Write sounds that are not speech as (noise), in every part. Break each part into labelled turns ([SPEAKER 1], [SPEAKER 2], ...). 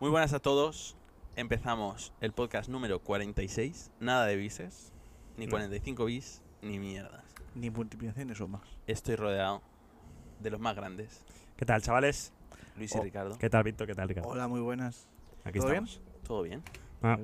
[SPEAKER 1] Muy buenas a todos. Empezamos el podcast número 46. Nada de bises, ni
[SPEAKER 2] No.
[SPEAKER 1] 45 bis, ni mierdas.
[SPEAKER 2] Ni multiplicaciones o más.
[SPEAKER 1] Estoy rodeado de los más grandes,
[SPEAKER 3] ¿Qué tal, chavales?
[SPEAKER 1] Luis y
[SPEAKER 3] Oh,
[SPEAKER 1] Ricardo.
[SPEAKER 3] ¿Qué tal, Víctor? ¿Qué tal, Ricardo?
[SPEAKER 2] Hola, muy buenas.
[SPEAKER 3] Aquí
[SPEAKER 2] ¿Todo bien?
[SPEAKER 3] estamos.
[SPEAKER 1] ¿Todo bien?
[SPEAKER 3] Ah,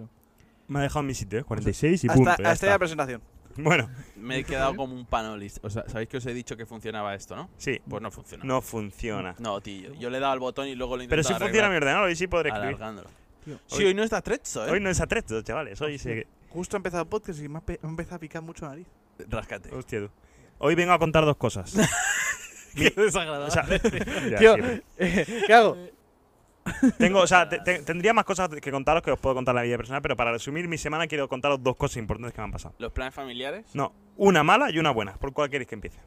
[SPEAKER 3] me ha dejado en mi sitio, ¿eh? 46 y
[SPEAKER 2] hasta
[SPEAKER 3] pum.
[SPEAKER 2] hasta
[SPEAKER 3] (laughs)
[SPEAKER 2] ahí la presentación.
[SPEAKER 3] Bueno,
[SPEAKER 1] Me he quedado como un panelista. O sea, sabéis que os he dicho que funcionaba esto, ¿no?
[SPEAKER 3] sí.
[SPEAKER 1] Pues no funciona.
[SPEAKER 3] No funciona.
[SPEAKER 1] No, tío. Yo le he dado al botón y luego lo he
[SPEAKER 3] Pero
[SPEAKER 1] intentado
[SPEAKER 3] si funciona mi ordenador, hoy sí podré
[SPEAKER 1] arreglar,
[SPEAKER 3] escribir.
[SPEAKER 1] alargándolo.
[SPEAKER 2] Tío,
[SPEAKER 1] Sí, hoy no está estrecho, ¿eh?
[SPEAKER 3] Hoy no es atrezo, chavales. Hoy sí.
[SPEAKER 2] Justo ha empezado el podcast y me ha pe- me empieza a picar mucho la nariz.
[SPEAKER 1] Rascate.
[SPEAKER 3] Hostia, tú. Hoy vengo a contar dos
[SPEAKER 2] (laughs)
[SPEAKER 3] cosas. (laughs)
[SPEAKER 1] Qué desagradable.
[SPEAKER 3] O sea, (laughs) ya,
[SPEAKER 2] Tío, eh,
[SPEAKER 3] sí.
[SPEAKER 2] ¿qué hago?
[SPEAKER 3] (laughs) tengo, o sea, te- te- tendría más cosas que contaros que os puedo contar en la vida personal, pero para resumir mi semana quiero contaros dos cosas importantes que me han pasado.
[SPEAKER 1] ¿Los planes familiares?
[SPEAKER 3] No, una mala y una buena. ¿Por cuál queréis que empiece?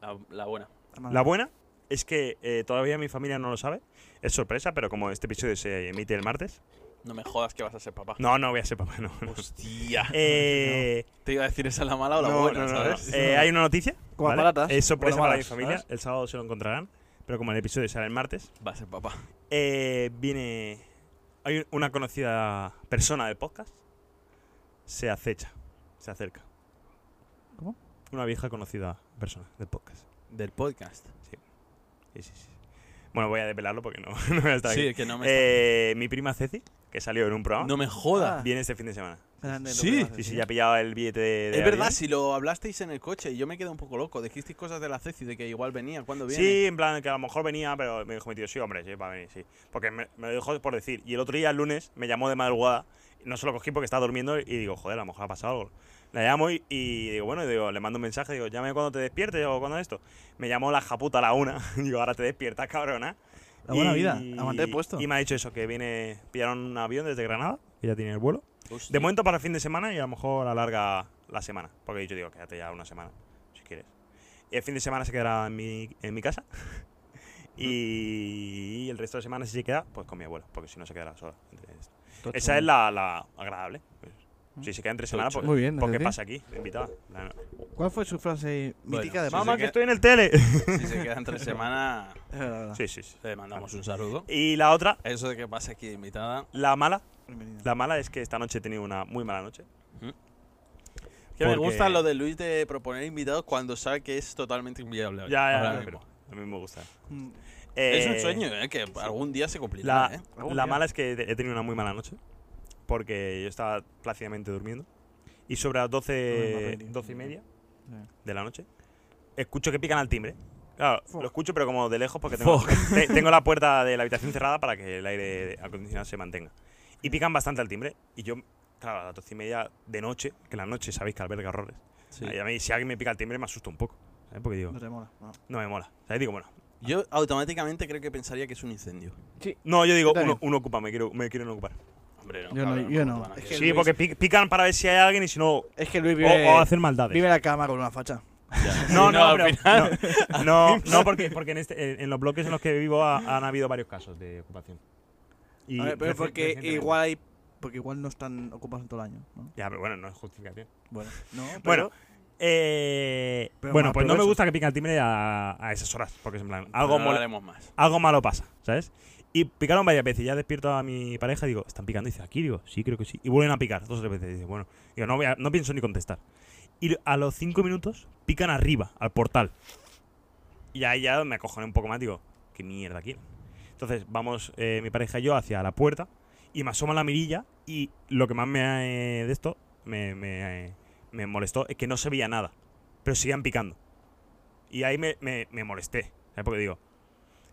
[SPEAKER 1] La, la buena.
[SPEAKER 2] Ah.
[SPEAKER 3] La buena es que eh, todavía mi familia no lo sabe. Es sorpresa, pero como este episodio se emite el martes.
[SPEAKER 1] No me jodas que vas a ser papá.
[SPEAKER 3] No, no voy a ser papá, no. no.
[SPEAKER 1] Hostia.
[SPEAKER 3] (laughs) Eh,
[SPEAKER 1] Te iba a decir esa la mala o la
[SPEAKER 3] no,
[SPEAKER 1] buena,
[SPEAKER 3] no, no, no.
[SPEAKER 1] ¿sabes?
[SPEAKER 3] Eh, hay una noticia.
[SPEAKER 2] Como aparatas,
[SPEAKER 3] Es sorpresa
[SPEAKER 2] como
[SPEAKER 3] para mi
[SPEAKER 2] malas,
[SPEAKER 3] familia.
[SPEAKER 2] ¿sabes?
[SPEAKER 3] El sábado se lo encontrarán. Pero como el episodio sale el martes,
[SPEAKER 1] Va a ser papá.
[SPEAKER 3] eh, viene. Hay una conocida persona del podcast. Se acecha. Se acerca.
[SPEAKER 2] ¿Cómo?
[SPEAKER 3] Una vieja conocida persona del podcast.
[SPEAKER 1] Del podcast.
[SPEAKER 3] Sí, sí, sí. Bueno, voy a depelarlo porque no, (laughs) no voy a estar
[SPEAKER 1] sí,
[SPEAKER 3] aquí.
[SPEAKER 1] que no me.
[SPEAKER 3] Eh, mi prima Ceci, que salió en un programa,
[SPEAKER 1] No me jodas.
[SPEAKER 3] viene este fin de semana.
[SPEAKER 2] Grande, lo
[SPEAKER 1] Sí,
[SPEAKER 2] que haces, ¿eh?
[SPEAKER 3] Sí, sí,
[SPEAKER 2] tío.
[SPEAKER 3] ya ha pillado el billete de. de
[SPEAKER 1] es verdad,
[SPEAKER 3] avión.
[SPEAKER 1] si lo hablasteis en el coche, yo me quedé un poco loco. Dijisteis cosas de la Ceci, de que igual venía, cuando viene.
[SPEAKER 3] Sí, en plan que a lo mejor venía, pero me dijo mi tío, sí, hombre, sí, va a venir, sí. Porque me, me lo dijo por decir. Y el otro día, el lunes, me llamó de madrugada. y No se lo cogí porque estaba durmiendo y digo, joder, a lo mejor ha pasado algo. La llamo y, y digo, bueno, y digo, le mando un mensaje, digo, llámame cuando te despiertes o cuando esto. Me llamó la japuta a la una. (laughs) digo, ahora te despiertas, cabrona.
[SPEAKER 2] La buena
[SPEAKER 3] Y-
[SPEAKER 2] vida, aguante el puesto.
[SPEAKER 3] Y me ha dicho eso, que viene, pillaron un avión desde Granada, que ya tiene el vuelo.
[SPEAKER 1] Hostia.
[SPEAKER 3] De momento para el fin de semana y a lo mejor alarga la semana. Porque yo digo, quédate ya una semana, si quieres. Y el fin de semana se quedará en mi, en mi (laughs) casa. y el resto de semana, si se queda, pues con mi abuela. Porque si no, se quedará sola. Entonces,
[SPEAKER 2] Tocho.
[SPEAKER 3] esa es la, la agradable. pues.
[SPEAKER 2] Mm.
[SPEAKER 3] Si se queda entre semana,
[SPEAKER 1] Tocho.
[SPEAKER 3] pues,
[SPEAKER 2] Muy bien,
[SPEAKER 3] ¿por qué
[SPEAKER 2] Ceci.
[SPEAKER 3] pasa aquí? de Invitada. No, no.
[SPEAKER 2] ¿Cuál fue su frase mítica de
[SPEAKER 1] sí,
[SPEAKER 2] mamá?
[SPEAKER 1] sí,
[SPEAKER 3] Mamá, que
[SPEAKER 1] que-
[SPEAKER 3] estoy en (laughs) el tele.
[SPEAKER 1] Si se quedan
[SPEAKER 3] (laughs)
[SPEAKER 1] tres semanas,
[SPEAKER 2] Es verdad.
[SPEAKER 3] sí, sí, sí.
[SPEAKER 1] le mandamos un saludo.
[SPEAKER 3] Y la otra,
[SPEAKER 1] Eso de que pase aquí de invitada.
[SPEAKER 3] la mala.
[SPEAKER 2] Bienvenido.
[SPEAKER 3] La mala es que esta noche he tenido una muy mala noche.
[SPEAKER 1] Mm. Que me
[SPEAKER 3] Porque-
[SPEAKER 1] gusta lo de Luis de proponer invitados cuando sabe que es totalmente inviable.
[SPEAKER 3] Ya,
[SPEAKER 1] hoy,
[SPEAKER 3] ya,
[SPEAKER 1] ahora
[SPEAKER 3] ya,
[SPEAKER 1] mismo.
[SPEAKER 3] pero a mí me gusta.
[SPEAKER 2] Mm,
[SPEAKER 1] Es un
[SPEAKER 3] Eh,
[SPEAKER 1] sueño, ¿eh? que algún día se cumplirá.
[SPEAKER 3] La,
[SPEAKER 1] ¿eh?
[SPEAKER 2] Algún
[SPEAKER 3] la
[SPEAKER 2] día.
[SPEAKER 3] mala es que he tenido una muy mala noche. Porque yo estaba plácidamente durmiendo. Y sobre las 12,
[SPEAKER 2] Madre,
[SPEAKER 3] 12 y
[SPEAKER 2] tío.
[SPEAKER 3] media
[SPEAKER 2] sí.
[SPEAKER 3] de la noche, escucho que pican al timbre. Claro,
[SPEAKER 2] Fuck.
[SPEAKER 3] lo escucho, pero como de lejos, porque tengo,
[SPEAKER 2] (laughs)
[SPEAKER 3] te- tengo la puerta de la habitación cerrada para que el aire acondicionado se mantenga. Y pican bastante al timbre. Y yo, claro, a las 12 y media de noche, que la noche sabéis que alberga horrores.
[SPEAKER 1] Sí.
[SPEAKER 3] Y a mí, si alguien me pica el timbre, me asusto un poco. ¿sabes? Porque digo,
[SPEAKER 2] No te mola. no.
[SPEAKER 3] no me mola. ¿sabes? Digo, bueno.
[SPEAKER 1] Yo automáticamente creo que pensaría que es un incendio.
[SPEAKER 3] No, yo digo,
[SPEAKER 2] Yo también.
[SPEAKER 3] uno, uno ocupa, me, quiero, me quieren ocupar.
[SPEAKER 1] Hombre,
[SPEAKER 2] Yo no,
[SPEAKER 1] cabrón,
[SPEAKER 2] yo
[SPEAKER 1] ¿cómo
[SPEAKER 2] no.
[SPEAKER 1] te van a
[SPEAKER 2] Es
[SPEAKER 1] querer?
[SPEAKER 2] que
[SPEAKER 3] Sí,
[SPEAKER 2] Luis-
[SPEAKER 3] porque pi- pican para ver si hay alguien y si no.
[SPEAKER 2] Es que Luis
[SPEAKER 3] O,
[SPEAKER 2] vive,
[SPEAKER 3] o hacer maldades.
[SPEAKER 2] vive en la cama con una facha.
[SPEAKER 1] Ya.
[SPEAKER 3] No,
[SPEAKER 2] (laughs)
[SPEAKER 1] Sí,
[SPEAKER 3] no,
[SPEAKER 1] al
[SPEAKER 3] pero-
[SPEAKER 1] final-
[SPEAKER 3] no, no, no, porque, porque en, este- en- en los bloques en los que vivo ha- han habido varios casos de ocupación. Y
[SPEAKER 2] A ver, pero
[SPEAKER 3] reci-
[SPEAKER 2] porque
[SPEAKER 3] recientemente.
[SPEAKER 2] igual hay, porque igual no están ocupados en todo el año. ¿no?
[SPEAKER 3] Ya, pero bueno, no es justificación.
[SPEAKER 2] Bueno, no, pero-
[SPEAKER 3] Bueno, eh,
[SPEAKER 2] Pero
[SPEAKER 3] bueno
[SPEAKER 2] más
[SPEAKER 3] pues no me
[SPEAKER 2] provecho.
[SPEAKER 3] gusta que pica el timbre a, a esas horas, porque es en plan,
[SPEAKER 2] Ah,
[SPEAKER 3] algo,
[SPEAKER 1] no
[SPEAKER 3] mole-
[SPEAKER 1] hablaremos más.
[SPEAKER 3] algo malo pasa, ¿sabes? Y picaron varias veces. Ya despierto a mi pareja y digo, ¿están picando? Y dice, aquí, digo, sí, creo que sí. Y vuelven a picar dos o tres veces. Y dice, bueno, digo, no, voy a- no pienso ni contestar. Y a los cinco minutos pican arriba, al portal. Y ahí ya me acojoné un poco más, digo, ¿qué mierda quieren? Entonces vamos eh, mi pareja y yo hacia la puerta y me asoma la mirilla y lo que más me eh, de esto me, me, eh, me molestó es que no se veía nada, pero seguían picando. Y ahí me, me, me molesté, ¿sabes? Porque digo,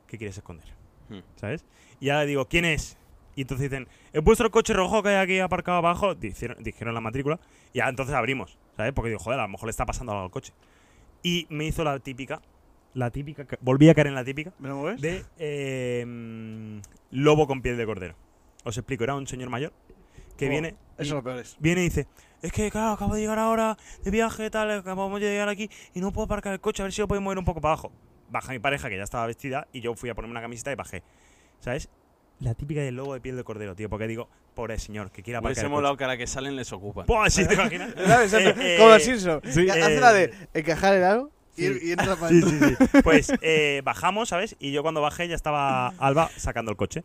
[SPEAKER 3] ¿qué quieres esconder?
[SPEAKER 1] Hmm.
[SPEAKER 3] ¿Sabes? Y ahora digo, ¿quién es? Y entonces dicen, ¿es vuestro coche rojo que hay aquí aparcado abajo? Dijeron, dijeron la matrícula. Y ya entonces abrimos, ¿sabes? Porque digo, joder, a lo mejor le está pasando algo al coche. Y me hizo la típica, la típica, ca- volví a caer en la típica
[SPEAKER 2] ¿me lo mueves?
[SPEAKER 3] de eh, mm, lobo con piel de cordero. Os explico, era un señor mayor que
[SPEAKER 2] Oh,
[SPEAKER 3] viene,
[SPEAKER 2] Eso es lo peor es.
[SPEAKER 3] viene y dice, es que claro, acabo de llegar ahora de viaje, tal, acabamos de llegar aquí y no puedo aparcar el coche, a ver si lo podéis mover un poco para abajo. Baja mi pareja que ya estaba vestida y yo fui a ponerme una camiseta y bajé. ¿Sabes? La típica del lobo de piel de cordero, tío, porque digo, pobre señor, que quiera aparcar
[SPEAKER 1] Hubiese
[SPEAKER 3] el coche.
[SPEAKER 1] molado que a la que salen les ocupan.
[SPEAKER 3] (laughs)
[SPEAKER 1] (laughs)
[SPEAKER 3] Buah, sí, te imaginas? (laughs)
[SPEAKER 2] (laughs)
[SPEAKER 3] Eh, eh,
[SPEAKER 2] Como los Simpsons.
[SPEAKER 3] sí,
[SPEAKER 2] Que hace
[SPEAKER 3] eh,
[SPEAKER 2] la de encajar el aro y,
[SPEAKER 3] sí. (laughs)
[SPEAKER 2] y entra para
[SPEAKER 3] Sí, sí, sí. Pues eh, bajamos, ¿sabes? Y yo cuando bajé ya estaba Alba sacando el coche.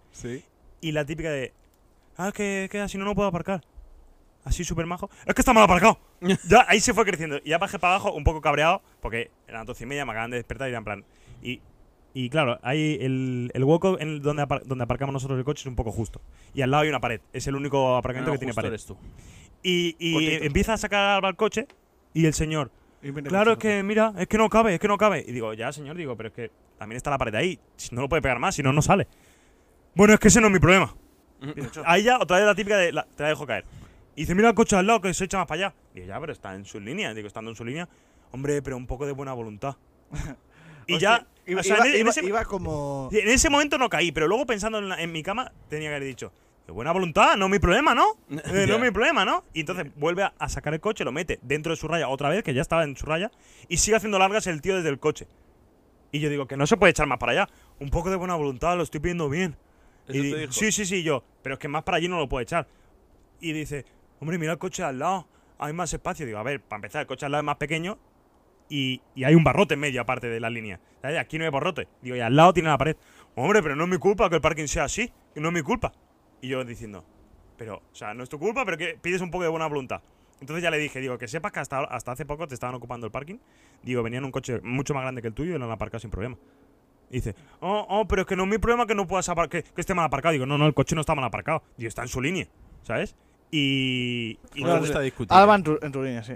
[SPEAKER 3] Y la típica de. Ah, es que, que así no, no puedo aparcar. Así súper majo. Es que está mal
[SPEAKER 2] (laughs)
[SPEAKER 3] aparcado. ya, ahí se fue creciendo. Y ya bajé para abajo, un poco cabreado, porque eran las 12 y media, me acaban de despertar y era en plan. Y, y claro, ahí el, el hueco en el- donde, apar- donde aparcamos nosotros el coche es un poco justo. Y al lado hay una pared. Es el único aparcamiento
[SPEAKER 1] No,
[SPEAKER 2] Ah,
[SPEAKER 3] que tiene
[SPEAKER 1] justo
[SPEAKER 3] pared.
[SPEAKER 1] eres tú.
[SPEAKER 3] Y, y
[SPEAKER 2] Cortito.
[SPEAKER 3] empieza a sacar al coche y el señor.
[SPEAKER 2] Inventa
[SPEAKER 3] Claro, es
[SPEAKER 2] cosas.
[SPEAKER 3] que mira, es que no cabe, es que no cabe. Y digo, ya, señor, digo, pero es que también está la pared ahí. Si No lo puede pegar más, si no, no sale. Bueno, es que ese no es mi problema.
[SPEAKER 2] Bien hecho.
[SPEAKER 3] Ahí ya, otra vez la típica de la- te la dejo caer. Y dice, mira el coche al lado que se echa más para allá. Digo, ya, pero está en su línea. Digo, estando en su línea. Hombre, pero un poco de buena
[SPEAKER 2] (laughs)
[SPEAKER 3] voluntad. (laughs) y ya.
[SPEAKER 2] Hostia, iba,
[SPEAKER 3] o sea,
[SPEAKER 2] iba-
[SPEAKER 3] en, en
[SPEAKER 2] iba-
[SPEAKER 3] ese,
[SPEAKER 2] iba como.
[SPEAKER 3] en ese momento no caí, pero luego pensando en, la- en mi cama, tenía que haber dicho. De buena voluntad, no es mi problema, ¿no? Eh,
[SPEAKER 1] Ya.
[SPEAKER 3] no es mi problema, ¿no? Y entonces vuelve a, a sacar el coche, lo mete dentro de su raya otra vez, que ya estaba en su raya, y sigue haciendo largas el tío desde el coche. Y yo digo, que no se puede echar más para allá. Un poco de buena voluntad, lo estoy pidiendo bien.
[SPEAKER 1] Eso
[SPEAKER 3] Y
[SPEAKER 1] te
[SPEAKER 3] di-
[SPEAKER 1] dijo.
[SPEAKER 3] Sí, sí, sí, yo. Pero es que más para allí no lo puedo echar. Y dice, hombre, mira el coche al lado. Hay más espacio. Digo, a ver, para empezar, el coche al lado es más pequeño. Y, y hay un barrote en medio, aparte de la línea. ¿Sabes? Aquí no hay barrote. Digo, y al lado tiene la pared. Hombre, pero no es mi culpa que el parking sea así. que No es mi culpa. Y yo diciendo, pero, o sea, no es tu culpa, pero que pides un poco de buena voluntad. Entonces ya le dije, digo, que sepas que hasta, hasta hace poco te estaban ocupando el parking. Digo, venían un coche mucho más grande que el tuyo y lo han aparcado sin problema. Y dice, oh, oh, pero es que no es mi problema que no puedas aparcar, que, que esté mal aparcado. Digo, no, no, el coche no está mal aparcado. Digo, está en su línea, ¿sabes? Y. y
[SPEAKER 1] No
[SPEAKER 2] Bueno,
[SPEAKER 1] me
[SPEAKER 3] luego-
[SPEAKER 1] gusta discutir.
[SPEAKER 2] Ahora va en tu, en tu línea, sí.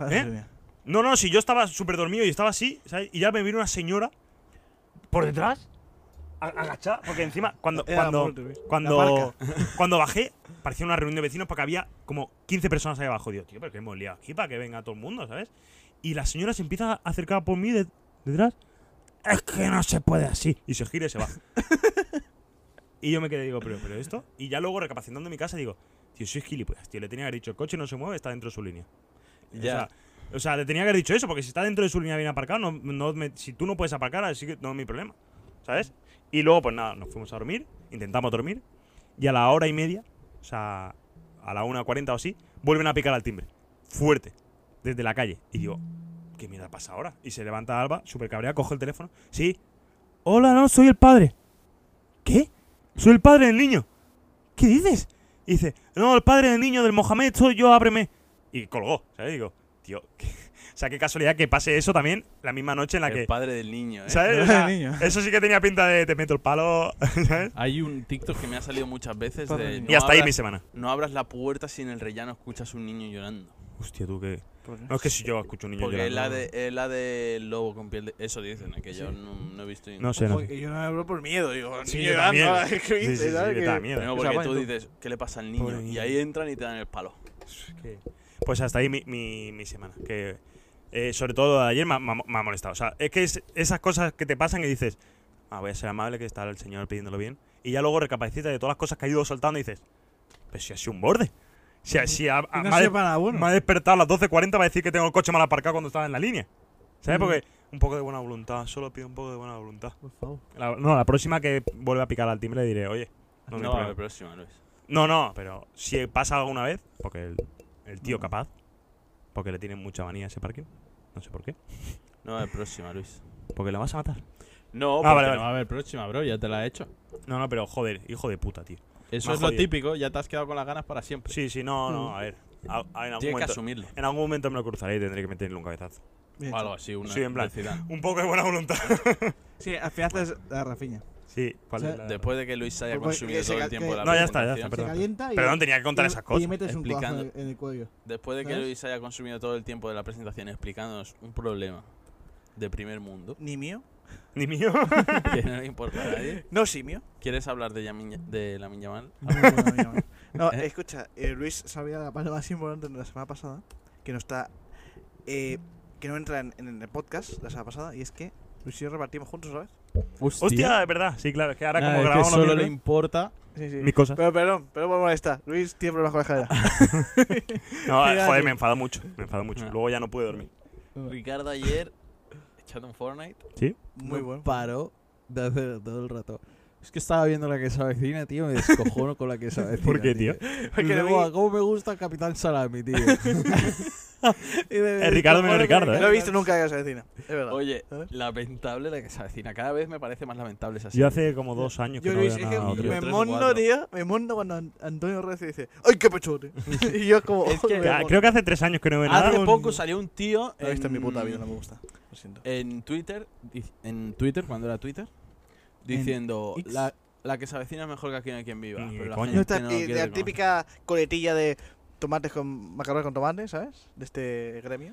[SPEAKER 2] Va en
[SPEAKER 3] ¿Eh?
[SPEAKER 2] tu línea.
[SPEAKER 3] no, no, si yo estaba súper dormido y estaba así, ¿sabes? Y ya me vino una señora por detrás, a- agachada, porque encima, cuando.
[SPEAKER 2] Era
[SPEAKER 3] cuando
[SPEAKER 2] fuerte, güey.
[SPEAKER 3] cuando, cuando bajé, parecía una reunión de vecinos porque había como 15 personas ahí abajo. Digo, tío, pero que hemos liado aquí para que venga todo el mundo, ¿sabes? Y la señora se empieza a acercar por mí de- detrás. Es que no se puede así. Y se gira y se va. y yo me quedé, digo, pero, pero esto. Y ya luego recapacitando en mi casa, digo, tío, soy gilipollas, tío. Le tenía que haber dicho, el coche no se mueve, está dentro de su línea. O
[SPEAKER 1] Ya.
[SPEAKER 3] sea, o sea, le tenía que haber dicho eso, porque si está dentro de su línea bien aparcado, no, no me- si tú no puedes aparcar, así que no es mi problema. ¿Sabes? Y luego, pues nada, nos fuimos a dormir, intentamos dormir, y a la hora y media, o sea, a la 1.40 o así, vuelven a picar al timbre. Fuerte. Desde la calle. Y digo,
[SPEAKER 1] Mm.
[SPEAKER 3] ¿qué mierda pasa ahora? Y se levanta Alba, súper cabreada, coge el teléfono. Sí. Hola, no, soy el padre. ¿Qué? Soy el padre del niño. ¿Qué dices? Y dice, no, el padre del niño del Mohamed soy yo, ábreme. Y colgó, ¿sabes? Digo, tío, (laughs) qué- o sea, qué casualidad que pase eso también la misma noche en la
[SPEAKER 1] el
[SPEAKER 3] que...
[SPEAKER 1] padre del niño, ¿eh?
[SPEAKER 3] ¿Sabes? O
[SPEAKER 2] El
[SPEAKER 3] sea,
[SPEAKER 2] niño.
[SPEAKER 3] eso sí que tenía pinta de te meto el palo, ¿sabes?
[SPEAKER 1] Hay un TikTok que me ha salido muchas veces
[SPEAKER 2] Padre
[SPEAKER 1] de
[SPEAKER 2] del
[SPEAKER 1] no
[SPEAKER 3] (laughs) y hasta ahí
[SPEAKER 1] abras-
[SPEAKER 3] mi semana.
[SPEAKER 1] No abras la puerta si en el rellano escuchas un niño llorando.
[SPEAKER 3] Hostia, tú que...
[SPEAKER 2] ¿Por qué?
[SPEAKER 3] No es que si yo escucho un niño
[SPEAKER 1] Porque es la,
[SPEAKER 3] llorando-
[SPEAKER 1] de, es la de lobo con piel de... Eso dicen, ¿eh? que yo no, no he visto...
[SPEAKER 3] No sé, no sé.
[SPEAKER 2] Porque yo no me hablo por miedo, digo.
[SPEAKER 3] Sí,
[SPEAKER 2] ni
[SPEAKER 3] yo
[SPEAKER 2] llorando, (laughs)
[SPEAKER 3] también. Sí,
[SPEAKER 2] ¿qué
[SPEAKER 3] sí,
[SPEAKER 2] dices,
[SPEAKER 3] sí,
[SPEAKER 2] sabes?
[SPEAKER 3] yo
[SPEAKER 2] Que-
[SPEAKER 3] también.
[SPEAKER 1] Primero
[SPEAKER 2] O sea,
[SPEAKER 1] porque
[SPEAKER 2] bueno,
[SPEAKER 1] tú
[SPEAKER 2] tú-
[SPEAKER 1] dices, ¿qué le pasa al niño?
[SPEAKER 3] Pobre
[SPEAKER 1] Y
[SPEAKER 3] niño.
[SPEAKER 1] ahí entran y te dan el palo.
[SPEAKER 3] Pues hasta ahí mi, mi- mi semana. Que eh, sobre todo lo de ayer me, ha- me ha mo- me ha molestado. O sea, es que es esas cosas que te pasan y dices, ah, voy a ser amable que está el señor pidiéndolo bien. Y ya luego recapacita de todas las cosas que ha ido soltando y dices, pero si ha sido un borde. Si, ha- si ha-
[SPEAKER 2] Y
[SPEAKER 3] ha-
[SPEAKER 2] no
[SPEAKER 3] me, ha,
[SPEAKER 2] sirve
[SPEAKER 3] de-
[SPEAKER 2] para nada bueno.
[SPEAKER 3] me ha despertado a las 12.40 para decir que tengo el coche mal aparcado cuando estaba en la línea. ¿Sabes?
[SPEAKER 2] Mm.
[SPEAKER 3] Porque un poco de buena voluntad, solo pido un poco de buena voluntad.
[SPEAKER 2] Por favor.
[SPEAKER 3] La- no, la próxima que vuelva a picar al timbre diré, oye, no,
[SPEAKER 1] No,
[SPEAKER 3] me
[SPEAKER 1] a la próxima, Luis.
[SPEAKER 3] no, no, pero si pasa alguna vez, porque el, el tío capaz, porque le tiene mucha manía a ese parking, no sé por qué,
[SPEAKER 1] No, a la próxima, Luis.
[SPEAKER 3] porque la vas a matar.
[SPEAKER 1] No,
[SPEAKER 3] Ah,
[SPEAKER 1] porque
[SPEAKER 3] vale, vale.
[SPEAKER 1] no va a haber próxima, bro. Ya te la he hecho.
[SPEAKER 3] No, no, pero joder, hijo de puta, tío.
[SPEAKER 1] Eso
[SPEAKER 3] Me ha
[SPEAKER 1] es lo
[SPEAKER 3] jodido.
[SPEAKER 1] típico. Ya te has quedado con las ganas para siempre.
[SPEAKER 3] Sí, sí, no, no, a ver. a- a- en,
[SPEAKER 1] Tienes
[SPEAKER 3] algún
[SPEAKER 1] que
[SPEAKER 3] momento,
[SPEAKER 1] asumirlo.
[SPEAKER 3] en algún momento me lo cruzaré y tendré que meterle un cabezazo.
[SPEAKER 2] Bien
[SPEAKER 1] O
[SPEAKER 2] hecho.
[SPEAKER 1] algo así, una
[SPEAKER 3] Sí, en plan.
[SPEAKER 1] de Zidane.
[SPEAKER 3] Un poco de buena voluntad. (laughs)
[SPEAKER 2] Sí, al final haces la Rafiña.
[SPEAKER 3] Sí, ¿cuál
[SPEAKER 2] O sea,
[SPEAKER 3] es la-
[SPEAKER 1] Después de que Luis haya
[SPEAKER 2] Porque
[SPEAKER 1] consumido
[SPEAKER 2] se
[SPEAKER 1] todo el
[SPEAKER 2] cal-
[SPEAKER 1] tiempo
[SPEAKER 2] que-
[SPEAKER 1] la
[SPEAKER 3] No, ya está, ya
[SPEAKER 1] presentación,
[SPEAKER 3] está, Perdón.
[SPEAKER 2] Se calienta y.
[SPEAKER 3] Perdón, tenía que contar esas
[SPEAKER 2] Y
[SPEAKER 3] cosas.
[SPEAKER 2] metes un codazo en
[SPEAKER 1] Explicando.
[SPEAKER 2] el, en el cuello.
[SPEAKER 1] Después de que
[SPEAKER 2] ¿Sabes?
[SPEAKER 1] Luis haya consumido todo el tiempo de la presentación explicándonos un problema de primer
[SPEAKER 2] (laughs)
[SPEAKER 1] mundo,
[SPEAKER 2] ¿Ni mío?
[SPEAKER 3] Ni mío. (laughs)
[SPEAKER 1] que no le importa a nadie,
[SPEAKER 2] No, sí, mío.
[SPEAKER 1] ¿quieres hablar de, Yamin, de la Yamal?
[SPEAKER 2] Ah, bueno, bueno, bueno, (laughs) bueno. No,
[SPEAKER 1] ¿Eh?
[SPEAKER 2] escucha, eh, Luis sabía la palabra más importante de la semana pasada, que no está, eh, que no entra en, en el podcast la semana pasada, y es que Luis y yo repartimos juntos, ¿sabes?
[SPEAKER 3] Hostia, es verdad. Sí, claro, es que ahora
[SPEAKER 1] Nada,
[SPEAKER 3] como
[SPEAKER 1] es que
[SPEAKER 3] grabamos los
[SPEAKER 1] solo le
[SPEAKER 3] miércoles-
[SPEAKER 1] importa.
[SPEAKER 2] Sí, sí.
[SPEAKER 3] mis cosas.
[SPEAKER 2] (laughs) Pero perdón, pero por molestar, Luis tiene problemas con la escalera. (laughs)
[SPEAKER 3] No,
[SPEAKER 2] Mira,
[SPEAKER 3] joder,
[SPEAKER 2] tío.
[SPEAKER 3] me enfado mucho. Me enfado mucho.
[SPEAKER 1] Ah.
[SPEAKER 3] Luego ya no pude dormir.
[SPEAKER 1] Ricardo ayer, echando un Fortnite,
[SPEAKER 2] Muy bueno.
[SPEAKER 4] Paró de hacer todo el rato. Es que estaba viendo la que se avecina, tío. Me
[SPEAKER 3] (laughs)
[SPEAKER 4] descojono con la que se avecina.
[SPEAKER 3] ¿Por qué, tío?
[SPEAKER 4] Y
[SPEAKER 2] Porque
[SPEAKER 4] luego,
[SPEAKER 1] (laughs)
[SPEAKER 3] (laughs)
[SPEAKER 2] Luis-
[SPEAKER 4] ¿Cómo me gusta el Capitán Salami, tío?
[SPEAKER 2] El
[SPEAKER 3] Ricardo menos Ricardo, ¿eh?
[SPEAKER 2] No he visto nunca la casa vecina. Es verdad.
[SPEAKER 1] Oye,
[SPEAKER 2] A ver.
[SPEAKER 1] lamentable la que se avecina. Cada vez me parece más lamentable esa serie.
[SPEAKER 3] Yo hace como dos años que
[SPEAKER 2] Yo
[SPEAKER 3] no
[SPEAKER 2] Luis,
[SPEAKER 3] veo
[SPEAKER 2] es
[SPEAKER 3] nada
[SPEAKER 1] otro.
[SPEAKER 2] que
[SPEAKER 3] otro.
[SPEAKER 2] me
[SPEAKER 1] Tres o
[SPEAKER 2] mono,
[SPEAKER 1] cuatro.
[SPEAKER 2] tío. Me mono cuando An- Antonio Reyes dice: ¡Ay, qué
[SPEAKER 1] (laughs)
[SPEAKER 2] pechote! y yo, como.
[SPEAKER 1] Es que-
[SPEAKER 2] "Joder,
[SPEAKER 3] Ca-
[SPEAKER 2] mono".
[SPEAKER 3] Creo que hace tres años que no veo nada.
[SPEAKER 1] Hace poco salió un tío
[SPEAKER 2] No he visto en mi puta vida, no me gusta. Lo siento.
[SPEAKER 1] en Twitter, dic- en Twitter, cuando era Twitter, diciendo
[SPEAKER 4] X.
[SPEAKER 1] la, la que se avecina es mejor que aquí no hay quien viva.
[SPEAKER 3] Ni
[SPEAKER 1] Pero la
[SPEAKER 3] coña.
[SPEAKER 1] gente
[SPEAKER 2] No está,
[SPEAKER 1] no
[SPEAKER 2] eh,
[SPEAKER 1] quiere
[SPEAKER 2] la
[SPEAKER 1] reconocer.
[SPEAKER 2] típica coletilla de tomates con macarrones con tomates, ¿sabes? De este gremio.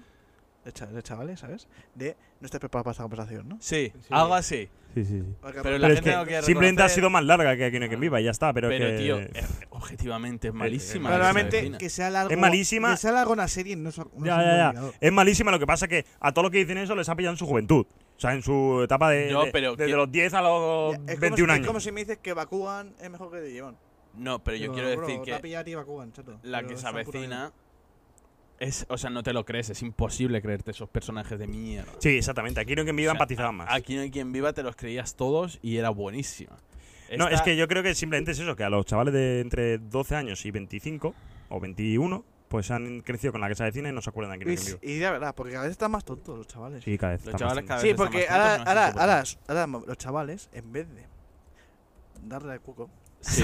[SPEAKER 2] De, cha- de chavales, ¿sabes? De no estás preparado para esta conversación, ¿no?
[SPEAKER 1] Sí,
[SPEAKER 4] Sí.
[SPEAKER 1] algo así.
[SPEAKER 3] Sí, sí, sí.
[SPEAKER 2] Porque-
[SPEAKER 1] Pero la
[SPEAKER 3] Pero es
[SPEAKER 1] gente
[SPEAKER 3] que
[SPEAKER 1] no quiere
[SPEAKER 3] simplemente ha
[SPEAKER 1] reconocer, Ah.
[SPEAKER 3] sido más larga que Aquí no hay quien viva y ya está. Pero,
[SPEAKER 1] Pero,
[SPEAKER 3] que...
[SPEAKER 1] tío, eh, objetivamente es malísima.
[SPEAKER 3] Pero
[SPEAKER 1] la que se
[SPEAKER 2] Normalmente
[SPEAKER 1] avecina.
[SPEAKER 2] que sea largo.
[SPEAKER 3] Es malísima.
[SPEAKER 2] Que sea largo una serie no es. no es un
[SPEAKER 3] Ya, ya, ya.
[SPEAKER 2] indicador.
[SPEAKER 3] Es malísima. Lo que pasa es que a todos los que dicen eso les ha pillado en su juventud. O sea, en su etapa de.
[SPEAKER 1] No,
[SPEAKER 3] de-
[SPEAKER 1] pero
[SPEAKER 3] desde
[SPEAKER 1] que-
[SPEAKER 3] los 10 a
[SPEAKER 2] Ya,
[SPEAKER 3] los
[SPEAKER 2] es como si-
[SPEAKER 3] 21
[SPEAKER 2] Es
[SPEAKER 3] años.
[SPEAKER 2] como si me dices que Bakugan es mejor que Digimon.
[SPEAKER 1] No, pero yo
[SPEAKER 2] Digo,
[SPEAKER 1] quiero
[SPEAKER 2] bro,
[SPEAKER 1] decir
[SPEAKER 2] te va a
[SPEAKER 1] que
[SPEAKER 2] pillar a ti Bakugan, chato.
[SPEAKER 1] la
[SPEAKER 2] Pero
[SPEAKER 1] que
[SPEAKER 2] es
[SPEAKER 1] se
[SPEAKER 2] una puta mierda.
[SPEAKER 1] avecina es, o sea, no te lo crees, es imposible creerte esos personajes de mierda.
[SPEAKER 3] Sí, exactamente. Aquí no hay quien viva
[SPEAKER 1] O sea,
[SPEAKER 3] empatizaban más.
[SPEAKER 1] Aquí no hay quien viva, te los creías todos y era buenísima.
[SPEAKER 3] No,
[SPEAKER 1] Esta-
[SPEAKER 3] es que yo creo que simplemente es eso, que a los chavales de entre 12 años y 25 o 21, pues han crecido con la casa de cine y no se acuerdan de Aquí no hay
[SPEAKER 2] Y,
[SPEAKER 3] quien viva.
[SPEAKER 2] y de verdad, porque cada vez están más tontos los chavales.
[SPEAKER 3] Sí, cada vez
[SPEAKER 1] Los
[SPEAKER 3] está más
[SPEAKER 1] chavales
[SPEAKER 3] tonto.
[SPEAKER 1] cada
[SPEAKER 2] Sí,
[SPEAKER 1] vez están
[SPEAKER 2] porque
[SPEAKER 1] más
[SPEAKER 2] ahora,
[SPEAKER 1] tontos, no
[SPEAKER 2] ahora,
[SPEAKER 1] es
[SPEAKER 2] ahora, ahora mo- los chavales, en vez de darle al cuco,
[SPEAKER 1] Sí,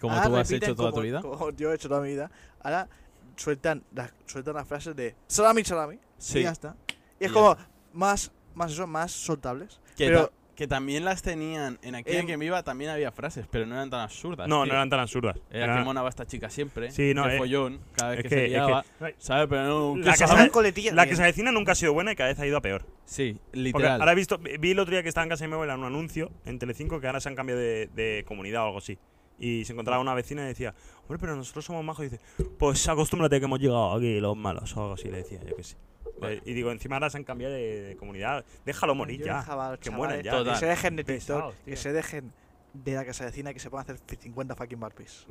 [SPEAKER 1] como
[SPEAKER 2] ahora
[SPEAKER 1] tú has
[SPEAKER 2] repiten
[SPEAKER 1] hecho toda
[SPEAKER 2] Ah, como-
[SPEAKER 1] tu vida.
[SPEAKER 2] Como yo he hecho toda mi vida, ahora sueltan las, sueltan las frases de salami, salami, y
[SPEAKER 1] Sí,
[SPEAKER 2] ya está. Y es
[SPEAKER 1] Y ya
[SPEAKER 2] como más, más eso, más soltables.
[SPEAKER 1] que,
[SPEAKER 2] pero-
[SPEAKER 1] ta- que también las tenían en Aquí no hay
[SPEAKER 2] Em,
[SPEAKER 1] quien viva, también había frases, pero no eran tan absurdas.
[SPEAKER 3] No,
[SPEAKER 1] tío.
[SPEAKER 3] no eran tan absurdas.
[SPEAKER 1] Era
[SPEAKER 3] Eran-
[SPEAKER 1] que monaba esta chica siempre.
[SPEAKER 3] Sí, no,
[SPEAKER 1] qué
[SPEAKER 3] eh,
[SPEAKER 1] follón, cada vez
[SPEAKER 3] es
[SPEAKER 1] que,
[SPEAKER 3] que-
[SPEAKER 1] se
[SPEAKER 3] es que-
[SPEAKER 1] liaba, ¿sabes? Pero no...
[SPEAKER 3] La
[SPEAKER 1] ¿qué sabe?
[SPEAKER 3] que sabe-
[SPEAKER 2] Sacan coletillas.
[SPEAKER 3] La
[SPEAKER 2] bien.
[SPEAKER 3] casa de cine nunca ha sido buena y cada vez ha ido a peor.
[SPEAKER 1] Sí,
[SPEAKER 3] Porque
[SPEAKER 1] literal.
[SPEAKER 3] ahora he visto, vi el otro día que estaba en casa de mi abuela en un anuncio en Telecinco que ahora se han cambiado de, de comunidad o algo así. Y se encontraba una vecina y decía, hombre, pero nosotros somos majos. Y dice, pues acostúmbrate que hemos llegado aquí los malos o algo así. Le decía, yo que sí.
[SPEAKER 1] Vale.
[SPEAKER 3] Y digo, encima ahora se han cambiado de, de comunidad. Déjalo morir
[SPEAKER 2] Yo
[SPEAKER 3] ya.
[SPEAKER 2] dejaba a los
[SPEAKER 3] que mueran
[SPEAKER 2] chavales
[SPEAKER 3] ya.
[SPEAKER 1] Total.
[SPEAKER 2] Que se dejen de
[SPEAKER 3] Pesados,
[SPEAKER 2] TikTok,
[SPEAKER 3] tío.
[SPEAKER 2] que se dejen de la casa de cine, que se puedan hacer 50
[SPEAKER 1] (laughs)
[SPEAKER 2] fucking barbies.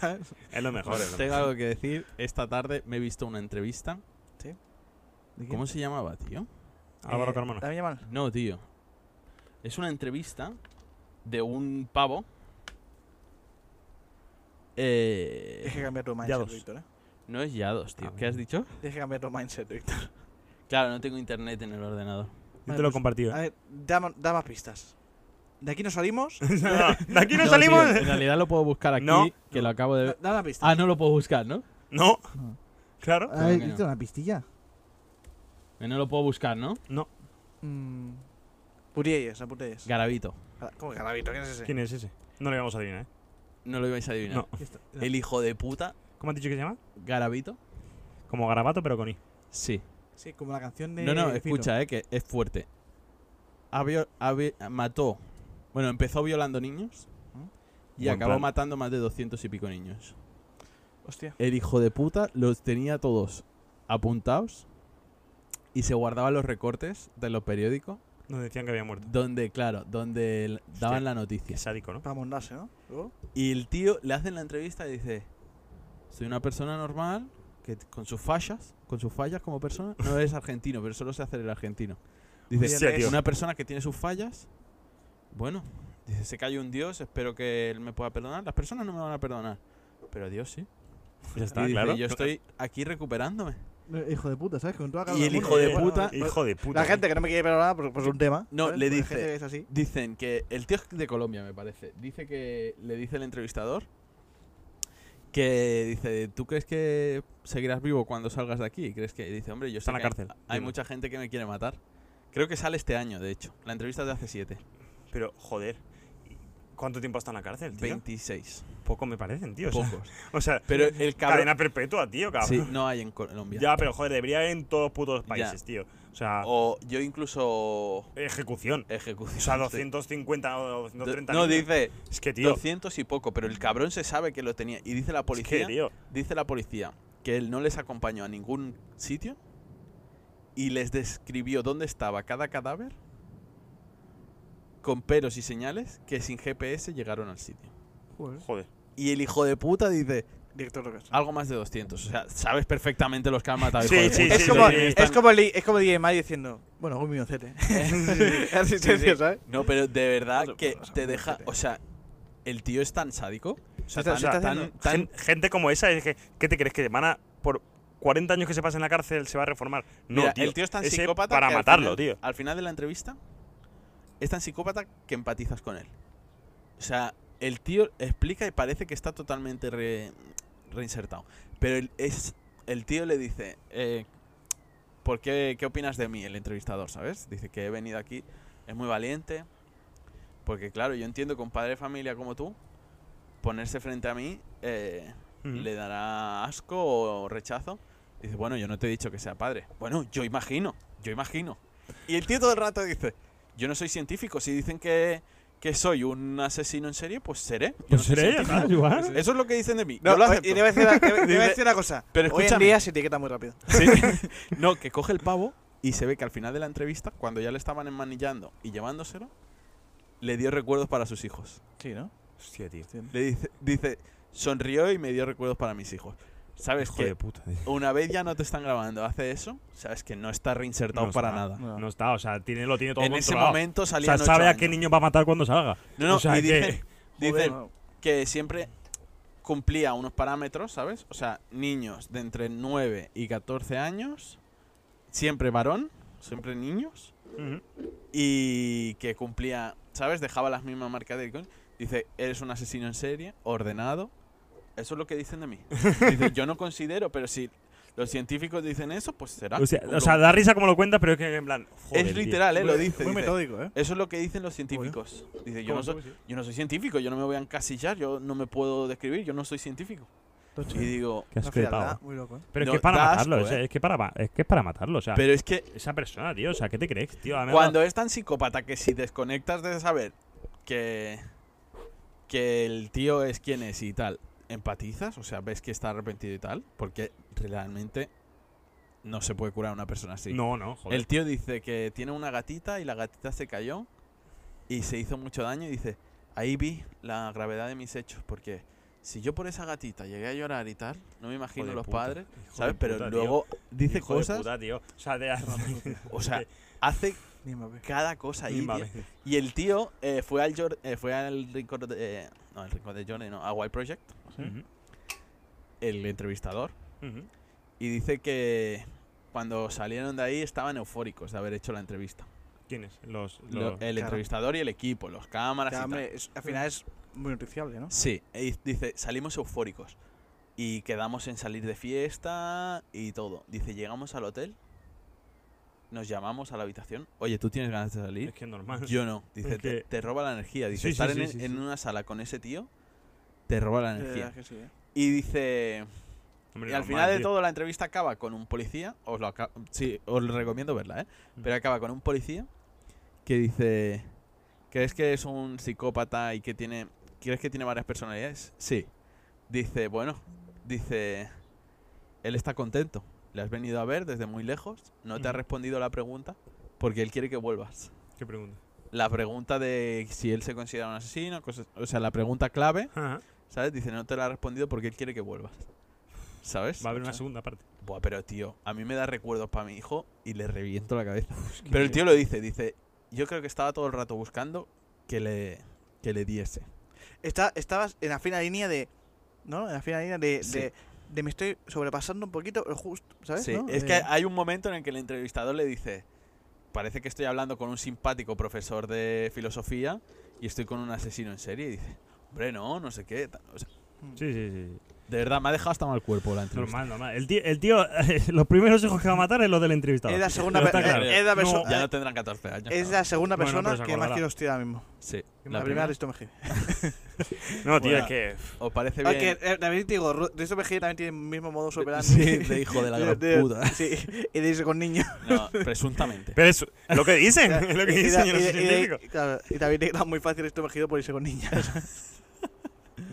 [SPEAKER 2] ¿Sabes?
[SPEAKER 3] Es lo mejor. es lo
[SPEAKER 1] Tengo
[SPEAKER 3] mejor.
[SPEAKER 1] algo que decir. Esta tarde me he visto una entrevista. ¿Cómo se Eh, llamaba, tío?
[SPEAKER 3] Álvaro Carmona.
[SPEAKER 2] ¿La llaman?
[SPEAKER 1] No, tío. Es una entrevista de un pavo. Eh,
[SPEAKER 2] Tienes que cambiar tu
[SPEAKER 3] ya
[SPEAKER 2] mindset,
[SPEAKER 3] dos.
[SPEAKER 2] Víctor. ¿eh?
[SPEAKER 1] no es Yados,
[SPEAKER 3] Ah,
[SPEAKER 1] tío. ¿Qué
[SPEAKER 3] mira.
[SPEAKER 1] has dicho?
[SPEAKER 2] Tienes que cambiar tu mindset, Víctor.
[SPEAKER 1] Claro, no tengo internet en el ordenador.
[SPEAKER 3] Yo te
[SPEAKER 2] Vale,
[SPEAKER 3] lo he (laughs)
[SPEAKER 2] pues,
[SPEAKER 3] compartido.
[SPEAKER 2] A
[SPEAKER 3] ¿eh?
[SPEAKER 2] ver, da, ma- da más pistas. De aquí nos salimos.
[SPEAKER 3] de aquí no,
[SPEAKER 1] No,
[SPEAKER 3] salimos.
[SPEAKER 1] tío, en realidad lo puedo buscar aquí,
[SPEAKER 3] No.
[SPEAKER 1] que lo acabo de
[SPEAKER 2] Da
[SPEAKER 1] ver.
[SPEAKER 2] da una pista.
[SPEAKER 1] Ah, no lo puedo buscar, ¿no?
[SPEAKER 3] (laughs) no.
[SPEAKER 4] No.
[SPEAKER 3] Claro.
[SPEAKER 1] ah, Claro
[SPEAKER 4] Ay,
[SPEAKER 1] que no.
[SPEAKER 4] Víctor, Ah, una pistilla.
[SPEAKER 1] Que no lo puedo buscar, ¿no?
[SPEAKER 2] Mm. Purielles, no Purielles.
[SPEAKER 1] Garavito.
[SPEAKER 2] Gra- ¿Cómo que Garavito? ¿Quién es ese?
[SPEAKER 3] ¿Quién es ese? No le vamos a adivinar, ¿eh?
[SPEAKER 1] No lo ibais a adivinar.
[SPEAKER 3] No.
[SPEAKER 1] El hijo de puta,
[SPEAKER 3] ¿Cómo has dicho que se llama?
[SPEAKER 1] Garavito.
[SPEAKER 3] Como garabato, pero con I.
[SPEAKER 1] Sí.
[SPEAKER 4] Sí, como la canción de.
[SPEAKER 1] No, no,
[SPEAKER 4] Fito.
[SPEAKER 1] escucha, eh, que es fuerte. Ha vio- ha vi- mató. Bueno, empezó violando niños y
[SPEAKER 3] Buen
[SPEAKER 1] acabó
[SPEAKER 3] plan.
[SPEAKER 1] matando más de 200 y pico niños.
[SPEAKER 2] Hostia.
[SPEAKER 1] El hijo de puta los tenía todos apuntados y se guardaba los recortes de los periódicos
[SPEAKER 3] Nos decían que había muerto.
[SPEAKER 1] donde, claro, donde l- daban la noticia.
[SPEAKER 3] Qué sádico, ¿no?
[SPEAKER 2] Para mondarse, ¿no? Luego,
[SPEAKER 1] Y el tío le hacen la entrevista y dice, soy una persona normal, que t- con sus fallas, con sus fallas como persona, no es argentino, pero solo se hace el argentino. Dice,
[SPEAKER 2] Hostia,
[SPEAKER 1] "Es
[SPEAKER 3] tío.
[SPEAKER 1] una persona que tiene sus fallas, bueno, dice, se cayó un Dios, espero que él me pueda perdonar. Las personas no me van a perdonar, pero Dios sí.
[SPEAKER 3] Pues Ya
[SPEAKER 1] y
[SPEAKER 3] está,
[SPEAKER 1] dice,
[SPEAKER 3] claro.
[SPEAKER 1] yo estoy aquí recuperándome.
[SPEAKER 4] No, Hijo de puta, ¿sabes? Con toda cara
[SPEAKER 1] Y el
[SPEAKER 4] del mundo.
[SPEAKER 1] hijo de
[SPEAKER 4] Bueno,
[SPEAKER 1] puta-
[SPEAKER 3] Hijo de puta.
[SPEAKER 2] La gente que no me quiere perdonar por, por pues un tema.
[SPEAKER 1] No,
[SPEAKER 2] ¿sabes?
[SPEAKER 1] le
[SPEAKER 2] Porque hay
[SPEAKER 1] dice-
[SPEAKER 2] gente que Es así.
[SPEAKER 1] Dicen que el tío es de Colombia, me parece. Dice que le dice el entrevistador que dice, ¿tú crees que seguirás vivo cuando salgas de aquí? ¿Crees que dice, hombre, yo sé
[SPEAKER 3] Está en la
[SPEAKER 1] que hay-
[SPEAKER 3] cárcel,
[SPEAKER 1] Hay,
[SPEAKER 3] digo.
[SPEAKER 1] mucha gente que me quiere matar. Creo que sale este año, de hecho. La entrevista es de hace 7.
[SPEAKER 3] Pero, joder. ¿Cuánto tiempo está en la cárcel, tío?
[SPEAKER 1] 26.
[SPEAKER 3] Poco me parecen, tío. O sea, (laughs)
[SPEAKER 1] Pocos.
[SPEAKER 3] o sea,
[SPEAKER 1] Pero el cabrón...
[SPEAKER 3] cadena perpetua, tío, cabrón.
[SPEAKER 1] Sí, Oh. no hay en Colombia.
[SPEAKER 3] Ya, pero joder, debería haber en todos los putos países, tío. O sea,
[SPEAKER 1] O yo incluso
[SPEAKER 3] ejecución.
[SPEAKER 1] ejecución.
[SPEAKER 3] O
[SPEAKER 1] (laughs)
[SPEAKER 3] sea,
[SPEAKER 1] sí.
[SPEAKER 3] 250 o 230.
[SPEAKER 1] No,
[SPEAKER 3] niños.
[SPEAKER 1] dice
[SPEAKER 3] Es que, tío.
[SPEAKER 1] 200 y poco, pero el cabrón se sabe que lo tenía. Y dice la
[SPEAKER 3] Es
[SPEAKER 1] policía...
[SPEAKER 3] que, tío.
[SPEAKER 1] Dice la policía que él no les acompañó a ningún sitio y les describió dónde estaba cada cadáver con peros y señales que sin GPS llegaron al sitio.
[SPEAKER 2] Joder.
[SPEAKER 3] Joder.
[SPEAKER 1] Y el hijo de puta
[SPEAKER 3] (laughs)
[SPEAKER 1] dice
[SPEAKER 2] Director Lucas.
[SPEAKER 1] algo más de 200. O sea, sabes perfectamente los que han matado.
[SPEAKER 3] Sí,
[SPEAKER 1] hijo de
[SPEAKER 3] sí,
[SPEAKER 1] puta.
[SPEAKER 2] es,
[SPEAKER 3] sí,
[SPEAKER 2] como,
[SPEAKER 3] sí, sí,
[SPEAKER 2] es, como el, es como DJ Mai diciendo, bueno,
[SPEAKER 1] (laughs)
[SPEAKER 2] un minocete. (laughs)
[SPEAKER 1] Sí, sí.
[SPEAKER 2] Así serio, ¿sabes?
[SPEAKER 1] No, pero de verdad
[SPEAKER 2] Otro-
[SPEAKER 1] que
[SPEAKER 2] otro-
[SPEAKER 1] te deja.
[SPEAKER 2] otro-
[SPEAKER 1] O sea, el tío es tan sádico. O sea,
[SPEAKER 2] Se está-
[SPEAKER 1] tan,
[SPEAKER 2] se está
[SPEAKER 1] tan-
[SPEAKER 2] haciendo-
[SPEAKER 1] tan-
[SPEAKER 3] Gen- gente como esa es que. ¿Qué te crees que van a. Por 40 años que se pasa en la cárcel se va a reformar. No,
[SPEAKER 1] Mira,
[SPEAKER 3] tío,
[SPEAKER 1] el tío es tan
[SPEAKER 3] ese
[SPEAKER 1] psicópata.
[SPEAKER 3] Para
[SPEAKER 1] que al
[SPEAKER 3] matarlo,
[SPEAKER 1] final-
[SPEAKER 3] tío.
[SPEAKER 1] Al final de la entrevista, es tan psicópata que empatizas con él. O sea, el tío explica y parece que está totalmente re- reinsertado. Pero el, es, el tío le dice: eh, ¿Por qué, qué opinas de mí, el entrevistador, sabes? Dice que he venido aquí, es muy valiente. Porque, claro, yo entiendo que un padre de familia como tú, ponerse frente a mí. eh,
[SPEAKER 3] Mm.
[SPEAKER 1] le dará asco o rechazo. Dice, bueno, yo no te he dicho que sea padre. Bueno, yo imagino, yo imagino. Y el tío todo el rato dice, yo no soy científico. Si dicen que, que soy un asesino en serie, pues seré. Yo
[SPEAKER 3] Pues
[SPEAKER 1] no soy
[SPEAKER 3] seré,
[SPEAKER 1] científico".
[SPEAKER 3] ¿verdad? Igual.
[SPEAKER 1] Eso es lo que dicen de mí.
[SPEAKER 2] No,
[SPEAKER 1] yo lo
[SPEAKER 2] oye,
[SPEAKER 1] acepto.
[SPEAKER 2] y le voy a decir, una- le voy a
[SPEAKER 1] Dice-
[SPEAKER 2] (laughs) decir una cosa.
[SPEAKER 1] pero
[SPEAKER 2] Hoy en
[SPEAKER 1] escúchame.
[SPEAKER 2] día se etiqueta muy rápido.
[SPEAKER 1] Sí.
[SPEAKER 2] (laughs)
[SPEAKER 1] no, que coge el pavo y se ve que al final de la entrevista, cuando ya le estaban enmanillando y llevándoselo, le dio recuerdos para sus hijos.
[SPEAKER 2] Sí, ¿no?
[SPEAKER 3] Hostia, tío.
[SPEAKER 1] Le dice, dice, sonrió y me dio recuerdos para mis hijos. Sabes
[SPEAKER 3] Hijo de
[SPEAKER 1] que
[SPEAKER 3] puta.
[SPEAKER 1] una vez ya no te están grabando, hace eso, sabes que no está reinsertado
[SPEAKER 3] No
[SPEAKER 1] para
[SPEAKER 3] está.
[SPEAKER 1] nada.
[SPEAKER 3] No está, o sea, tiene, lo tiene todo
[SPEAKER 1] En ese
[SPEAKER 3] controlado.
[SPEAKER 1] momento
[SPEAKER 3] o
[SPEAKER 1] salían
[SPEAKER 3] sea, sabe
[SPEAKER 1] ocho
[SPEAKER 3] a qué
[SPEAKER 1] años.
[SPEAKER 3] niño va a matar cuando salga.
[SPEAKER 1] No, no,
[SPEAKER 3] o sea,
[SPEAKER 1] y
[SPEAKER 3] que- (laughs)
[SPEAKER 1] dicen,
[SPEAKER 2] Joder,
[SPEAKER 1] dicen
[SPEAKER 2] no.
[SPEAKER 1] que siempre cumplía unos parámetros, ¿sabes? O sea, niños de entre 9 y 14 años, siempre varón, siempre niños,
[SPEAKER 3] Ujú.
[SPEAKER 1] y que cumplía, ¿sabes? Dejaba las mismas marcas de icon. Dice, eres un asesino en serie, ordenado. Eso es lo que dicen de
[SPEAKER 3] (laughs)
[SPEAKER 1] mí. Dice, yo no considero, pero si los científicos dicen eso, pues será.
[SPEAKER 3] O, sea,
[SPEAKER 1] Como-
[SPEAKER 3] o sea, da risa como lo cuenta, pero es que en plan. joder,
[SPEAKER 1] es
[SPEAKER 3] tío.
[SPEAKER 1] literal, ¿eh? Lo
[SPEAKER 2] Muy-
[SPEAKER 1] dice.
[SPEAKER 2] Muy
[SPEAKER 1] dice,
[SPEAKER 2] metódico, ¿eh?
[SPEAKER 1] Eso es lo que dicen los científicos. Dice, yo no, soy, yo no soy científico, yo no me voy a encasillar, yo no me puedo describir, yo no soy científico. Y digo,
[SPEAKER 3] Qué
[SPEAKER 2] Una
[SPEAKER 3] asco de pavo.
[SPEAKER 2] frialdad muy loco, ¿eh?
[SPEAKER 3] Pero
[SPEAKER 1] No,
[SPEAKER 3] es que es para
[SPEAKER 1] da
[SPEAKER 3] matarlo,
[SPEAKER 1] asco,
[SPEAKER 3] o sea,
[SPEAKER 1] ¿eh?
[SPEAKER 3] es, que para, ma- es que es para matarlo, o sea.
[SPEAKER 1] pero es que
[SPEAKER 3] esa persona, tío, o sea, ¿qué te crees, tío? Además,
[SPEAKER 1] cuando es tan psicópata que si desconectas de saber que, que el tío es quien es y tal, empatizas, o sea, ves que está arrepentido y tal, porque realmente no se puede curar a una persona así.
[SPEAKER 3] No, no, joder.
[SPEAKER 1] El tío dice que tiene una gatita y la gatita se cayó y se hizo mucho daño y dice, ahí vi la gravedad de mis hechos, porque si yo por esa gatita llegué a llorar y tal, no me
[SPEAKER 3] Hijo
[SPEAKER 1] imagino
[SPEAKER 3] de
[SPEAKER 1] los
[SPEAKER 3] puta,
[SPEAKER 1] padres,
[SPEAKER 3] hijo de
[SPEAKER 1] ¿sabes? Pero
[SPEAKER 3] puta, tío,
[SPEAKER 1] luego dice
[SPEAKER 3] hijo de
[SPEAKER 1] cosas,
[SPEAKER 3] puta, tío. O
[SPEAKER 1] (laughs)
[SPEAKER 3] sea, de-
[SPEAKER 1] o sea, hace
[SPEAKER 2] Ni me ve.
[SPEAKER 1] cada cosa ahí.
[SPEAKER 3] (laughs) Ni
[SPEAKER 1] tío.
[SPEAKER 3] mames.
[SPEAKER 1] Y el tío eh, fue, al Jor- eh, fue al rincón de... no, el rincón de Johnny, no, a Wild Project,
[SPEAKER 3] Ujú,
[SPEAKER 1] el entrevistador,
[SPEAKER 3] ujú.
[SPEAKER 1] y dice que cuando salieron de ahí estaban eufóricos de haber hecho la entrevista.
[SPEAKER 3] ¿Quiénes? Los.
[SPEAKER 1] Lo- eh,
[SPEAKER 3] los...
[SPEAKER 1] el
[SPEAKER 2] claro.
[SPEAKER 1] entrevistador y el equipo, los cámaras
[SPEAKER 2] Ya,
[SPEAKER 1] y tal.
[SPEAKER 2] hombre, es- al final es muy noticiable, ¿no?
[SPEAKER 1] Sí, y dice, salimos eufóricos y quedamos en salir de fiesta y todo. Dice, llegamos al hotel, nos llamamos a la habitación. Oye, ¿tú tienes ganas de
[SPEAKER 3] Es (laughs)
[SPEAKER 1] salir?
[SPEAKER 3] que es normal.
[SPEAKER 1] Yo no. Dice,
[SPEAKER 3] Es que-
[SPEAKER 1] te, te roba la energía. Dice,
[SPEAKER 3] Sí, sí,
[SPEAKER 1] estar
[SPEAKER 3] sí,
[SPEAKER 1] en,
[SPEAKER 3] sí,
[SPEAKER 1] en
[SPEAKER 3] sí.
[SPEAKER 1] una sala con ese tío te roba la
[SPEAKER 2] De verdad
[SPEAKER 1] energía.
[SPEAKER 2] que sí, ¿eh?
[SPEAKER 1] Y dice,
[SPEAKER 3] Hombre,
[SPEAKER 1] y al
[SPEAKER 3] normal,
[SPEAKER 1] final de
[SPEAKER 3] tío.
[SPEAKER 1] todo la entrevista acaba con un policía, os lo aca- sí, os lo recomiendo verla, ¿eh?
[SPEAKER 3] Mm.
[SPEAKER 1] Pero acaba con un policía que dice, ¿crees que es un psicópata y que tiene, crees que tiene varias personalidades? Sí. Dice, bueno, dice, él está contento, le has venido a ver desde muy lejos, no te ha
[SPEAKER 3] Ujú.
[SPEAKER 1] respondido la pregunta porque él quiere que vuelvas.
[SPEAKER 3] ¿Qué pregunta? (laughs)
[SPEAKER 1] La pregunta de si él se considera un asesino, cosas, o sea, la pregunta clave,
[SPEAKER 3] Ajá.
[SPEAKER 1] ¿sabes? Dice, no te la ha respondido porque él quiere que vuelvas. ¿Sabes?
[SPEAKER 3] Va a haber una segunda parte.
[SPEAKER 1] Buah, pero tío, a mí me da recuerdos para mi hijo y le reviento la cabeza. Pero el tío lo dice, dice, yo creo que estaba todo el rato buscando que le, que le diese.
[SPEAKER 2] Está, estabas en la fina línea de. ¿No? En la fina línea de.
[SPEAKER 1] Sí.
[SPEAKER 2] de, de me estoy sobrepasando un poquito, pero justo, ¿sabes?
[SPEAKER 1] Sí,
[SPEAKER 2] ¿no?
[SPEAKER 1] es
[SPEAKER 2] Eh,
[SPEAKER 1] que hay un momento en el que el entrevistador le dice, parece que estoy hablando con un simpático profesor de filosofía y estoy con un asesino en serie. Y dice, hombre, no, no sé qué. ta- o sea,
[SPEAKER 3] Sí, sí, sí.
[SPEAKER 1] de verdad, me ha dejado hasta mal cuerpo la entrevista.
[SPEAKER 3] Normal, normal. El tío, el tío (laughs) los primeros hijos que va a matar es los del entrevistador.
[SPEAKER 2] es la segunda,
[SPEAKER 3] Pero está
[SPEAKER 2] pe-
[SPEAKER 3] claro.
[SPEAKER 2] eh, es la
[SPEAKER 3] No,
[SPEAKER 2] perso-
[SPEAKER 1] Ya
[SPEAKER 2] eh,
[SPEAKER 1] no tendrán 14 años.
[SPEAKER 2] es
[SPEAKER 1] cabrón.
[SPEAKER 2] la segunda
[SPEAKER 3] Bueno,
[SPEAKER 2] persona
[SPEAKER 3] pero se
[SPEAKER 2] que más
[SPEAKER 3] acordará.
[SPEAKER 2] quiero hostiar ahora mismo.
[SPEAKER 1] Sí,
[SPEAKER 2] La,
[SPEAKER 1] la
[SPEAKER 2] primera
[SPEAKER 1] primera.
[SPEAKER 2] de Risto Mejía.
[SPEAKER 3] No, tío,
[SPEAKER 1] Bueno.
[SPEAKER 3] es que.
[SPEAKER 1] ¿Os parece bien?
[SPEAKER 2] Aunque eh, también te digo, Ru- Risto Mejía también tiene el mismo
[SPEAKER 3] (laughs)
[SPEAKER 2] modo operandi.
[SPEAKER 1] Sí, de hijo (laughs) de la gran
[SPEAKER 2] de-
[SPEAKER 1] puta.
[SPEAKER 2] Sí, y de irse con niños.
[SPEAKER 1] No,
[SPEAKER 2] (laughs)
[SPEAKER 1] presuntamente.
[SPEAKER 3] Pero es lo que dicen, es (laughs) lo que
[SPEAKER 2] Y
[SPEAKER 3] dicen,
[SPEAKER 2] da-
[SPEAKER 3] yo no
[SPEAKER 2] y
[SPEAKER 3] soy
[SPEAKER 2] de- y de-
[SPEAKER 3] científico.
[SPEAKER 2] claro, y también te queda muy fácil Risto Mejía por irse con niños.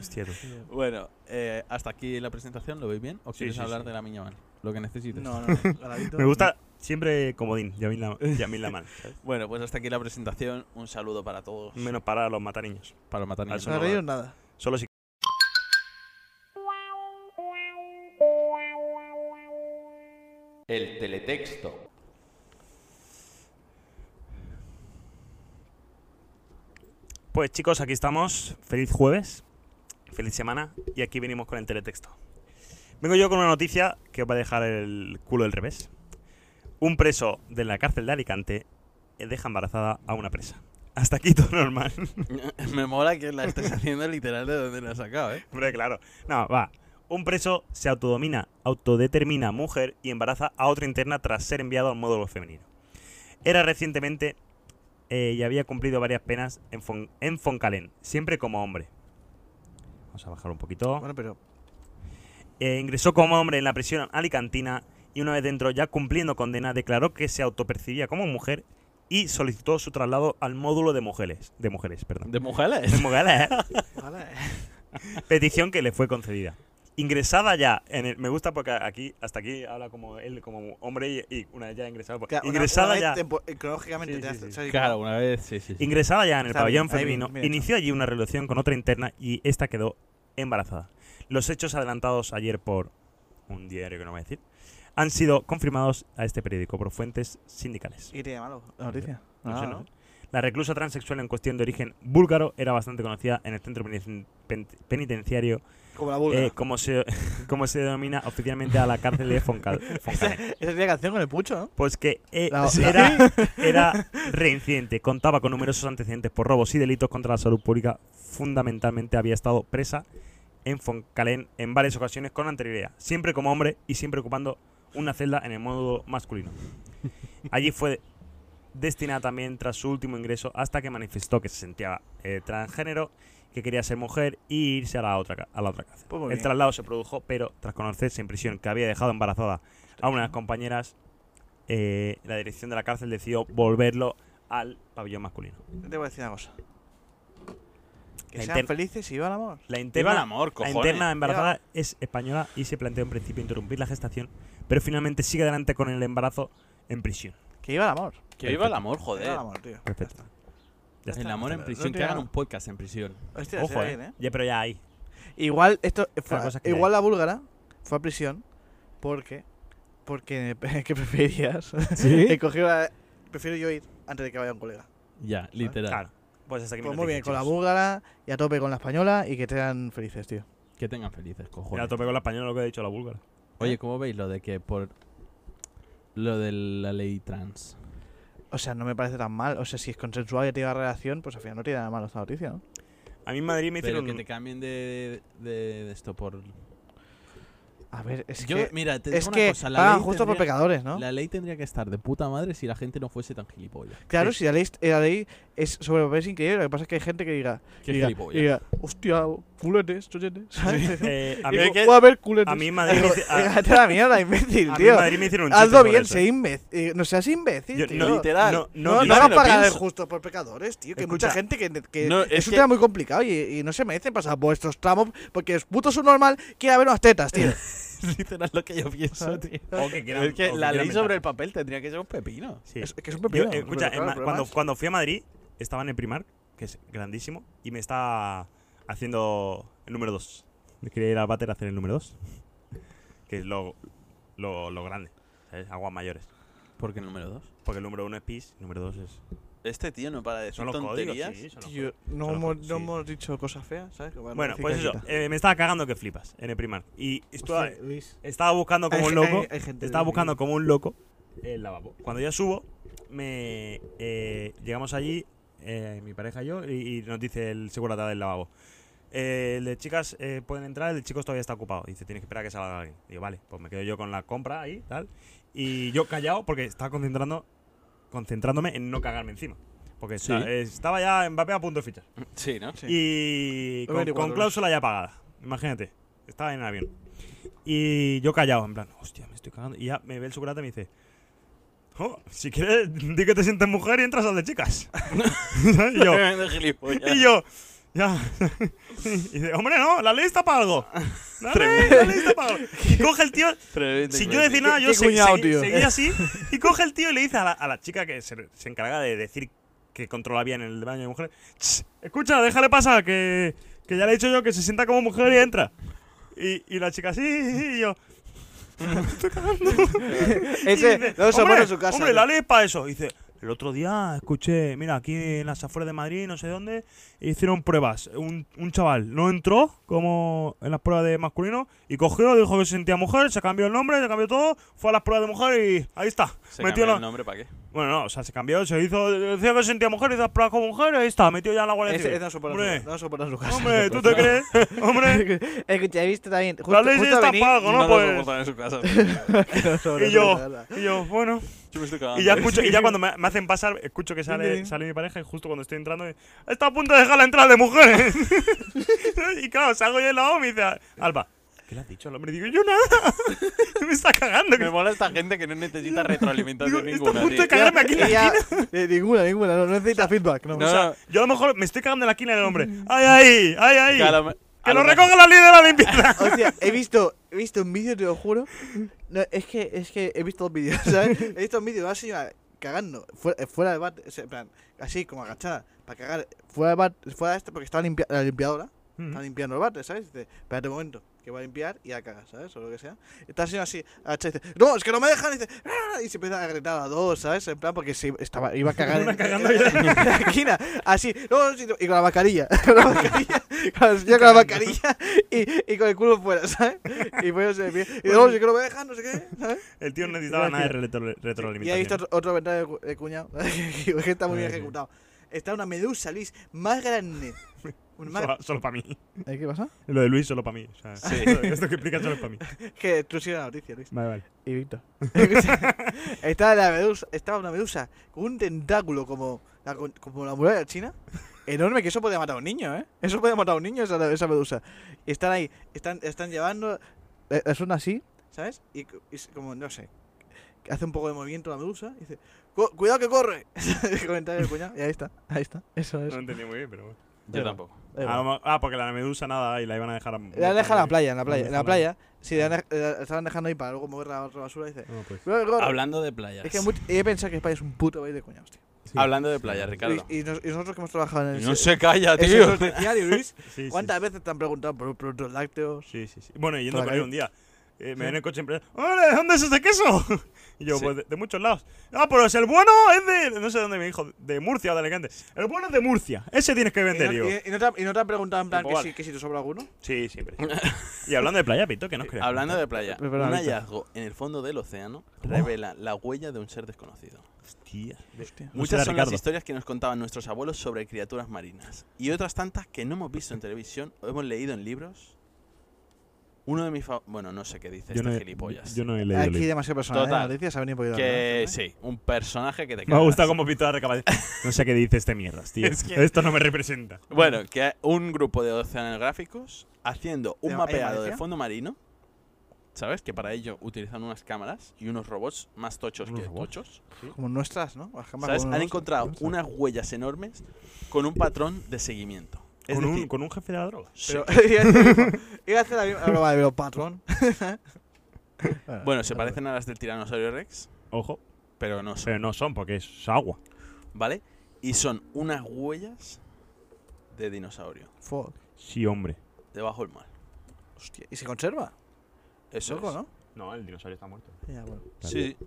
[SPEAKER 3] Hostia, tú.
[SPEAKER 1] Bueno, eh, hasta aquí la presentación, ¿lo veis bien? ¿O
[SPEAKER 3] Sí,
[SPEAKER 1] quieres
[SPEAKER 3] sí,
[SPEAKER 1] hablar
[SPEAKER 3] sí.
[SPEAKER 1] de la miña man? Lo que necesites.
[SPEAKER 3] (laughs)
[SPEAKER 2] No, no, no, Galadito.
[SPEAKER 3] Me gusta siempre comodín, Yamil la, Yamil
[SPEAKER 2] (laughs)
[SPEAKER 3] la mano. ¿sabes?
[SPEAKER 1] Bueno, pues hasta aquí la presentación. Un saludo para todos.
[SPEAKER 3] Menos para los matariños.
[SPEAKER 1] Para matar
[SPEAKER 3] Al
[SPEAKER 1] niños.
[SPEAKER 2] No ha reído nada.
[SPEAKER 3] Solo si.
[SPEAKER 5] El teletexto.
[SPEAKER 3] Pues chicos, aquí estamos. Feliz jueves, feliz semana y aquí venimos con el teletexto. Vengo yo con una noticia que os va a dejar el culo del revés. Un preso de la cárcel de Alicante eh, deja embarazada a una presa. Hasta aquí todo normal.
[SPEAKER 1] (laughs) Me mola que la estés haciendo literal de donde la has sacado, ¿eh?
[SPEAKER 3] Hombre, claro. No, va. Un preso se autodomina, autodetermina mujer y embaraza a otra interna tras ser enviado al módulo femenino. Era recientemente eh, y había cumplido varias penas en, Fon- en Foncalén, siempre como hombre. Vamos a bajar un poquito.
[SPEAKER 2] Bueno, pero
[SPEAKER 3] Eh, ingresó como hombre en la prisión alicantina y una vez dentro, ya cumpliendo condena, declaró que se autopercibía como mujer y solicitó su traslado al módulo de mujeres. De mujeres, perdón.
[SPEAKER 1] De mujeres.
[SPEAKER 3] De mujeres, ¿eh?
[SPEAKER 2] Vale.
[SPEAKER 3] (laughs) petición que le fue concedida. Ingresada ya en el. Me gusta porque aquí, hasta aquí habla como él, como hombre y, y una vez ya ingresada. pues,
[SPEAKER 2] Claro, una-
[SPEAKER 3] ingresada
[SPEAKER 2] una vez
[SPEAKER 3] ya.
[SPEAKER 2] tempo- eh, Cronológicamente
[SPEAKER 3] Sí,
[SPEAKER 2] te
[SPEAKER 3] sí,
[SPEAKER 2] has-
[SPEAKER 3] sí.
[SPEAKER 2] ¿sabes?
[SPEAKER 1] Claro, una vez, sí, sí. sí.
[SPEAKER 3] Ingresada ya en el
[SPEAKER 2] Está
[SPEAKER 3] pabellón
[SPEAKER 2] bien, ahí bien,
[SPEAKER 3] femenino,
[SPEAKER 2] bien hecho.
[SPEAKER 3] inició allí una relación con otra interna y esta quedó embarazada. Los hechos adelantados ayer por un diario que no voy a decir han sido confirmados a este periódico por fuentes sindicales.
[SPEAKER 2] ¿Qué tiene de malo?
[SPEAKER 4] La noticia.
[SPEAKER 3] No sé,
[SPEAKER 4] Ah,
[SPEAKER 3] ¿no? La reclusa transexual en cuestión de origen búlgaro era bastante conocida en el centro peniten- pen- penitenciario
[SPEAKER 2] Como la vulga.
[SPEAKER 3] eh, como, se, (laughs) como se denomina oficialmente a la cárcel de Foncal. Foncalén.
[SPEAKER 2] (laughs) Esa tiene canción con el pucho, ¿no?
[SPEAKER 3] Pues que eh,
[SPEAKER 4] La- la-
[SPEAKER 3] era, era reincidente, contaba con numerosos antecedentes por robos y delitos contra la salud pública. Fundamentalmente había estado presa en Foncalén en varias ocasiones con anterioridad, siempre como hombre y siempre ocupando una celda en el módulo
[SPEAKER 2] (laughs)
[SPEAKER 3] masculino. Allí fue destinada también tras su último ingreso hasta que manifestó que se sentía eh, transgénero, que quería ser mujer y irse a la otra, ca- a la otra cárcel.
[SPEAKER 2] Pues muy
[SPEAKER 3] El
[SPEAKER 2] bien.
[SPEAKER 3] traslado se produjo, pero tras conocerse en prisión que había dejado embarazada a una de las compañeras, eh, la dirección de la cárcel decidió volverlo al pabellón masculino.
[SPEAKER 2] Te voy a decir una cosa. Que
[SPEAKER 3] La
[SPEAKER 2] sean
[SPEAKER 3] inter-
[SPEAKER 2] felices y viva el amor.
[SPEAKER 3] La interna,
[SPEAKER 1] Viva el amor,
[SPEAKER 3] la
[SPEAKER 1] cojones.
[SPEAKER 3] interna embarazada es española y se planteó en principio interrumpir la gestación, pero finalmente sigue adelante con el embarazo en prisión.
[SPEAKER 2] Que viva el amor.
[SPEAKER 1] Que viva el amor,
[SPEAKER 2] Que viva
[SPEAKER 1] joder.
[SPEAKER 2] el amor, tío.
[SPEAKER 3] Perfecto. Ya
[SPEAKER 1] El
[SPEAKER 3] está.
[SPEAKER 1] amor en
[SPEAKER 2] No
[SPEAKER 1] prisión,
[SPEAKER 2] te
[SPEAKER 1] que hagan
[SPEAKER 2] hago.
[SPEAKER 1] un podcast en prisión.
[SPEAKER 2] Hostia,
[SPEAKER 3] Ojo,
[SPEAKER 2] será
[SPEAKER 3] eh.
[SPEAKER 2] bien, ¿eh?
[SPEAKER 3] Ya, pero ya ahí.
[SPEAKER 2] Igual, esto fue-
[SPEAKER 3] cosa que
[SPEAKER 2] Ah, igual la búlgara fue a prisión porque... Porque... (laughs) ¿Qué preferías? He (laughs)
[SPEAKER 4] ¿Sí?
[SPEAKER 2] cogido la- Prefiero yo ir antes de que vaya un colega.
[SPEAKER 1] Ya, literal.
[SPEAKER 3] Claro. Pues hasta aquí mi
[SPEAKER 2] Pues muy bien,
[SPEAKER 3] noticia,
[SPEAKER 2] con la
[SPEAKER 3] chicos.
[SPEAKER 2] búlgara y a tope con la española y que te sean felices, tío.
[SPEAKER 1] Que tengan felices, cojones.
[SPEAKER 3] Mira, a tope con la española lo que ha dicho la búlgara.
[SPEAKER 1] Oye, ¿cómo veis lo de que por lo de la ley trans?
[SPEAKER 2] O sea, no me parece tan mal. O sea, si es consensual y tiene una relación, pues al final no tiene nada malo esta noticia, ¿no?
[SPEAKER 3] A mí en Madrid me
[SPEAKER 1] Pero
[SPEAKER 3] hicieron
[SPEAKER 1] que
[SPEAKER 3] un-
[SPEAKER 1] te cambien de, de, de esto por...
[SPEAKER 2] A ver, es
[SPEAKER 1] Yo,
[SPEAKER 2] que...
[SPEAKER 1] mira, te digo
[SPEAKER 2] Es
[SPEAKER 1] una
[SPEAKER 2] que
[SPEAKER 1] cosa. La
[SPEAKER 2] pagan
[SPEAKER 1] ley
[SPEAKER 2] justo por
[SPEAKER 1] tendría-
[SPEAKER 2] pecadores, ¿no?
[SPEAKER 1] La ley tendría que estar de puta madre si la gente no fuese tan (laughs) gilipollas.
[SPEAKER 2] Claro, si la ley, la ley es sobre papel es increíble, lo que pasa es que hay gente que diga,
[SPEAKER 1] Qué
[SPEAKER 2] diga,
[SPEAKER 1] gilipollas.
[SPEAKER 2] diga, hostia, culetes, chuletes,
[SPEAKER 1] (laughs)
[SPEAKER 2] ¿sabes?
[SPEAKER 3] Eh, a,
[SPEAKER 2] Y
[SPEAKER 3] mí,
[SPEAKER 2] digo, (laughs) Puede haber culetes.
[SPEAKER 3] a mí en Madrid me,
[SPEAKER 2] Digo,
[SPEAKER 3] hici- a-
[SPEAKER 2] "Déjate la mierda,
[SPEAKER 3] "Ah".
[SPEAKER 2] imbécil,
[SPEAKER 3] a mí en
[SPEAKER 2] tío.
[SPEAKER 3] Madrid me hicieron un chiste
[SPEAKER 2] Hazlo
[SPEAKER 3] por
[SPEAKER 2] bien,
[SPEAKER 3] eso.
[SPEAKER 2] sé imbécil. Eh, No seas imbécil,
[SPEAKER 3] Yo-
[SPEAKER 2] tío.
[SPEAKER 3] no,
[SPEAKER 1] Literal.
[SPEAKER 3] No, no,
[SPEAKER 2] No,
[SPEAKER 1] yo
[SPEAKER 2] no
[SPEAKER 3] digo-
[SPEAKER 1] me
[SPEAKER 2] hagas
[SPEAKER 1] lo
[SPEAKER 2] pagar el
[SPEAKER 1] pienso.
[SPEAKER 2] justo por pecadores, tío. Que
[SPEAKER 3] Escucha.
[SPEAKER 2] mucha gente que, que
[SPEAKER 1] No,
[SPEAKER 2] es,
[SPEAKER 1] es
[SPEAKER 2] un
[SPEAKER 1] que-
[SPEAKER 2] tema muy complicado y, y no se merecen pasar por estos tramos porque es puto subnormal quiere ver unas
[SPEAKER 3] (laughs)
[SPEAKER 2] tetas, tío.
[SPEAKER 1] Es literal lo que yo pienso, tío.
[SPEAKER 3] O Oh, que quieran-
[SPEAKER 1] es que
[SPEAKER 3] o que
[SPEAKER 1] la
[SPEAKER 3] quieran
[SPEAKER 1] ley sobre
[SPEAKER 3] meter.
[SPEAKER 1] el papel tendría que ser un pepino.
[SPEAKER 3] Sí.
[SPEAKER 2] Es, que es un
[SPEAKER 3] Yo,
[SPEAKER 2] pepino.
[SPEAKER 3] eh, escucha,
[SPEAKER 2] pero
[SPEAKER 3] en Ma-
[SPEAKER 2] claro, el
[SPEAKER 3] cuando,
[SPEAKER 2] problema
[SPEAKER 3] cuando fui a Madrid, estaba en el Primark, que es grandísimo, y me estaba haciendo el número 2. Me quería ir al váter a hacer el número 2. Que es lo, lo, lo grande, ¿sabes? Aguas mayores.
[SPEAKER 1] Porque el número dos.
[SPEAKER 3] Porque el número 1 es pis, el número 2 es...
[SPEAKER 1] Este tío no para de decir
[SPEAKER 3] Son los
[SPEAKER 1] tonterías.
[SPEAKER 3] códigos, sí, son los
[SPEAKER 2] es- tío, no,
[SPEAKER 3] son los-
[SPEAKER 2] hemos,
[SPEAKER 3] sí.
[SPEAKER 2] no hemos dicho cosas feas, ¿sabes? Que van a
[SPEAKER 3] Bueno,
[SPEAKER 2] decir
[SPEAKER 3] pues eso, (laughs)
[SPEAKER 2] casitas.
[SPEAKER 3] eh, me estaba cagando que flipas en el Primark. Y estaba,
[SPEAKER 2] Hostia, Luis.
[SPEAKER 3] estaba buscando como
[SPEAKER 2] Hay
[SPEAKER 3] un
[SPEAKER 2] gen-
[SPEAKER 3] loco...
[SPEAKER 2] hay- hay gente
[SPEAKER 3] Estaba
[SPEAKER 2] de-
[SPEAKER 3] buscando como un loco el lavabo. Cuando yo subo, me eh, llegamos allí, eh, mi pareja y yo, y, y nos dice el segurata del lavabo. eh, el de chicas eh, pueden entrar, el de chicos todavía está ocupado. Dice, tienes que esperar a que salga alguien. Digo, vale, pues me quedo yo con la compra ahí, tal. Y yo callado porque estaba concentrando, concentrándome en no cagarme encima. Porque
[SPEAKER 1] Sí.
[SPEAKER 3] esta- eh, estaba ya Mbappé a punto de fichar.
[SPEAKER 1] (laughs) Sí, ¿no?
[SPEAKER 2] Sí.
[SPEAKER 3] Y con,
[SPEAKER 2] 24
[SPEAKER 3] con
[SPEAKER 2] horas.
[SPEAKER 3] cláusula ya pagada. Imagínate, estaba en el avión. Y yo callado, en plan, hostia, me estoy cagando. Y ya me ve el chocolate y me dice, "Jo, si quieres, di que te sientes mujer y entras al de chicas. (laughs)
[SPEAKER 1] (laughs)
[SPEAKER 3] y yo,
[SPEAKER 1] De gilipollas.
[SPEAKER 3] y yo, ya. (laughs) y dice, hombre, no, la ley está para algo. La ley,
[SPEAKER 1] Tremendo.
[SPEAKER 3] la ley está para algo. Y coge el tío,
[SPEAKER 1] Tremendo,
[SPEAKER 3] sin yo
[SPEAKER 1] tremendo.
[SPEAKER 3] decir nada,
[SPEAKER 2] Qué-
[SPEAKER 3] yo
[SPEAKER 2] qué
[SPEAKER 3] se-
[SPEAKER 2] cuñado,
[SPEAKER 3] segui-
[SPEAKER 2] tío.
[SPEAKER 3] seguí
[SPEAKER 2] (laughs)
[SPEAKER 3] así. Y coge el tío y le dice a la, a la chica que se, se encarga de decir que controla bien el baño de mujeres: "Ch, Escucha, déjale pasar, que, que ya le he dicho yo que se sienta como mujer y entra. Y, y la chica, sí, sí, sí", y yo.
[SPEAKER 2] Ese
[SPEAKER 3] y dice,
[SPEAKER 2] no se
[SPEAKER 3] "Hombre,
[SPEAKER 2] pone en su casa.
[SPEAKER 3] Hombre,
[SPEAKER 2] tío.
[SPEAKER 3] la ley es para eso. Y dice, El otro día escuché, mira, aquí en las afueras de Madrid, no sé dónde, hicieron pruebas. Un, un chaval no entró como en las pruebas de masculino y cogió, dijo que se sentía mujer, se cambió el nombre, se cambió todo, fue a las pruebas de mujer y ahí está.
[SPEAKER 1] Se cambió
[SPEAKER 3] metió la-
[SPEAKER 1] el nombre para qué.
[SPEAKER 3] Bueno, no, o sea, se cambió, se hizo, decía que se sentía mujer, hizo las pruebas como mujer y ahí está, metió ya en la guardia.
[SPEAKER 2] Este,
[SPEAKER 3] Civil.
[SPEAKER 2] este no soporta
[SPEAKER 3] Hombre.
[SPEAKER 2] su- no soporta su casa. (laughs)
[SPEAKER 3] Hombre, ¿tú te crees? Hombre,
[SPEAKER 2] Escucha, viste también. Justo,
[SPEAKER 3] la ley sí
[SPEAKER 2] justo
[SPEAKER 3] está
[SPEAKER 2] venir-
[SPEAKER 3] para algo, ¿no?
[SPEAKER 1] no lo
[SPEAKER 3] Pues,
[SPEAKER 1] soportan en su casa. tío.
[SPEAKER 2] (laughs) No, no, no,
[SPEAKER 3] Y yo.
[SPEAKER 2] no, no, no.
[SPEAKER 3] y yo, bueno.
[SPEAKER 1] Yo me (laughs) estoy cagando.
[SPEAKER 3] Y ya, escucho, y ya cuando me, me hacen pasar, escucho que
[SPEAKER 2] Ding,
[SPEAKER 3] sale,
[SPEAKER 2] ding.
[SPEAKER 3] sale mi pareja y justo cuando estoy entrando, está a punto de dejar la entrada de mujeres. (laughs) y claro, salgo yo en la OMI y dice, Alba, ¿qué le has dicho al hombre? Y digo, yo nada. (laughs) me está cagando.
[SPEAKER 1] Me
[SPEAKER 3] que-
[SPEAKER 1] mola esta gente que no (laughs) necesita
[SPEAKER 3] Digo,
[SPEAKER 1] retroalimentación
[SPEAKER 3] está a
[SPEAKER 1] ninguna, (laughs)
[SPEAKER 3] punto
[SPEAKER 1] tío.
[SPEAKER 3] de cagarme aquí en la
[SPEAKER 2] Ella-
[SPEAKER 3] esquina.
[SPEAKER 2] eh, ninguna, ninguna, no, no necesita feedback. No,
[SPEAKER 1] No,
[SPEAKER 2] O sea,
[SPEAKER 1] no,
[SPEAKER 3] Yo a lo mejor me estoy cagando en la esquina del hombre. ¡Ay, ay! ¡Ay, ay!
[SPEAKER 1] que a lo-
[SPEAKER 3] ¡Que
[SPEAKER 1] a
[SPEAKER 3] lo
[SPEAKER 1] lo
[SPEAKER 3] recoja la líder de la
[SPEAKER 2] (laughs)
[SPEAKER 3] limpieza!
[SPEAKER 2] Hostia, he visto, he visto un vídeo, te lo juro. No, es que, es que he visto dos vídeos, (laughs) ¿sabes? He visto un vídeo de una señora cagando fuera, fuera del bate, o sea, en plan, así como agachada, para cagar fuera del bate, fuera de este, porque estaba limpia, la limpiadora,
[SPEAKER 3] Mm.
[SPEAKER 2] estaba limpiando el bate, ¿sabes? Dice, espérate un momento, que va a limpiar y a cagar, ¿sabes? O lo que sea. Esta señora así, agachada, dice, no, es que no me dejan, y dice, "Ah", y se empieza a gritar a las dos, ¿sabes? En plan, porque se
[SPEAKER 3] (laughs)
[SPEAKER 2] estaba, iba a cagar en,
[SPEAKER 3] cagando
[SPEAKER 2] en-
[SPEAKER 3] ya.
[SPEAKER 2] en la esquina, así, no, no, sí, no, y con la mascarilla, (laughs) con
[SPEAKER 3] (laughs)
[SPEAKER 2] la mascarilla, con la señora con la mascarilla y, y con el culo fuera, ¿sabes? Y poniéndose de pie. Y luego, si que no me dejan, no sé qué, ¿sabes?
[SPEAKER 3] El tío no necesitaba nada de retro-
[SPEAKER 2] Y he visto
[SPEAKER 3] retroalimentación.
[SPEAKER 2] otro, otro ventaja de, cu- de cuñado, (laughs) que está muy bien
[SPEAKER 3] Ay, sí.
[SPEAKER 2] ejecutado. Está una medusa, Luis, más grande. Un más-
[SPEAKER 3] Solo, solo para mí.
[SPEAKER 2] ¿Eh, ¿Qué pasa?
[SPEAKER 3] Lo de Luis solo para mí. O sea,
[SPEAKER 1] Sí.
[SPEAKER 3] (laughs) Esto que explica solo es para mí.
[SPEAKER 2] Que tú sigues la noticia, Luis.
[SPEAKER 3] Vale, vale.
[SPEAKER 2] Y Víctor. (laughs) estaba, la medusa, estaba una medusa con un tentáculo como la, con- como la muralla china. Enorme, que eso podía matar a un niño, ¿eh? Eso podía matar a un niño, esa, esa medusa. Y están ahí, están, están llevando. eh, Es una así, ¿sabes? Y, co- y es como, no sé. que Hace un poco de movimiento la medusa y dice: "Cu- ¡Cuidado que corre! (laughs) El comentario del cuñado. Y ahí está, ahí está. Eso es.
[SPEAKER 3] No entendí muy bien, pero bueno.
[SPEAKER 1] Yo tampoco.
[SPEAKER 2] Da igual.
[SPEAKER 3] Ah, vamos- ah, porque la medusa nada y la iban a dejar a.
[SPEAKER 2] Le han dejado en la playa, en la playa. En
[SPEAKER 3] dejan
[SPEAKER 2] la
[SPEAKER 3] ahí.
[SPEAKER 2] playa, sí, le han dej- eh, la estaban dejando ahí para luego moverla a otra basura y dice:
[SPEAKER 3] No, pues.
[SPEAKER 2] "Cuidado que corre".
[SPEAKER 1] Hablando de playas.
[SPEAKER 2] Es que mucho- he pensado que España es un puto país de cuñados, tío.
[SPEAKER 3] Sí.
[SPEAKER 1] Hablando de playas, Ricardo.
[SPEAKER 2] Y, y nos- y nosotros que hemos trabajado en el
[SPEAKER 1] No se calla,
[SPEAKER 2] el
[SPEAKER 1] tío.
[SPEAKER 2] (laughs) sector terciario, Luis,
[SPEAKER 3] (laughs) Sí, sí,
[SPEAKER 2] ¿cuántas veces te han preguntado por productos lácteos?
[SPEAKER 3] Sí, sí, sí. Bueno, yendo a
[SPEAKER 2] Por la
[SPEAKER 3] correr
[SPEAKER 2] calle.
[SPEAKER 3] un día. eh, me
[SPEAKER 2] Sí.
[SPEAKER 3] ven en el coche en plan, ¡Ole! ¿Dónde es ese queso? (laughs) Y yo,
[SPEAKER 1] Sí.
[SPEAKER 3] pues de, de muchos lados. Ah, pero es el bueno, es de. No sé dónde me dijo, de Murcia o de Alicante. El bueno es de Murcia, ese tienes que
[SPEAKER 2] Y no,
[SPEAKER 3] vender, digo.
[SPEAKER 2] y- y no te, han- y no te han preguntado en plan
[SPEAKER 1] Tipo,
[SPEAKER 2] que,
[SPEAKER 1] vale.
[SPEAKER 2] si, que si te sobra alguno?
[SPEAKER 3] Sí, siempre.
[SPEAKER 1] (laughs)
[SPEAKER 3] y hablando de playa, Pito, que no creo.
[SPEAKER 1] Hablando de playa,
[SPEAKER 2] Pero, pero,
[SPEAKER 1] un
[SPEAKER 2] Víctor.
[SPEAKER 1] hallazgo en el fondo del océano
[SPEAKER 3] ¿Cómo?
[SPEAKER 1] revela la huella de un ser desconocido.
[SPEAKER 3] Hostia.
[SPEAKER 2] Hostia.
[SPEAKER 3] No
[SPEAKER 1] Muchas
[SPEAKER 3] será
[SPEAKER 1] son las
[SPEAKER 3] Ricardo.
[SPEAKER 1] historias que nos contaban nuestros abuelos sobre criaturas marinas y otras tantas que no hemos visto en televisión o hemos leído en libros. Uno de mis fa- bueno, no sé qué dice este gilipollas.
[SPEAKER 3] yo no he leído. el
[SPEAKER 2] Aquí
[SPEAKER 3] libro.
[SPEAKER 2] demasiado personal, ¿eh?
[SPEAKER 1] Total.
[SPEAKER 2] noticias ha venido por
[SPEAKER 1] que sí, un personaje que te
[SPEAKER 3] Me ha
[SPEAKER 1] cagas.
[SPEAKER 3] gustado como Pito ha recabado. No sé qué dice este mierdas, tío.
[SPEAKER 1] Es que-
[SPEAKER 3] Esto no me representa.
[SPEAKER 1] Bueno, que un grupo de oceanográficos haciendo un
[SPEAKER 2] ¿En- en
[SPEAKER 1] mapeado
[SPEAKER 2] Valencia?
[SPEAKER 1] del fondo marino, ¿sabes? Que para ello utilizan unas cámaras y unos robots más tochos
[SPEAKER 3] ¿Unos
[SPEAKER 1] que
[SPEAKER 3] robots?
[SPEAKER 1] tochos.
[SPEAKER 2] Como nuestras, ¿no? Las cámaras
[SPEAKER 1] ¿Sabes?
[SPEAKER 2] como
[SPEAKER 1] Han
[SPEAKER 2] nuestras.
[SPEAKER 1] encontrado unas huellas enormes con un patrón de seguimiento. Es
[SPEAKER 3] Con un,
[SPEAKER 1] decir,
[SPEAKER 3] con un jefe de la droga.
[SPEAKER 1] sí.
[SPEAKER 2] Pero, (laughs) iba a hacer- iba a hacer la misma broma de
[SPEAKER 3] (laughs)
[SPEAKER 2] los patrón.
[SPEAKER 1] bueno,
[SPEAKER 3] eh,
[SPEAKER 1] se parecen a las del tiranosaurio Rex,
[SPEAKER 3] Ojo.
[SPEAKER 1] pero no son,
[SPEAKER 3] Pero no son, porque es agua.
[SPEAKER 1] ¿vale? Y son unas huellas de dinosaurio
[SPEAKER 2] Fuck.
[SPEAKER 3] Sí, hombre.
[SPEAKER 1] debajo del mar.
[SPEAKER 2] Hostia. ¿Y se conserva?
[SPEAKER 1] Eso
[SPEAKER 2] Loco,
[SPEAKER 1] es.
[SPEAKER 2] ¿no?
[SPEAKER 3] No, el dinosaurio está muerto.
[SPEAKER 2] Ya, bueno.
[SPEAKER 1] Sí, sí.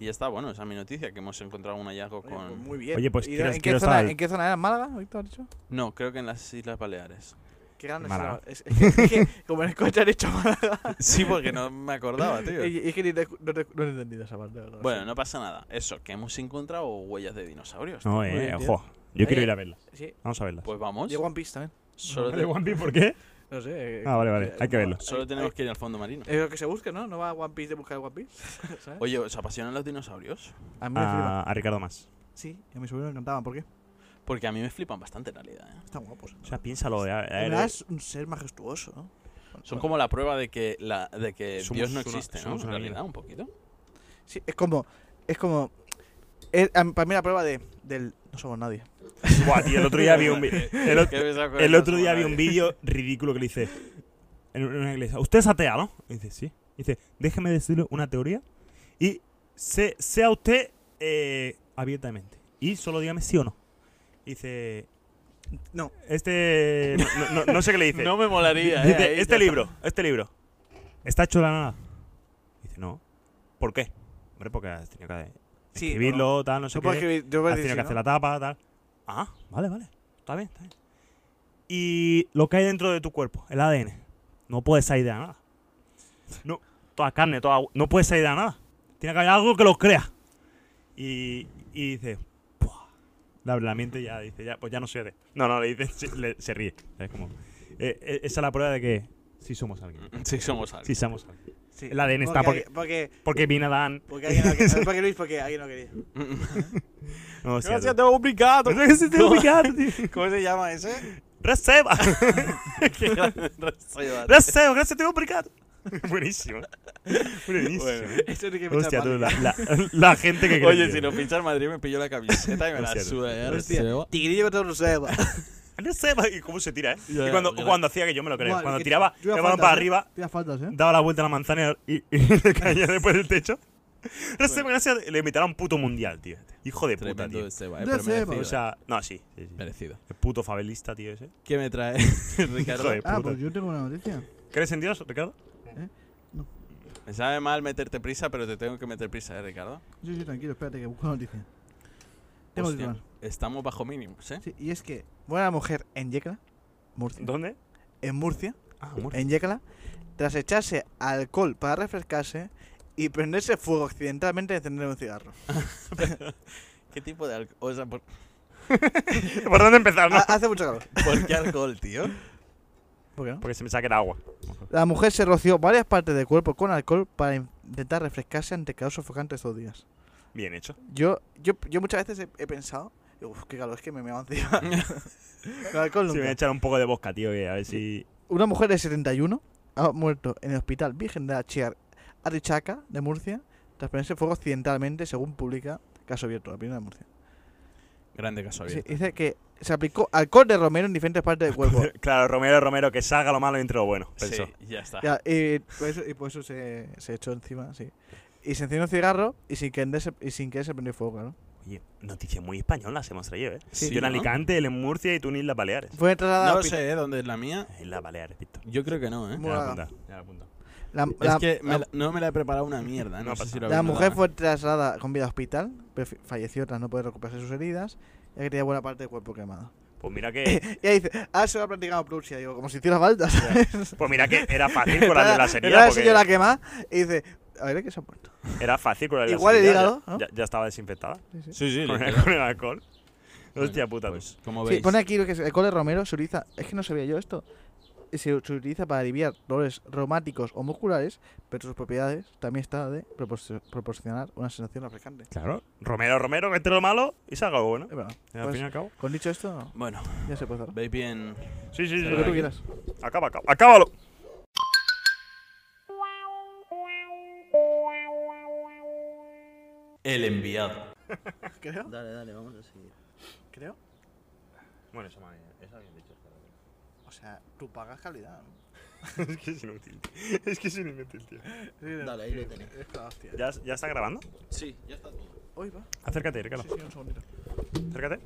[SPEAKER 1] Y ya está, bueno, esa es mi noticia, que hemos encontrado un hallazgo
[SPEAKER 2] Oye, pues
[SPEAKER 1] con...
[SPEAKER 2] muy bien.
[SPEAKER 3] Oye, pues
[SPEAKER 2] ¿Y
[SPEAKER 3] quiero-
[SPEAKER 2] ¿en, qué
[SPEAKER 3] quiero
[SPEAKER 2] zona,
[SPEAKER 3] estar-
[SPEAKER 2] ¿En qué zona era? ¿Málaga, Víctor, has dicho?
[SPEAKER 1] No, creo que en las Islas Baleares. (laughs)
[SPEAKER 2] Qué grande
[SPEAKER 3] Málaga.
[SPEAKER 2] es, la- es, es que, es que como en el coche han hecho Málaga.
[SPEAKER 1] Sí, porque no me acordaba, tío.
[SPEAKER 2] (laughs) Y, y es que ni te- no, te- no he entendido esa parte, de verdad.
[SPEAKER 1] Bueno, no pasa nada. Eso, que hemos encontrado huellas de dinosaurios.
[SPEAKER 3] No,
[SPEAKER 2] Muy
[SPEAKER 3] eh,
[SPEAKER 2] bien, tío.
[SPEAKER 3] ojo. Yo quiero
[SPEAKER 2] Oye.
[SPEAKER 3] ir a verlas.
[SPEAKER 2] Sí.
[SPEAKER 3] Vamos a verlas.
[SPEAKER 1] Pues eh, vamos.
[SPEAKER 2] Y One Piece también.
[SPEAKER 1] Solo,
[SPEAKER 3] ¿De
[SPEAKER 1] te-
[SPEAKER 3] One Piece por qué?
[SPEAKER 2] No sé. eh,
[SPEAKER 3] Ah, vale, vale,
[SPEAKER 2] eh,
[SPEAKER 3] hay que
[SPEAKER 2] no,
[SPEAKER 3] verlo.
[SPEAKER 1] solo tenemos que ir al fondo marino.
[SPEAKER 2] Es lo que se busca, ¿no? No va a One Piece de buscar One Piece. (laughs) ¿sabes?
[SPEAKER 1] Oye, ¿os apasionan los dinosaurios?
[SPEAKER 2] a mí me flipa.
[SPEAKER 3] Ah, A, a Ricardo más.
[SPEAKER 2] Sí, y a mi sobrino le encantaban. ¿Por qué?
[SPEAKER 1] Porque a mí me flipan bastante en realidad. ¿eh?
[SPEAKER 2] Están guapos.
[SPEAKER 3] O sea, piénsalo. eh, a- a-
[SPEAKER 2] En verdad es un ser majestuoso, ¿no?
[SPEAKER 1] Son como la prueba de que, la, de que
[SPEAKER 3] Somos
[SPEAKER 1] Dios no
[SPEAKER 3] una-
[SPEAKER 1] existe, ¿no?
[SPEAKER 3] somos
[SPEAKER 1] En
[SPEAKER 3] una
[SPEAKER 1] realidad, un poquito.
[SPEAKER 2] Sí, es como. Es como. es, a mí- para mí la prueba de, del. No somos nadie.
[SPEAKER 3] eh, Buah, tío, el otro día vi un
[SPEAKER 1] (laughs)
[SPEAKER 3] vi- (laughs) el, ot-
[SPEAKER 1] ¿Qué ves a-
[SPEAKER 3] el otro día
[SPEAKER 1] Eh, no
[SPEAKER 3] vi un vídeo ridículo que le dice en una iglesia, usted es atea, ¿no? Y dice, sí. Y dice, déjeme decirle una teoría y se- sea usted eh, abiertamente. Y solo dígame sí o no. Y dice,
[SPEAKER 2] No.
[SPEAKER 3] este... No, no- no sé qué le dice.
[SPEAKER 1] (laughs) No me molaría,
[SPEAKER 3] Dice,
[SPEAKER 1] eh, ahí
[SPEAKER 3] este
[SPEAKER 1] ya
[SPEAKER 3] libro, este libro. ¿Está hecho de la nada? Dice, no. ¿Por qué? Hombre, porque has tenido que
[SPEAKER 2] Sí,
[SPEAKER 3] escribirlo, tal, no sé
[SPEAKER 2] Yo
[SPEAKER 3] qué.
[SPEAKER 2] puedo escribir, yo puedo
[SPEAKER 3] Has
[SPEAKER 2] decir,
[SPEAKER 3] tenido que
[SPEAKER 2] ¿no?
[SPEAKER 3] hacer la tapa, tal. Ah, vale, vale. Está bien, está bien. Y lo que hay dentro de tu cuerpo, el ADN. No puedes salir de la nada. No, toda carne, toda agua, No puedes salir de la nada. Tiene que haber algo que los crea. Y, y dice, "Buah". la, la mente ya dice, ya, pues ya no soy de. No, no, le dice, se, le- se ríe. ¿sabes? Como, eh, eh, esa es la prueba de que sí somos alguien.
[SPEAKER 1] (laughs) Sí, somos algo.
[SPEAKER 3] Sí somos alguien.
[SPEAKER 2] Sí.
[SPEAKER 3] El ADN está
[SPEAKER 2] porque, porque,
[SPEAKER 3] Porque vine a Dan.
[SPEAKER 2] porque alguien no
[SPEAKER 3] (laughs)
[SPEAKER 2] quería. Porque Luis, porque alguien no quería.
[SPEAKER 3] No, sí,
[SPEAKER 1] Gracias, te hago obligado.
[SPEAKER 3] Gracias,
[SPEAKER 1] (laughs)
[SPEAKER 3] te ubicado, tío.
[SPEAKER 1] ¿Cómo se llama ese? (laughs)
[SPEAKER 3] Receba.
[SPEAKER 1] Qué grande, Reserva.
[SPEAKER 3] Gracias, gracias,
[SPEAKER 1] (laughs)
[SPEAKER 3] te obrigado. Buenísimo. Buenísimo.
[SPEAKER 1] Bueno.
[SPEAKER 2] (laughs) Eso tiene que pensar
[SPEAKER 3] Hostia, tú,
[SPEAKER 2] mal.
[SPEAKER 3] la, la, la gente que
[SPEAKER 1] (laughs)
[SPEAKER 3] cree.
[SPEAKER 1] Oye, si no pinchas Madrid me pilló la camiseta y (laughs) me la
[SPEAKER 3] Hostia,
[SPEAKER 1] suda. ¿eh?
[SPEAKER 2] Hostia,
[SPEAKER 4] Receba.
[SPEAKER 2] tigrillo contra Ruseva.
[SPEAKER 3] Receba. Y cómo se tira, ¿eh?
[SPEAKER 1] Ya,
[SPEAKER 3] y cuando,
[SPEAKER 1] ya.
[SPEAKER 3] cuando hacía que yo me lo creía.
[SPEAKER 2] Madre,
[SPEAKER 3] cuando
[SPEAKER 2] que-
[SPEAKER 3] tiraba
[SPEAKER 4] yo iba
[SPEAKER 3] el
[SPEAKER 4] a
[SPEAKER 3] balón
[SPEAKER 4] faltas,
[SPEAKER 3] para
[SPEAKER 4] ¿eh?
[SPEAKER 3] arriba,
[SPEAKER 4] Tira faltas, ¿eh?
[SPEAKER 3] daba la vuelta a la manzana y, y- y caía después del techo. Receba, gracias. Le invitaron a un puto mundial, tío. Hijo de puta,
[SPEAKER 1] Tremendo
[SPEAKER 3] tío.
[SPEAKER 1] Seba, eh,
[SPEAKER 4] Ya
[SPEAKER 1] pero
[SPEAKER 4] Seba,
[SPEAKER 1] merecido.
[SPEAKER 3] O sea, no, sí. sí,
[SPEAKER 1] eh.
[SPEAKER 3] sí.
[SPEAKER 1] merecido.
[SPEAKER 3] El puto fabelista, tío, ese.
[SPEAKER 1] ¿Qué me trae, (laughs) Ricardo?
[SPEAKER 3] Hijo de
[SPEAKER 4] Ah,
[SPEAKER 3] puta.
[SPEAKER 4] pues yo tengo una noticia.
[SPEAKER 3] ¿Crees en Dios, Ricardo?
[SPEAKER 1] Me sabe mal meterte prisa, pero te tengo que meter prisa, ¿eh, Ricardo?
[SPEAKER 4] Sí, sí, tranquilo, espérate que busco la noticia. Tengo el
[SPEAKER 1] Hostia,
[SPEAKER 4] titular.
[SPEAKER 1] estamos bajo mínimos, ¿eh?
[SPEAKER 4] Sí, y es que
[SPEAKER 2] Buena mujer en Yecla, Murcia.
[SPEAKER 3] ¿Dónde? (laughs)
[SPEAKER 2] En Murcia,
[SPEAKER 3] Ah, muerto.
[SPEAKER 2] en Yecla, tras echarse alcohol para refrescarse y prenderse fuego accidentalmente de encender un cigarro.
[SPEAKER 1] (laughs) ¿Qué tipo de alcohol? O sea, ¿por,
[SPEAKER 3] ¿Por dónde empezar, no?
[SPEAKER 2] Ha- hace mucho calor.
[SPEAKER 1] por qué alcohol, tío?
[SPEAKER 2] ¿Por qué no?
[SPEAKER 3] Porque se me saque el agua.
[SPEAKER 2] La mujer se roció varias partes del cuerpo con alcohol para in- intentar refrescarse ante el calor sofocante de estos días.
[SPEAKER 3] Bien hecho.
[SPEAKER 2] Yo, yo, yo muchas veces he, he pensado, uff, qué calor, es que me me encima. Con alcohol
[SPEAKER 3] Se me va a
[SPEAKER 2] nunca.
[SPEAKER 3] echar un poco de bosca, tío, que a ver si.
[SPEAKER 2] Una mujer de 71 ha muerto en el hospital Virgen de la Chiar Arichaca de Murcia tras ponerse fuego accidentalmente, según publica Caso Abierto, la primera de Murcia.
[SPEAKER 1] Grande caso
[SPEAKER 2] Sí,
[SPEAKER 1] abierto.
[SPEAKER 2] dice que se aplicó alcohol de romero en diferentes partes del cuerpo.
[SPEAKER 3] (laughs) Claro, Romero, Romero, que salga lo malo entre lo bueno. Pensó.
[SPEAKER 1] Sí, ya está.
[SPEAKER 2] (laughs) Ya, y por eso, y por eso se, se echó encima, sí. Y se encendió un cigarro y sin querer se, y sin querer se prendió fuego, ¿no?
[SPEAKER 3] Oye, noticia muy española se hemos traído, ¿eh?
[SPEAKER 1] Sí,
[SPEAKER 3] Yo en
[SPEAKER 1] ¿no?
[SPEAKER 3] Alicante, él en Murcia y tú en Islas Baleares.
[SPEAKER 2] Fue trasladada
[SPEAKER 1] No
[SPEAKER 2] al
[SPEAKER 1] lo
[SPEAKER 2] hospital.
[SPEAKER 1] sé, ¿eh? ¿Dónde es la mía?
[SPEAKER 3] Islas Baleares, Víctor.
[SPEAKER 1] Yo creo que no, ¿eh?
[SPEAKER 2] Mu-
[SPEAKER 3] Ya la
[SPEAKER 2] Buah.
[SPEAKER 3] apunta, ya la apunta.
[SPEAKER 2] La,
[SPEAKER 1] Es
[SPEAKER 2] la-
[SPEAKER 1] que me
[SPEAKER 2] la-
[SPEAKER 1] la- no me la he preparado una mierda. ¿eh? No,
[SPEAKER 3] No
[SPEAKER 1] sé
[SPEAKER 3] pasa
[SPEAKER 1] si lo
[SPEAKER 2] la
[SPEAKER 1] habéis
[SPEAKER 2] mujer
[SPEAKER 1] notado.
[SPEAKER 2] fue trasladada con vida al hospital, pero fi- falleció tras no poder recuperarse sus heridas, ya que tenía buena parte del cuerpo quemada.
[SPEAKER 3] Pues mira que.
[SPEAKER 2] (laughs) Y ahí dice, ah, se lo ha practicado Prusia, digo, como si hiciera falta, ¿sabes?
[SPEAKER 3] (laughs) Pues mira que era
[SPEAKER 2] (laughs)
[SPEAKER 3] fácil con la de las
[SPEAKER 2] Entra
[SPEAKER 3] heridas.
[SPEAKER 2] la
[SPEAKER 3] porque
[SPEAKER 2] señora quemada y dice, a ver, ¿qué se ha muerto?
[SPEAKER 3] Era fácil con la de las
[SPEAKER 2] Igual el
[SPEAKER 3] heridas, ya-
[SPEAKER 2] hígado, ¿no?
[SPEAKER 3] Ya, ya estaba desinfectada.
[SPEAKER 2] Sí, sí.
[SPEAKER 1] Sí, (laughs) sí.
[SPEAKER 3] Con el,
[SPEAKER 1] literal.
[SPEAKER 3] (laughs) con el alcohol. Hostia
[SPEAKER 1] Bueno,
[SPEAKER 3] puta,
[SPEAKER 1] pues, como
[SPEAKER 2] Sí,
[SPEAKER 1] veis.
[SPEAKER 2] pone aquí que el cole romero se utiliza, es que no sabía yo esto, se, se utiliza para aliviar dolores reumáticos o musculares, pero sus propiedades también está de proporcio- proporcionar una sensación refrescante.
[SPEAKER 3] Claro. Romero, Romero, que entre lo malo y salga lo bueno.
[SPEAKER 2] Es verdad.
[SPEAKER 3] Al
[SPEAKER 2] Pues,
[SPEAKER 3] fin y al cabo.
[SPEAKER 2] con dicho esto,
[SPEAKER 1] Bueno,
[SPEAKER 2] ya se puede cerrar.
[SPEAKER 1] veis bien.
[SPEAKER 3] Sí, sí, sí.
[SPEAKER 2] Lo que tú
[SPEAKER 3] sí.
[SPEAKER 2] quieras.
[SPEAKER 3] Acaba, acaba. Acábalo.
[SPEAKER 1] El enviado.
[SPEAKER 2] Creo.
[SPEAKER 5] Dale, dale, vamos a seguir.
[SPEAKER 2] Creo.
[SPEAKER 3] Bueno, eso, eso habían dicho.
[SPEAKER 2] O sea, tú pagas calidad. ¿no?
[SPEAKER 3] es que es inútil. Es que es inútil, tío.
[SPEAKER 5] Dale, ahí lo tenéis.
[SPEAKER 2] Es la hostia.
[SPEAKER 3] ¿Ya, ¿Ya está grabando?
[SPEAKER 1] Sí, ya está todo.
[SPEAKER 2] Hoy va.
[SPEAKER 3] Acércate, Ricardo.
[SPEAKER 2] Sí, sí, un segundito.
[SPEAKER 3] Acércate.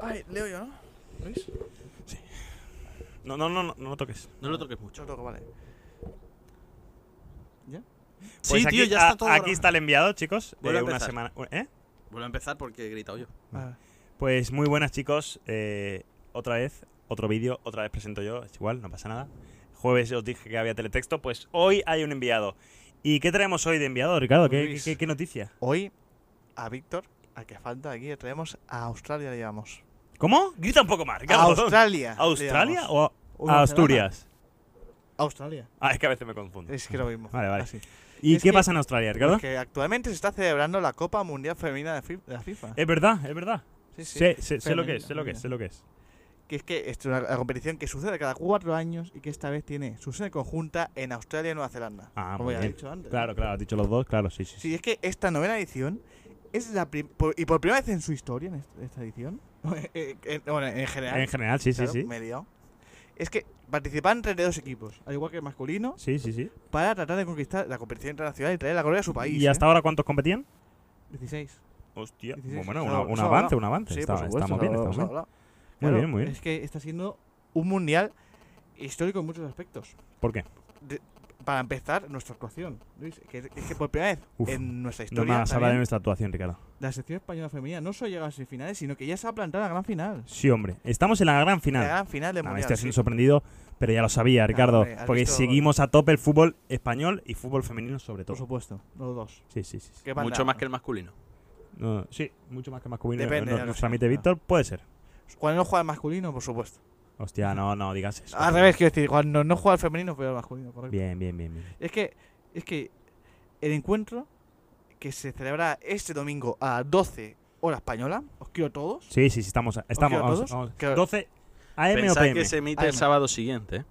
[SPEAKER 2] Ay, leo yo, ¿no? ¿Veis?
[SPEAKER 3] No, no, no, no, no lo toques.
[SPEAKER 1] No lo toques mucho.
[SPEAKER 2] Yo toco, vale.
[SPEAKER 1] sí,
[SPEAKER 3] Pues aquí,
[SPEAKER 1] tío, ya
[SPEAKER 3] a-
[SPEAKER 1] está todo.
[SPEAKER 3] Aquí está el enviado, chicos.
[SPEAKER 1] Vuelve
[SPEAKER 3] Eh,
[SPEAKER 1] a
[SPEAKER 3] una
[SPEAKER 1] empezar.
[SPEAKER 3] semana. ¿eh?
[SPEAKER 1] Vuelvo a empezar porque he gritado yo.
[SPEAKER 2] Vale.
[SPEAKER 3] Pues muy buenas, chicos. Eh, otra vez, otro vídeo, otra vez presento yo. Es igual, no pasa nada. Jueves os dije que había teletexto, pues hoy hay un enviado. ¿Y qué traemos hoy de enviado, Ricardo? ¿Qué,
[SPEAKER 2] Luis.
[SPEAKER 3] qué- qué noticia?
[SPEAKER 2] Hoy, a Víctor, al que falta aquí, le traemos a Australia, le llevamos.
[SPEAKER 3] ¿Cómo? Grita un poco más.
[SPEAKER 2] A
[SPEAKER 3] Ricardo.
[SPEAKER 2] Australia. le
[SPEAKER 3] ¿Australia
[SPEAKER 2] llevamos.
[SPEAKER 3] o a-
[SPEAKER 2] O
[SPEAKER 3] a
[SPEAKER 2] Nueva
[SPEAKER 3] Asturias?
[SPEAKER 2] Zelanda. Australia.
[SPEAKER 3] Ah, es que a veces me confundo.
[SPEAKER 2] Es que lo mismo.
[SPEAKER 3] Vale, vale.
[SPEAKER 2] Así.
[SPEAKER 3] ¿Y
[SPEAKER 2] es
[SPEAKER 3] qué
[SPEAKER 2] que-
[SPEAKER 3] pasa en Australia, Ricardo?
[SPEAKER 2] Porque actualmente se está celebrando la Copa Mundial Femenina de, fi- de la FIFA.
[SPEAKER 3] Es verdad, es verdad.
[SPEAKER 2] Sí, sí.
[SPEAKER 3] Sé, sé- sé lo que es,
[SPEAKER 2] Femenina,
[SPEAKER 3] sé lo que es,
[SPEAKER 2] femenina.
[SPEAKER 3] sé lo que es.
[SPEAKER 2] Que es que es una, una competición que sucede cada cuatro años y que esta vez tiene su sede conjunta en Australia y Nueva Zelanda.
[SPEAKER 3] Ah,
[SPEAKER 2] como
[SPEAKER 3] muy
[SPEAKER 2] ya he
[SPEAKER 3] bien.
[SPEAKER 2] dicho antes.
[SPEAKER 3] Claro, claro, has dicho los dos, claro, sí, sí. sí.
[SPEAKER 2] Sí, es que esta novena edición es la prim- por- y por primera vez en su historia en est- esta edición. (laughs) eh, en- bueno, en general.
[SPEAKER 3] En general, sí, sí,
[SPEAKER 2] claro,
[SPEAKER 3] sí.
[SPEAKER 2] me he liado. Es que participan 32 equipos, al igual que el masculino,
[SPEAKER 3] Sí, sí, sí.
[SPEAKER 2] para tratar de conquistar la competición internacional y traer la gloria a su país.
[SPEAKER 3] ¿Y
[SPEAKER 2] ¿eh?
[SPEAKER 3] hasta ahora cuántos competían?
[SPEAKER 2] 16.
[SPEAKER 3] Hostia,
[SPEAKER 2] 16,
[SPEAKER 3] bueno,
[SPEAKER 2] se
[SPEAKER 3] una-
[SPEAKER 2] ha-
[SPEAKER 3] un
[SPEAKER 2] se ha
[SPEAKER 3] avance,
[SPEAKER 2] hablado.
[SPEAKER 3] un avance.
[SPEAKER 2] Sí,
[SPEAKER 3] Está-
[SPEAKER 2] por supuesto.
[SPEAKER 3] estamos
[SPEAKER 2] se ha
[SPEAKER 3] bien,
[SPEAKER 2] hablado,
[SPEAKER 3] estamos
[SPEAKER 2] se ha
[SPEAKER 3] bien.
[SPEAKER 2] hablado.
[SPEAKER 3] Muy
[SPEAKER 2] Claro,
[SPEAKER 3] bien, muy bien.
[SPEAKER 2] Es que está siendo un mundial histórico en muchos aspectos.
[SPEAKER 3] ¿Por qué?
[SPEAKER 2] para empezar, nuestra actuación. Luis, que, es que por primera vez
[SPEAKER 3] Uf,
[SPEAKER 2] en nuestra
[SPEAKER 3] No
[SPEAKER 2] historia,
[SPEAKER 3] más hablar de
[SPEAKER 2] también,
[SPEAKER 3] nuestra actuación, Ricardo.
[SPEAKER 2] la sección española femenina no solo llega a las semifinales, sino que ya se ha plantado a la gran final.
[SPEAKER 3] Sí, hombre. Estamos en la gran final.
[SPEAKER 2] La gran final del
[SPEAKER 3] Nah, me
[SPEAKER 2] mundial.
[SPEAKER 3] estoy
[SPEAKER 2] sí.
[SPEAKER 3] haciendo sorprendido, pero ya lo sabía, Ricardo.
[SPEAKER 2] hombre, has
[SPEAKER 3] porque
[SPEAKER 2] visto-
[SPEAKER 3] seguimos a tope el fútbol español y fútbol femenino sobre
[SPEAKER 2] Por
[SPEAKER 3] todo.
[SPEAKER 2] supuesto, los dos.
[SPEAKER 3] Sí, sí, sí. sí.
[SPEAKER 2] ¿Qué banda?
[SPEAKER 1] Mucho más que el masculino.
[SPEAKER 3] No, sí, mucho más que masculino.
[SPEAKER 2] Depende,
[SPEAKER 3] no-
[SPEAKER 2] ya lo
[SPEAKER 3] nos
[SPEAKER 2] sé.
[SPEAKER 3] transmite Víctor, puede ser.
[SPEAKER 2] Cuando no juega el masculino, por supuesto.
[SPEAKER 3] Hostia, no, no, digas eso.
[SPEAKER 2] Al revés, quiero decir, cuando no juega el femenino, juega el masculino, correcto.
[SPEAKER 3] Bien, bien, bien. bien.
[SPEAKER 2] Es que, es que el encuentro que se celebrará este domingo a 12 hora española, os quiero a todos.
[SPEAKER 3] Sí, sí, sí, estamos. estamos
[SPEAKER 2] quiero a
[SPEAKER 3] vamos,
[SPEAKER 2] todos?
[SPEAKER 3] vamos.
[SPEAKER 2] Claro.
[SPEAKER 3] 12 AM o
[SPEAKER 1] Pensad
[SPEAKER 3] PM.
[SPEAKER 1] que se emite el
[SPEAKER 2] AM.
[SPEAKER 1] sábado siguiente. ¿eh?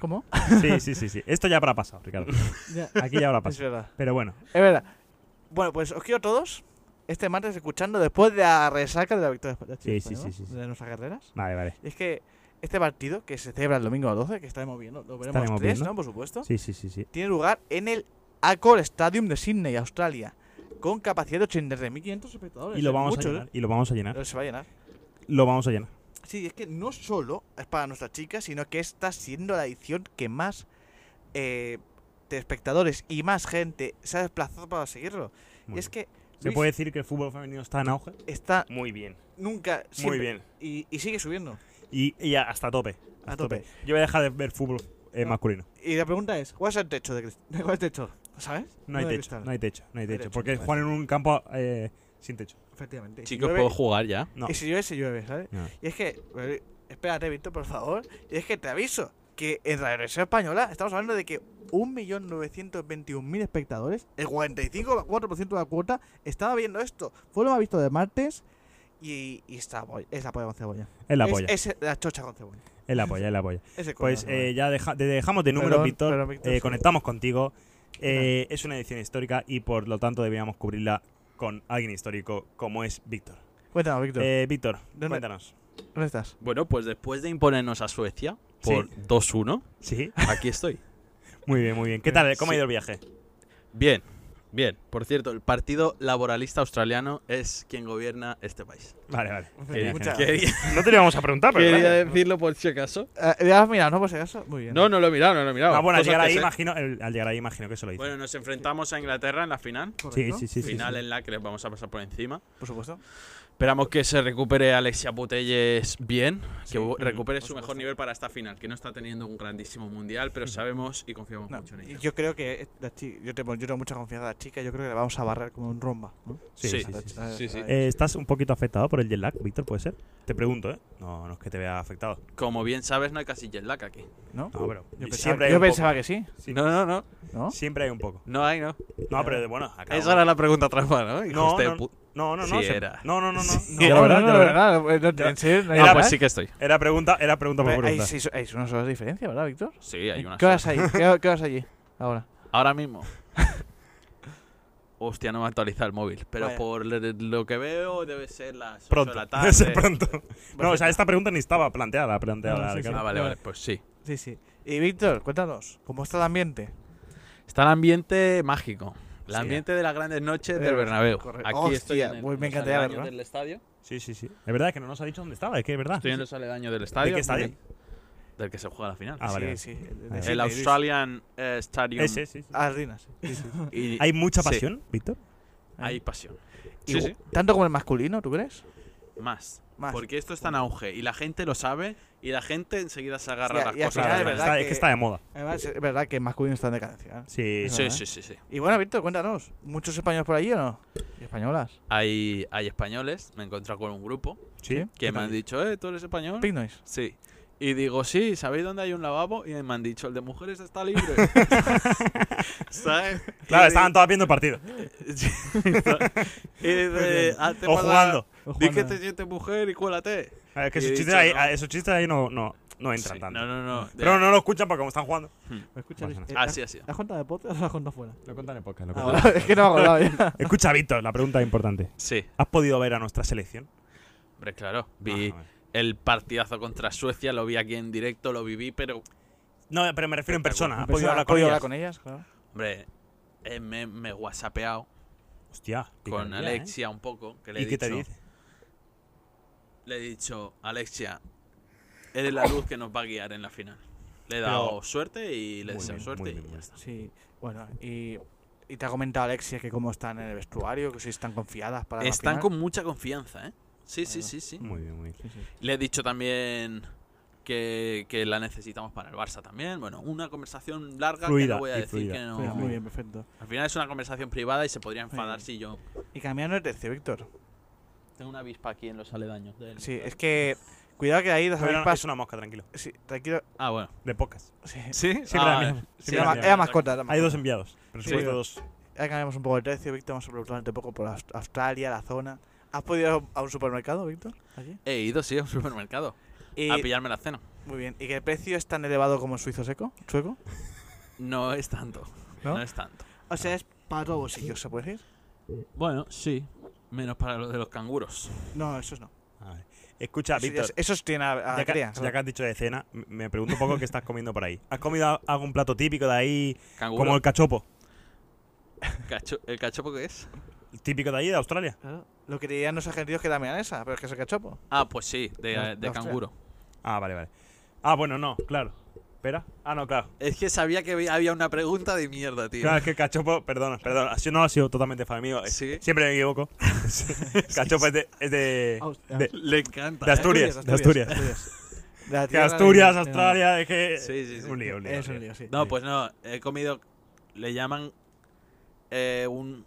[SPEAKER 2] ¿Cómo?
[SPEAKER 3] (laughs) Sí, sí, sí, sí. Esto ya habrá pasado, Ricardo.
[SPEAKER 2] (laughs)
[SPEAKER 3] (laughs)
[SPEAKER 2] Ya,
[SPEAKER 3] Aquí ya habrá
[SPEAKER 2] es
[SPEAKER 3] pasado.
[SPEAKER 2] verdad.
[SPEAKER 3] Pero bueno,
[SPEAKER 2] Es verdad. Bueno, pues os quiero a todos este martes escuchando después de la resaca de la victoria de
[SPEAKER 3] Sí, sí,
[SPEAKER 2] Española,
[SPEAKER 3] sí, sí, sí.
[SPEAKER 2] de nuestras carreras.
[SPEAKER 3] vale, vale.
[SPEAKER 2] Es que este partido que se celebra el domingo a 12, que estaremos viendo, lo veremos
[SPEAKER 3] Estaremos
[SPEAKER 2] tres,
[SPEAKER 3] viendo.
[SPEAKER 2] ¿no? Por supuesto.
[SPEAKER 3] Sí, sí, sí, sí.
[SPEAKER 2] Tiene lugar en el Accor Stadium de Sydney, Australia, con capacidad de 83.500 espectadores.
[SPEAKER 3] Y lo
[SPEAKER 2] Es
[SPEAKER 3] vamos
[SPEAKER 2] mucho,
[SPEAKER 3] a
[SPEAKER 2] ¿eh?
[SPEAKER 3] llenar. Y lo vamos a llenar.
[SPEAKER 2] Pero se va a llenar.
[SPEAKER 3] Lo vamos a llenar.
[SPEAKER 2] Sí, es que no solo es para nuestras chicas, sino que está siendo la edición que más eh, de espectadores y más gente se ha desplazado para seguirlo.
[SPEAKER 3] Muy
[SPEAKER 2] y es
[SPEAKER 3] bien.
[SPEAKER 2] que
[SPEAKER 3] ¿Se
[SPEAKER 2] Luis,
[SPEAKER 3] puede decir que el fútbol femenino está en auge?
[SPEAKER 2] está
[SPEAKER 3] Muy bien.
[SPEAKER 2] nunca
[SPEAKER 3] Muy
[SPEAKER 2] siempre-
[SPEAKER 3] bien.
[SPEAKER 2] Y, y sigue subiendo
[SPEAKER 3] Y, y hasta tope.
[SPEAKER 2] a tope.
[SPEAKER 3] Yo voy a dejar de ver fútbol eh,
[SPEAKER 2] No.
[SPEAKER 3] masculino.
[SPEAKER 2] Y la pregunta es, ¿cuál es el techo de, cris- (laughs) ¿Cuál es el techo? ¿Sabes?
[SPEAKER 3] No hay
[SPEAKER 2] de
[SPEAKER 3] techo,
[SPEAKER 2] cristal.
[SPEAKER 3] no hay techo, no hay techo.
[SPEAKER 2] techo,
[SPEAKER 3] Porque
[SPEAKER 2] vale.
[SPEAKER 3] juegan en un campo eh, sin techo.
[SPEAKER 2] Efectivamente. Y si
[SPEAKER 1] Chicos,
[SPEAKER 2] llueve-
[SPEAKER 1] ¿puedo jugar ya?
[SPEAKER 3] No.
[SPEAKER 2] Y si llueve, se llueve, ¿sabes?
[SPEAKER 3] No.
[SPEAKER 2] Y es que, eh, espérate, Víctor, por favor. Y es que te aviso que en la versión española estamos hablando de que 1.921.000 espectadores, el 45,4% de la cuota, estaba viendo esto. Fue lo más visto de martes y, y está, bo- es la polla con cebolla.
[SPEAKER 3] Es la
[SPEAKER 2] Es-
[SPEAKER 3] polla,
[SPEAKER 2] Es, la chocha con cebolla.
[SPEAKER 3] es la polla, es la polla.
[SPEAKER 2] Ese
[SPEAKER 3] Pues eh, ya deja- te dejamos de
[SPEAKER 2] Perdón,
[SPEAKER 3] números, Víctor.
[SPEAKER 2] perdón, Víctor,
[SPEAKER 3] eh,
[SPEAKER 2] sí.
[SPEAKER 3] conectamos contigo. Eh, es una edición histórica y por lo tanto debíamos cubrirla con alguien histórico como es Víctor.
[SPEAKER 2] Cuéntanos, Víctor.
[SPEAKER 3] Eh, Víctor,
[SPEAKER 2] ¿Dónde-
[SPEAKER 3] cuéntanos.
[SPEAKER 2] ¿Dónde estás?
[SPEAKER 1] Bueno, pues después de imponernos a Suecia
[SPEAKER 3] Sí.
[SPEAKER 1] por 2-1, (laughs)
[SPEAKER 3] Sí,
[SPEAKER 1] aquí estoy.
[SPEAKER 3] (laughs) muy bien, muy bien. ¿Qué tal? ¿Cómo
[SPEAKER 1] Sí.
[SPEAKER 3] ha ido el viaje?
[SPEAKER 1] Bien, bien. Por cierto, el Partido Laboralista Australiano es quien gobierna este país.
[SPEAKER 3] Vale, vale.
[SPEAKER 1] Quería-
[SPEAKER 2] Muchas-
[SPEAKER 1] quería-
[SPEAKER 3] No te lo íbamos a preguntar,
[SPEAKER 1] quería decirlo por si acaso.
[SPEAKER 2] Ah, ¿Ya has mirado, no? Por si acaso. Muy bien.
[SPEAKER 1] No, no (laughs) lo he mirado, no lo he mirado.
[SPEAKER 3] Ah, bueno, al
[SPEAKER 1] Cosas
[SPEAKER 3] llegar,
[SPEAKER 1] que
[SPEAKER 3] ahí,
[SPEAKER 1] sé.
[SPEAKER 3] imagino, el- al llegar ahí imagino que eso lo hizo.
[SPEAKER 1] Bueno, nos enfrentamos a Inglaterra en la final.
[SPEAKER 3] sí,
[SPEAKER 2] Correcto.
[SPEAKER 3] sí, sí, sí, sí.
[SPEAKER 1] final en la que les vamos a pasar por encima.
[SPEAKER 2] Por supuesto.
[SPEAKER 1] Esperamos que se recupere Alexia Putelles bien, que bu- recupere
[SPEAKER 2] por
[SPEAKER 1] su mejor
[SPEAKER 2] supuesto.
[SPEAKER 1] nivel para esta final, que no está teniendo un grandísimo mundial, pero sabemos y confiamos
[SPEAKER 2] No,
[SPEAKER 1] mucho en
[SPEAKER 2] y
[SPEAKER 1] ella.
[SPEAKER 2] yo creo que las chi- yo, tengo, yo tengo mucha confianza en las chicas. Yo creo que le vamos a barrer como un romba. ¿no?
[SPEAKER 3] Sí,
[SPEAKER 1] Sí.
[SPEAKER 3] sí, sí, sí.
[SPEAKER 1] Sí, sí.
[SPEAKER 3] Eh, ¿Estás un poquito afectado por el jet lag, Víctor? ¿Puede ser? Te pregunto, ¿eh? No, no es que te vea afectado.
[SPEAKER 1] Como bien sabes, no hay casi jet lag aquí.
[SPEAKER 2] ¿No?
[SPEAKER 3] No, pero
[SPEAKER 2] Yo pensaba,
[SPEAKER 3] siempre, hay
[SPEAKER 2] yo
[SPEAKER 3] un poco,
[SPEAKER 2] pensaba que sí,
[SPEAKER 3] Sí.
[SPEAKER 1] No, no, no.
[SPEAKER 2] ¿no?
[SPEAKER 3] siempre hay un poco.
[SPEAKER 1] No hay, no.
[SPEAKER 3] No, pero de- bueno, acabo.
[SPEAKER 1] Esa era la pregunta trampa, ¿no? Hijos
[SPEAKER 3] No,
[SPEAKER 1] de
[SPEAKER 3] no,
[SPEAKER 1] pu-
[SPEAKER 3] no, no, no,
[SPEAKER 1] Sí,
[SPEAKER 3] se-
[SPEAKER 1] era.
[SPEAKER 3] no, no, no, no.
[SPEAKER 2] No,
[SPEAKER 3] Yo la verdad,
[SPEAKER 2] no,
[SPEAKER 3] yo la
[SPEAKER 2] no,
[SPEAKER 3] verdad.
[SPEAKER 2] no, eh, no, en serio, no hay
[SPEAKER 1] Ah,
[SPEAKER 2] nada,
[SPEAKER 1] pues
[SPEAKER 2] ¿eh?
[SPEAKER 1] sí que estoy.
[SPEAKER 3] Era pregunta, era pregunta por
[SPEAKER 2] Hay
[SPEAKER 3] pregunta.
[SPEAKER 2] seis, hay unas horas de diferencia, ¿verdad, Víctor?
[SPEAKER 1] Sí, hay una.
[SPEAKER 2] ¿Qué horas hay? ¿Qué, qué horas allí? Ahora.
[SPEAKER 1] Ahora mismo. Hostia, no me actualiza el móvil. Pero
[SPEAKER 2] Vaya.
[SPEAKER 1] por le- lo que veo, debe ser las 8 de
[SPEAKER 3] (laughs) Pronto. (laughs)
[SPEAKER 1] la
[SPEAKER 3] Debe ser
[SPEAKER 1] tarde. (laughs) Pues
[SPEAKER 3] pronto. No, o sea, esta pregunta ni estaba planteada, planteada.
[SPEAKER 4] No, sí, sí.
[SPEAKER 1] Ah,
[SPEAKER 3] Ricardo.
[SPEAKER 1] vale, vale, pues sí.
[SPEAKER 2] Sí, sí. Y Víctor, cuéntanos, ¿cómo está el ambiente?
[SPEAKER 1] Está el ambiente mágico. El
[SPEAKER 3] Sí.
[SPEAKER 1] ambiente de las grandes noches del
[SPEAKER 2] Eh,
[SPEAKER 1] Bernabéu.
[SPEAKER 2] correcto.
[SPEAKER 1] Aquí
[SPEAKER 2] Hostia,
[SPEAKER 1] estoy en el-
[SPEAKER 2] pues me
[SPEAKER 1] los
[SPEAKER 2] encantaría
[SPEAKER 1] aledaños
[SPEAKER 2] verlo, ¿eh?
[SPEAKER 1] del
[SPEAKER 2] (laughs)
[SPEAKER 1] estadio.
[SPEAKER 3] Sí, sí, sí. Es verdad que no nos ha dicho dónde estaba, es que es verdad.
[SPEAKER 1] Estoy en los aledaños del estadio.
[SPEAKER 3] qué estadio?
[SPEAKER 1] del- Del que se juega la final.
[SPEAKER 3] Ah, vale.
[SPEAKER 2] Sí, sí.
[SPEAKER 3] vale.
[SPEAKER 1] el Australian eh, Stadium.
[SPEAKER 3] Ese, sí, sí.
[SPEAKER 2] Ardinas.
[SPEAKER 1] Y
[SPEAKER 3] ¿Hay mucha
[SPEAKER 1] Sí.
[SPEAKER 3] pasión, Víctor?
[SPEAKER 1] hay pasión. Sí, sí.
[SPEAKER 2] ¿Tanto como el masculino, tú crees?
[SPEAKER 1] Más.
[SPEAKER 2] Más.
[SPEAKER 1] Porque esto está en auge y la gente lo sabe y la gente enseguida se agarra
[SPEAKER 2] Y a-
[SPEAKER 1] a las
[SPEAKER 2] y al
[SPEAKER 1] cosas.
[SPEAKER 2] final,
[SPEAKER 1] de
[SPEAKER 2] es
[SPEAKER 1] la
[SPEAKER 2] verdad
[SPEAKER 3] está-
[SPEAKER 2] que-
[SPEAKER 3] es que está de moda.
[SPEAKER 2] Además, es verdad que el masculino está en decadencia. ¿eh?
[SPEAKER 3] Sí,
[SPEAKER 2] Es
[SPEAKER 1] Sí,
[SPEAKER 2] verdad,
[SPEAKER 1] sí, sí, sí.
[SPEAKER 2] Y bueno, Víctor, cuéntanos, ¿muchos españoles por allí o no? ¿Y españolas?
[SPEAKER 1] Hay, hay españoles, me he encontrado con un grupo
[SPEAKER 3] sí.
[SPEAKER 1] que me han dicho, eh, ¿tú eres español?
[SPEAKER 2] Pink Noise.
[SPEAKER 1] Sí. Y digo, sí, ¿sabéis dónde hay un lavabo? Y me han dicho, el de mujeres está
[SPEAKER 3] (laughs)
[SPEAKER 1] libre. ¿Sabes?
[SPEAKER 3] Claro,
[SPEAKER 1] Y
[SPEAKER 3] estaban todas viendo el partido.
[SPEAKER 1] y dice, hazte
[SPEAKER 3] O
[SPEAKER 1] para-
[SPEAKER 3] jugando.
[SPEAKER 1] "Ah, Di que te sientes mujer y cuélate.
[SPEAKER 3] A ver, que
[SPEAKER 1] Y
[SPEAKER 3] esos
[SPEAKER 1] he
[SPEAKER 3] chistes,
[SPEAKER 1] dicho,
[SPEAKER 3] ahí,
[SPEAKER 1] no.
[SPEAKER 3] a- esos chistes ahí no, no, no entran
[SPEAKER 1] Sí,
[SPEAKER 3] tanto.
[SPEAKER 1] No, no, no. ah, de-
[SPEAKER 3] Pero no lo escuchan porque como están jugando.
[SPEAKER 2] ¿Me escuchas?
[SPEAKER 3] Imagínate.
[SPEAKER 2] Eh,
[SPEAKER 1] Así, así.
[SPEAKER 2] ¿La junta de podcast o la junta fuera?
[SPEAKER 3] Lo contan en podcast.
[SPEAKER 2] Ah, vale, (laughs) es que no me acordaba ya.
[SPEAKER 3] Escucha, Víctor, la pregunta es importante.
[SPEAKER 1] Sí,
[SPEAKER 3] ¿Has podido ver a nuestra selección?
[SPEAKER 1] hombre, claro.
[SPEAKER 3] Ah,
[SPEAKER 1] Vi
[SPEAKER 3] joder.
[SPEAKER 1] el partidazo contra Suecia, lo vi aquí en directo, lo viví, pero,
[SPEAKER 3] No, pero me refiero en persona. ¿Has
[SPEAKER 2] (laughs) Empezó-
[SPEAKER 3] podido hablar
[SPEAKER 2] ¿has
[SPEAKER 3] con
[SPEAKER 2] podido
[SPEAKER 3] ellas?
[SPEAKER 2] Ah, pues hablar con ellas? Claro.
[SPEAKER 1] hombre, eh, me, me he whatsappeado
[SPEAKER 3] Hostia. qué
[SPEAKER 1] con
[SPEAKER 3] cabrón, ¿eh?
[SPEAKER 1] Alexia un poco. Que le he
[SPEAKER 3] ¿Y qué te
[SPEAKER 1] dicho-
[SPEAKER 3] dice?
[SPEAKER 1] Le he dicho, Alexia, eres la luz que nos va a guiar en la final. Le he dado
[SPEAKER 3] Pero-
[SPEAKER 1] suerte y le
[SPEAKER 3] Muy
[SPEAKER 1] deseo
[SPEAKER 3] bien,
[SPEAKER 1] suerte
[SPEAKER 3] muy
[SPEAKER 1] y
[SPEAKER 3] bien,
[SPEAKER 1] ya
[SPEAKER 3] muy
[SPEAKER 1] está.
[SPEAKER 2] Sí, bueno, y, y te ha comentado Alexia que cómo están en el vestuario, que si están confiadas para la
[SPEAKER 1] Están
[SPEAKER 2] final.
[SPEAKER 1] con mucha confianza, ¿eh? Sí, sí,
[SPEAKER 2] Bueno.
[SPEAKER 1] sí, sí.
[SPEAKER 3] Muy bien, muy bien.
[SPEAKER 2] Sí, sí.
[SPEAKER 1] Le he dicho también que, que la necesitamos para el Barça también. Bueno, una conversación larga que
[SPEAKER 3] Fluida
[SPEAKER 1] no voy a
[SPEAKER 3] y
[SPEAKER 1] decir
[SPEAKER 3] fluida.
[SPEAKER 1] que no.
[SPEAKER 2] Mira, Pues Muy bien, perfecto.
[SPEAKER 1] Al final es una conversación privada y se podría enfadar
[SPEAKER 2] bien.
[SPEAKER 1] si yo
[SPEAKER 2] Y cambiando de tercio, Víctor.
[SPEAKER 1] tengo una avispa aquí en los aledaños. del-
[SPEAKER 2] Sí, es que cuidado que ahí las
[SPEAKER 3] No, no,
[SPEAKER 2] avispas-
[SPEAKER 3] es una mosca, tranquilo.
[SPEAKER 2] Sí, tranquilo.
[SPEAKER 1] Ah, bueno.
[SPEAKER 3] De pocas.
[SPEAKER 2] Sí.
[SPEAKER 1] ¿Sí?
[SPEAKER 3] Siempre la misma.
[SPEAKER 1] sí,
[SPEAKER 3] Siempre la
[SPEAKER 2] era, ma-
[SPEAKER 1] sí,
[SPEAKER 3] misma.
[SPEAKER 2] era
[SPEAKER 1] sí.
[SPEAKER 2] mascota, era
[SPEAKER 3] Hay
[SPEAKER 2] mascota.
[SPEAKER 3] dos enviados. Pero
[SPEAKER 1] Sí.
[SPEAKER 3] supuesto dos.
[SPEAKER 2] Ya cambiamos un poco el tercio, Víctor. Vamos a preguntar un poco por Aus- Australia, la zona. ¿Has podido ir a un supermercado, Víctor? Allí.
[SPEAKER 1] He ido, sí, a un supermercado.
[SPEAKER 2] Y-
[SPEAKER 1] A pillarme la cena.
[SPEAKER 2] muy bien. ¿Y que el precio es tan elevado como el suizo seco? ¿Sueco?
[SPEAKER 1] No es tanto.
[SPEAKER 2] ¿No?
[SPEAKER 1] ¿No? es tanto.
[SPEAKER 2] O sea, es para todo bolsillo, ¿se puede decir?
[SPEAKER 1] Bueno, sí. Menos para los de los canguros.
[SPEAKER 2] No, esos no.
[SPEAKER 3] A ver. Escucha,
[SPEAKER 2] Eso, ya-
[SPEAKER 3] Ah, Víctor.
[SPEAKER 2] esos tienen a, a
[SPEAKER 1] Ah,
[SPEAKER 2] la
[SPEAKER 3] Ya que,
[SPEAKER 2] cría,
[SPEAKER 3] ya que has dicho de cena, m- me pregunto un poco qué estás comiendo por ahí. ¿Has comido a- algún plato típico de ahí?
[SPEAKER 1] Canguro.
[SPEAKER 3] Como el cachopo.
[SPEAKER 1] cacho- ¿El cachopo qué es?
[SPEAKER 3] ¿Típico de ahí, de Australia?
[SPEAKER 2] Claro. Lo que dirían los argentinos que es la milanesa, pero es que es el cachopo.
[SPEAKER 1] Ah, pues sí, de,
[SPEAKER 2] No,
[SPEAKER 1] de
[SPEAKER 2] de Australia.
[SPEAKER 1] canguro.
[SPEAKER 3] Ah, vale, vale. Ah, bueno, no, claro. Espera. Ah, no, claro.
[SPEAKER 1] Es que sabía que había- había una pregunta de mierda, tío.
[SPEAKER 3] Claro, es que el cachopo, perdona, perdona, así no ha sido totalmente fan mío. eh,
[SPEAKER 1] Sí.
[SPEAKER 3] Siempre me equivoco. (laughs) cachopo es de, es de, de-
[SPEAKER 1] Le encanta.
[SPEAKER 3] de
[SPEAKER 1] ¿eh?
[SPEAKER 3] Asturias, de Asturias. (laughs)
[SPEAKER 2] Asturias. De la
[SPEAKER 3] Que
[SPEAKER 2] tierra de-
[SPEAKER 3] Asturias,
[SPEAKER 2] de-
[SPEAKER 3] Australia, es que.
[SPEAKER 1] Sí, sí, sí.
[SPEAKER 3] Un lío, un lío.
[SPEAKER 2] Es
[SPEAKER 3] un
[SPEAKER 2] un
[SPEAKER 3] lío.
[SPEAKER 2] lío, sí.
[SPEAKER 1] No, pues no, he comido, le llaman eh, un,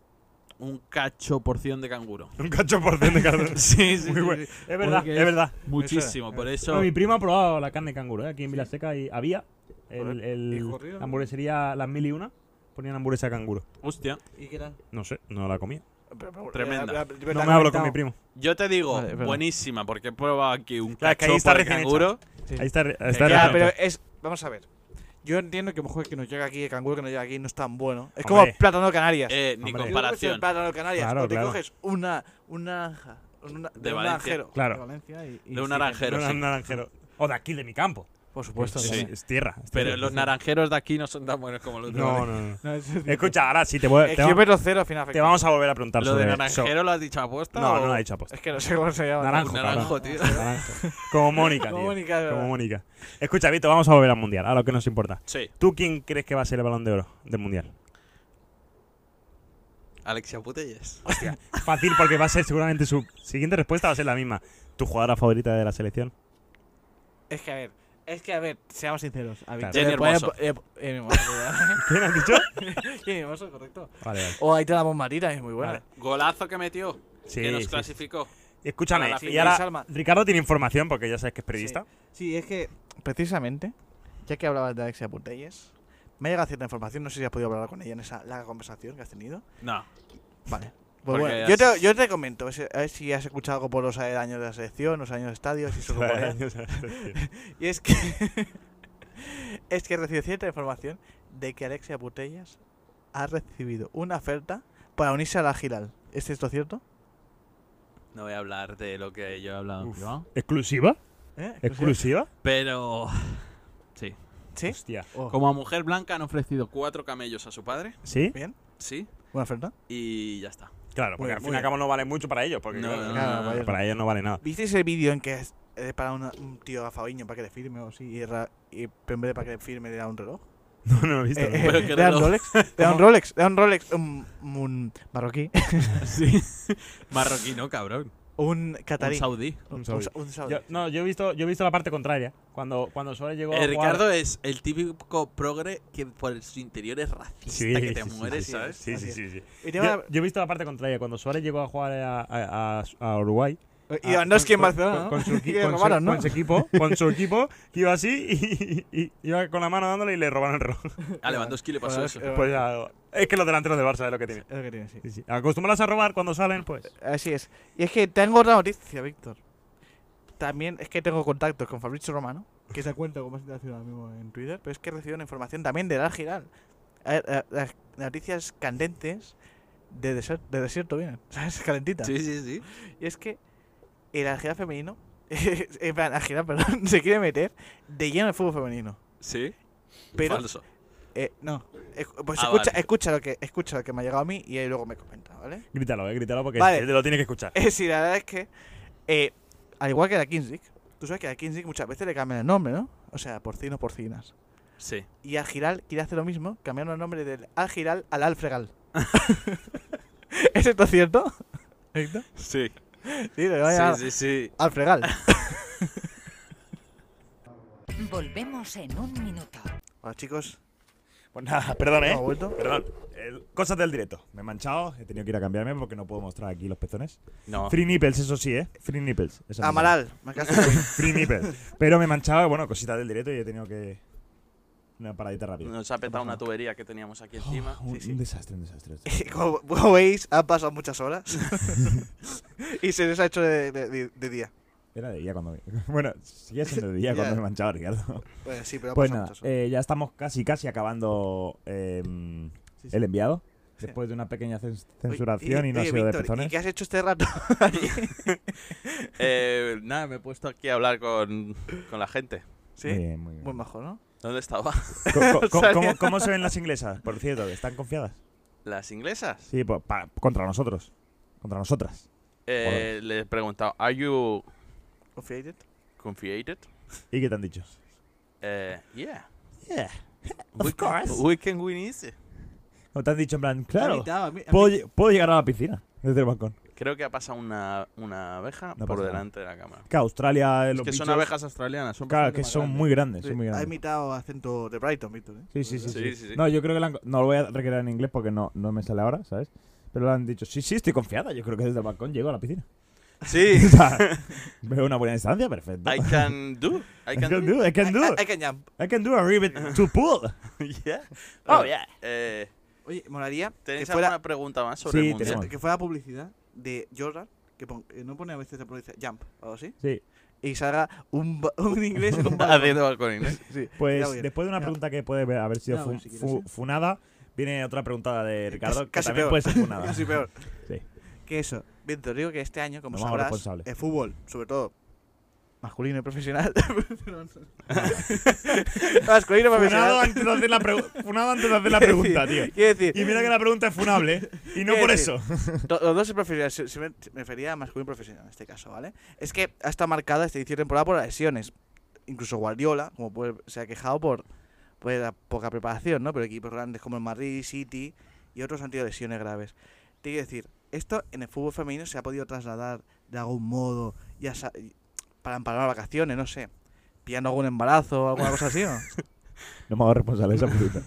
[SPEAKER 1] un cacho porción de canguro.
[SPEAKER 3] Un cacho por cien de carne.
[SPEAKER 1] (laughs) Sí, sí, sí,
[SPEAKER 3] Muy bueno.
[SPEAKER 1] sí.
[SPEAKER 3] Es verdad,
[SPEAKER 4] Porque
[SPEAKER 3] es verdad.
[SPEAKER 1] Muchísimo, por eso...
[SPEAKER 3] Bueno, mi prima ha probado la carne de canguro, ¿eh? aquí en Vilaseca y había el, el-
[SPEAKER 2] ¿Y corrió?
[SPEAKER 3] la hamburguesería Las Mil y Una, ponían hamburguesa de canguro.
[SPEAKER 1] Hostia.
[SPEAKER 2] ¿Y qué eran?
[SPEAKER 3] No sé, no la comía.
[SPEAKER 2] Pero- pero-
[SPEAKER 1] Tremenda.
[SPEAKER 2] la- la- la-
[SPEAKER 3] No
[SPEAKER 2] la-
[SPEAKER 3] me hablo con
[SPEAKER 2] comentado.
[SPEAKER 3] mi primo.
[SPEAKER 1] Yo te digo,
[SPEAKER 2] Vale, es verdad.
[SPEAKER 1] buenísima, porque he probado aquí un
[SPEAKER 3] Claro, es que ahí
[SPEAKER 1] cacho
[SPEAKER 3] está
[SPEAKER 1] de
[SPEAKER 3] recién hecha.
[SPEAKER 1] canguro.
[SPEAKER 2] Sí.
[SPEAKER 3] Ahí está, ahí
[SPEAKER 1] Ya,
[SPEAKER 3] está
[SPEAKER 2] Ya,
[SPEAKER 3] la
[SPEAKER 2] pero
[SPEAKER 3] receta.
[SPEAKER 2] es. Vamos a ver. Yo entiendo que a lo mejor que nos llega aquí, el canguro que nos llega aquí no es tan bueno. Es
[SPEAKER 3] Hombre.
[SPEAKER 2] como el plátano de Canarias.
[SPEAKER 1] Eh, ni
[SPEAKER 3] Hombre.
[SPEAKER 2] Yo creo que es El
[SPEAKER 1] comparación.
[SPEAKER 2] plátano de Canarias.
[SPEAKER 3] Claro,
[SPEAKER 2] o te
[SPEAKER 3] claro.
[SPEAKER 2] coges una, una naranja. una- de,
[SPEAKER 1] De
[SPEAKER 2] un
[SPEAKER 1] Valencia.
[SPEAKER 2] naranjero.
[SPEAKER 4] De
[SPEAKER 3] Claro,
[SPEAKER 4] Valencia y, y
[SPEAKER 1] De un
[SPEAKER 4] sí,
[SPEAKER 1] naranjero,
[SPEAKER 3] no era
[SPEAKER 1] sí.
[SPEAKER 3] un naranjero. O de aquí, de mi campo.
[SPEAKER 2] Por supuesto.
[SPEAKER 1] Sí.
[SPEAKER 3] Es, es tierra. es
[SPEAKER 1] Pero
[SPEAKER 3] tierra.
[SPEAKER 1] los naranjeros de aquí no son tan buenos como los de
[SPEAKER 3] No,
[SPEAKER 1] Valencia.
[SPEAKER 3] no, no.
[SPEAKER 4] No, eso es cierto.
[SPEAKER 3] Escucha, ahora sí, te, voy,
[SPEAKER 2] El
[SPEAKER 3] te, va-
[SPEAKER 2] kilómetro cero al final
[SPEAKER 3] te
[SPEAKER 2] afecta.
[SPEAKER 3] vamos a volver a preguntar
[SPEAKER 1] ¿Lo
[SPEAKER 3] sobre
[SPEAKER 1] de
[SPEAKER 3] eso.
[SPEAKER 1] naranjero lo has dicho apuesta?
[SPEAKER 3] No,
[SPEAKER 1] o-
[SPEAKER 3] no lo he dicho
[SPEAKER 2] (laughs)
[SPEAKER 3] aposta.
[SPEAKER 2] Es que no sé cómo se llama.
[SPEAKER 3] Naranjo,
[SPEAKER 1] Naranjo, tío.
[SPEAKER 3] Naranjo. Como Mónica,
[SPEAKER 2] Como
[SPEAKER 3] tío.
[SPEAKER 2] Mónica, es verdad.
[SPEAKER 3] Como Mónica. Escucha, Vito, vamos a volver al mundial, a lo que nos importa.
[SPEAKER 1] Sí,
[SPEAKER 3] ¿Tú quién crees que va a ser el balón de oro del mundial?
[SPEAKER 1] Alexia Putelles.
[SPEAKER 3] Fácil porque va a ser seguramente su siguiente respuesta va a ser la misma. ¿Tu jugadora favorita de la selección?
[SPEAKER 2] Es que a ver. Es que a ver, seamos sinceros.
[SPEAKER 3] Claro.
[SPEAKER 2] A Víctor
[SPEAKER 1] Jenny
[SPEAKER 2] le pueden
[SPEAKER 1] Hermoso.
[SPEAKER 2] po- le po- Jenny Hermoso, ¿verdad?
[SPEAKER 3] ¿Quién has dicho?
[SPEAKER 2] (laughs) Jenny Hermoso, correcto.
[SPEAKER 3] (laughs) Vale, vale.
[SPEAKER 2] O Aitana Bonmatí es muy buena.
[SPEAKER 3] Vale.
[SPEAKER 1] Golazo que metió,
[SPEAKER 3] Sí,
[SPEAKER 1] que
[SPEAKER 3] sí,
[SPEAKER 1] nos
[SPEAKER 3] sí.
[SPEAKER 1] clasificó.
[SPEAKER 3] Escúchame,
[SPEAKER 2] Para la
[SPEAKER 3] y
[SPEAKER 2] final,
[SPEAKER 3] ahora
[SPEAKER 2] Salma.
[SPEAKER 3] Ricardo tiene información porque ya sabes que es periodista.
[SPEAKER 2] Sí, es que precisamente, ya que hablabas de Alexia Putellas, me ha llegado cierta información, no sé si has podido hablar con ella en esa larga conversación que has tenido.
[SPEAKER 1] No,
[SPEAKER 2] Vale.
[SPEAKER 1] Porque
[SPEAKER 2] Pues bueno,
[SPEAKER 1] has-
[SPEAKER 2] yo te, yo te comento, a ver si- a ver si has escuchado algo por los años de la selección, los años de estadios y su rumorea. (laughs) Y es que es que recibido cierta información de que Alexia Putellas ha recibido una oferta para unirse a la Giral. ¿Es esto cierto?
[SPEAKER 1] no voy a hablar de lo que yo he hablado.
[SPEAKER 3] Uf.
[SPEAKER 1] ¿no?
[SPEAKER 3] ¿Exclusiva?
[SPEAKER 2] ¿Eh?
[SPEAKER 3] ¿Exclusiva?
[SPEAKER 1] Pero... Sí.
[SPEAKER 2] ¿Sí?
[SPEAKER 3] Hostia.
[SPEAKER 2] Oh,
[SPEAKER 1] Como a mujer blanca han ofrecido cuatro camellos a su padre,
[SPEAKER 3] ¿Sí?
[SPEAKER 2] Bien,
[SPEAKER 1] sí,
[SPEAKER 2] una oferta.
[SPEAKER 1] y ya está.
[SPEAKER 3] Claro,
[SPEAKER 2] Muy
[SPEAKER 3] porque al
[SPEAKER 2] bien,
[SPEAKER 3] fin
[SPEAKER 2] muy
[SPEAKER 3] y al
[SPEAKER 2] bien.
[SPEAKER 3] cabo no vale mucho para ellos. Porque
[SPEAKER 1] No,
[SPEAKER 3] claro,
[SPEAKER 1] no,
[SPEAKER 2] claro,
[SPEAKER 1] no, no,
[SPEAKER 2] vaya.
[SPEAKER 1] no.
[SPEAKER 3] para ellos no vale nada.
[SPEAKER 2] ¿Visteis el vídeo en que es eh, para una- un tío a Fabiño para que le firme o así? Y, ra- y en vez de para que le firme le da un reloj.
[SPEAKER 3] (laughs) No, no lo he visto.
[SPEAKER 2] Eh,
[SPEAKER 3] no.
[SPEAKER 1] Pero
[SPEAKER 2] eh,
[SPEAKER 1] qué
[SPEAKER 2] le da un
[SPEAKER 1] reloj.
[SPEAKER 3] (laughs)
[SPEAKER 2] Rolex, le da un Rolex, le da un Rolex, un, un marroquí, (laughs)
[SPEAKER 1] (laughs) Sí. Marroquí no, cabrón.
[SPEAKER 2] un
[SPEAKER 1] Un
[SPEAKER 2] catarí.
[SPEAKER 1] saudí.
[SPEAKER 3] Un
[SPEAKER 2] un
[SPEAKER 3] saudí.
[SPEAKER 2] sa- un saudí.
[SPEAKER 3] Yo, no, yo he visto, yo he visto la parte contraria. Cuando, cuando Suárez llegó a
[SPEAKER 1] Eh,
[SPEAKER 3] jugar-
[SPEAKER 1] Ricardo es el típico progre que por su interior es racista,
[SPEAKER 3] Sí,
[SPEAKER 1] que te
[SPEAKER 3] sí, sí,
[SPEAKER 1] mueres,
[SPEAKER 2] sí,
[SPEAKER 1] ¿sabes?
[SPEAKER 3] Sí, sí,
[SPEAKER 2] Así
[SPEAKER 3] sí, sí.
[SPEAKER 2] Y te
[SPEAKER 3] Yo,
[SPEAKER 2] van a-
[SPEAKER 3] yo he visto la parte contraria. Cuando Suárez llegó a jugar a, a- a- a Uruguay.
[SPEAKER 2] y
[SPEAKER 3] a-
[SPEAKER 2] Lewandowski
[SPEAKER 3] ah,
[SPEAKER 2] en
[SPEAKER 3] con-
[SPEAKER 2] Barcelona,
[SPEAKER 3] con-
[SPEAKER 2] ¿no?
[SPEAKER 3] Con
[SPEAKER 2] (laughs)
[SPEAKER 3] su
[SPEAKER 2] Y
[SPEAKER 3] equi-
[SPEAKER 2] le
[SPEAKER 3] con su-
[SPEAKER 2] robaron, ¿no?
[SPEAKER 3] con su equipo, con su equipo, que iba así y, y- y iba con la mano dándole y le robaron el reloj.
[SPEAKER 1] A Ah, Lewandowski le pasó
[SPEAKER 2] Bueno,
[SPEAKER 1] eso.
[SPEAKER 2] es-
[SPEAKER 3] Pues ya, es que los delanteros de Barça es lo que tienen.
[SPEAKER 2] Es lo que tiene, sí.
[SPEAKER 3] Sí, sí. Acostumbrados a robar cuando salen, pues.
[SPEAKER 2] Así es. Y es que tengo otra noticia, Víctor. También es que tengo contactos con Fabrizio Romano, que se cuenta como es internacional mismo en Twitter, pero es que he recibido una información también de la Giral. A ver, a- eh, Las noticias candentes de, deser- de desierto vienen, (laughs) ¿sabes? Calentitas.
[SPEAKER 1] Sí, sí, sí.
[SPEAKER 2] Y es que el Algirá femenino, (laughs) en plan, Algirá, perdón, (laughs) se quiere meter de lleno en el fútbol femenino.
[SPEAKER 1] Sí.
[SPEAKER 2] Pero,
[SPEAKER 1] Falso.
[SPEAKER 2] eh, no, Eh, pues
[SPEAKER 1] Ah,
[SPEAKER 2] escucha,
[SPEAKER 1] vale.
[SPEAKER 2] escucha, lo que, escucha lo que me ha llegado a mí y ahí luego me comenta, ¿vale? (laughs)
[SPEAKER 3] Grítalo, eh, grítalo porque
[SPEAKER 2] Vale.
[SPEAKER 3] te lo tiene que escuchar.
[SPEAKER 2] Eh, (laughs) sí, la verdad es que, eh, al igual que la Kingsick, tú sabes que a la Kingsick muchas veces le cambian el nombre, ¿no? O sea, porcino, porcinas.
[SPEAKER 1] Sí.
[SPEAKER 2] Y Algiral quiere hacer lo mismo, cambiando el nombre del Algiral
[SPEAKER 1] (laughs)
[SPEAKER 2] al Alfregal. ¿Es esto cierto? (laughs) ¿Héctor?
[SPEAKER 1] Sí.
[SPEAKER 2] Sí, le vaya
[SPEAKER 1] sí, sí.
[SPEAKER 2] Alfregal.
[SPEAKER 6] Volvemos en un minuto.
[SPEAKER 2] Bueno, chicos,
[SPEAKER 3] Pues nada, perdón, ¿eh?
[SPEAKER 2] ¿hemos vuelto?
[SPEAKER 3] Perdón. Eh, cosas del directo. Me he manchado, he tenido que ir a cambiarme porque no puedo mostrar aquí los pezones.
[SPEAKER 2] Ah.
[SPEAKER 1] No.
[SPEAKER 3] Free nipples, eso sí, ¿eh? Free nipples. esa misma.
[SPEAKER 2] Amaral, me acaso.
[SPEAKER 3] Free nipples. Pero me he manchado, bueno, cositas del directo y he tenido que... Una paradita rápida.
[SPEAKER 1] Nos ha petado una tubería que teníamos aquí
[SPEAKER 3] Oh,
[SPEAKER 1] encima.
[SPEAKER 3] un,
[SPEAKER 1] Sí, sí.
[SPEAKER 3] un desastre, un desastre.
[SPEAKER 2] como, como veis, han pasado muchas horas.
[SPEAKER 3] (laughs)
[SPEAKER 2] y se les ha hecho de, de- de- de día.
[SPEAKER 3] Era de día cuando... (laughs) Bueno, sigue siendo de día cuando
[SPEAKER 2] (laughs) Ya.
[SPEAKER 3] me he manchado, Ricardo.
[SPEAKER 2] Bueno, sí, pero ha
[SPEAKER 3] Pues
[SPEAKER 2] pasado
[SPEAKER 3] nada,
[SPEAKER 2] muchas horas.
[SPEAKER 3] eh, ya estamos casi, casi acabando eh, el enviado. Después de una pequeña cens-
[SPEAKER 2] Oye,
[SPEAKER 3] censuración y, no ha
[SPEAKER 2] oye,
[SPEAKER 3] sido de
[SPEAKER 2] Víctor, ¿Y
[SPEAKER 3] pezones.
[SPEAKER 2] qué has hecho este
[SPEAKER 3] (laughs)
[SPEAKER 2] rato?
[SPEAKER 1] Eh, nada, me he puesto aquí a hablar con, con la gente.
[SPEAKER 2] sí,
[SPEAKER 3] Muy bien, muy bien.
[SPEAKER 2] muy majo, ¿no?
[SPEAKER 1] ¿Dónde estaba? (laughs)
[SPEAKER 3] Co- co- co-
[SPEAKER 1] sabía.
[SPEAKER 3] cómo, cómo se ven las inglesas? Por cierto, que están confiadas.
[SPEAKER 1] ¿Las inglesas?
[SPEAKER 3] Sí, po- pa- contra nosotros. Contra nosotras.
[SPEAKER 1] Eh, les he preguntado, ¿Are you
[SPEAKER 2] Confiated.
[SPEAKER 1] confiated?
[SPEAKER 3] ¿Y qué te han dicho?
[SPEAKER 1] Eh, yeah.
[SPEAKER 3] Yeah.
[SPEAKER 1] We- We can win easy.
[SPEAKER 3] ¿O te han dicho en plan,
[SPEAKER 4] A
[SPEAKER 3] claro,
[SPEAKER 4] mitad, a mi- a
[SPEAKER 3] puedo,
[SPEAKER 4] mi-
[SPEAKER 3] lle- puedo llegar a la piscina desde el balcón?
[SPEAKER 1] Creo que ha pasado una, una abeja
[SPEAKER 3] No
[SPEAKER 1] por
[SPEAKER 3] pasa nada.
[SPEAKER 1] delante de la cámara.
[SPEAKER 3] Que Australia, eh,
[SPEAKER 1] Es
[SPEAKER 3] los
[SPEAKER 1] que son
[SPEAKER 3] bichos-
[SPEAKER 1] abejas australianas,
[SPEAKER 3] (laughs)
[SPEAKER 1] son
[SPEAKER 3] Claro,
[SPEAKER 1] bastante
[SPEAKER 3] que
[SPEAKER 1] más
[SPEAKER 3] son
[SPEAKER 1] grandes.
[SPEAKER 3] muy grandes,
[SPEAKER 2] Sí,
[SPEAKER 3] son muy
[SPEAKER 2] ha
[SPEAKER 3] grandes.
[SPEAKER 2] imitado acento de Brighton, Víctor. ¿eh?
[SPEAKER 3] Sí, sí, sí. sí.
[SPEAKER 1] Sí, sí, sí.
[SPEAKER 3] No, yo creo que la han- no lo voy a recrear en inglés porque no, no me sale ahora, ¿sabes? Pero le han dicho, sí, sí, estoy confiada. Yo creo que desde el balcón llego a la piscina.
[SPEAKER 1] Sí,
[SPEAKER 3] (laughs) O sea, veo una buena distancia, perfecto.
[SPEAKER 1] (laughs) I can do. I
[SPEAKER 3] I
[SPEAKER 1] can
[SPEAKER 3] can
[SPEAKER 1] do.
[SPEAKER 3] do, I can do.
[SPEAKER 2] I- I- I can jump.
[SPEAKER 3] I can do a rivet to pull.
[SPEAKER 1] (laughs) Yeah.
[SPEAKER 3] Oh,
[SPEAKER 1] yeah. Eh,
[SPEAKER 2] Oye, molaría que
[SPEAKER 1] ¿Tenéis
[SPEAKER 2] fuera,
[SPEAKER 1] alguna pregunta más sobre
[SPEAKER 3] Sí,
[SPEAKER 1] el mundial?
[SPEAKER 3] tenemos.
[SPEAKER 2] que fuera publicidad de Jordan, que pon- eh, no pone a veces la publicidad Jump o así,
[SPEAKER 3] Sí.
[SPEAKER 2] y salga un, ba- un inglés
[SPEAKER 1] (laughs)
[SPEAKER 2] con un balón.
[SPEAKER 1] (laughs) Haciendo balcón inglés.
[SPEAKER 2] Sí,
[SPEAKER 3] Pues
[SPEAKER 2] mira, bien.
[SPEAKER 3] después de una
[SPEAKER 2] Ya.
[SPEAKER 3] pregunta que puede haber- haber sido
[SPEAKER 4] Ya, a ver,
[SPEAKER 3] fun-
[SPEAKER 4] si quieres,
[SPEAKER 3] fu-
[SPEAKER 4] ¿eh?
[SPEAKER 3] funada, viene otra pregunta de Ricardo que
[SPEAKER 2] casi
[SPEAKER 3] también
[SPEAKER 2] peor.
[SPEAKER 3] puede ser
[SPEAKER 2] (laughs)
[SPEAKER 3] funada.
[SPEAKER 2] Casi peor.
[SPEAKER 3] (laughs) Sí.
[SPEAKER 2] Que eso, Víctor, digo que este año, como
[SPEAKER 3] Lo más
[SPEAKER 2] sabrás,
[SPEAKER 3] responsable.
[SPEAKER 2] el fútbol, sobre todo masculino y profesional. (laughs)
[SPEAKER 3] (laughs)
[SPEAKER 2] masculino y
[SPEAKER 3] funado,
[SPEAKER 2] profesional.
[SPEAKER 3] antes de hacer la pregu- funado antes de hacer
[SPEAKER 2] (laughs)
[SPEAKER 3] la pregunta, tío.
[SPEAKER 2] Quiero decir,
[SPEAKER 3] Y mira que la pregunta es funable, ¿eh? y no
[SPEAKER 2] ¿Qué
[SPEAKER 3] por
[SPEAKER 2] decir?
[SPEAKER 3] eso.
[SPEAKER 2] Do- Los dos profesionales, se- se me, se me refería a masculino y profesional en este caso, ¿vale? Es que ha estado marcada esta inicio de temporada por las lesiones. Incluso Guardiola, como puede, se ha quejado por, por la poca preparación, ¿no? Pero equipos grandes como el Madrid, City y otros han tenido lesiones graves. Te quiero decir, esto en el fútbol femenino se ha podido trasladar de algún modo, ya sa- para amparar las vacaciones, no sé, pillando algún embarazo o alguna cosa así, ¿no?
[SPEAKER 3] No me hago responsable de esa pregunta.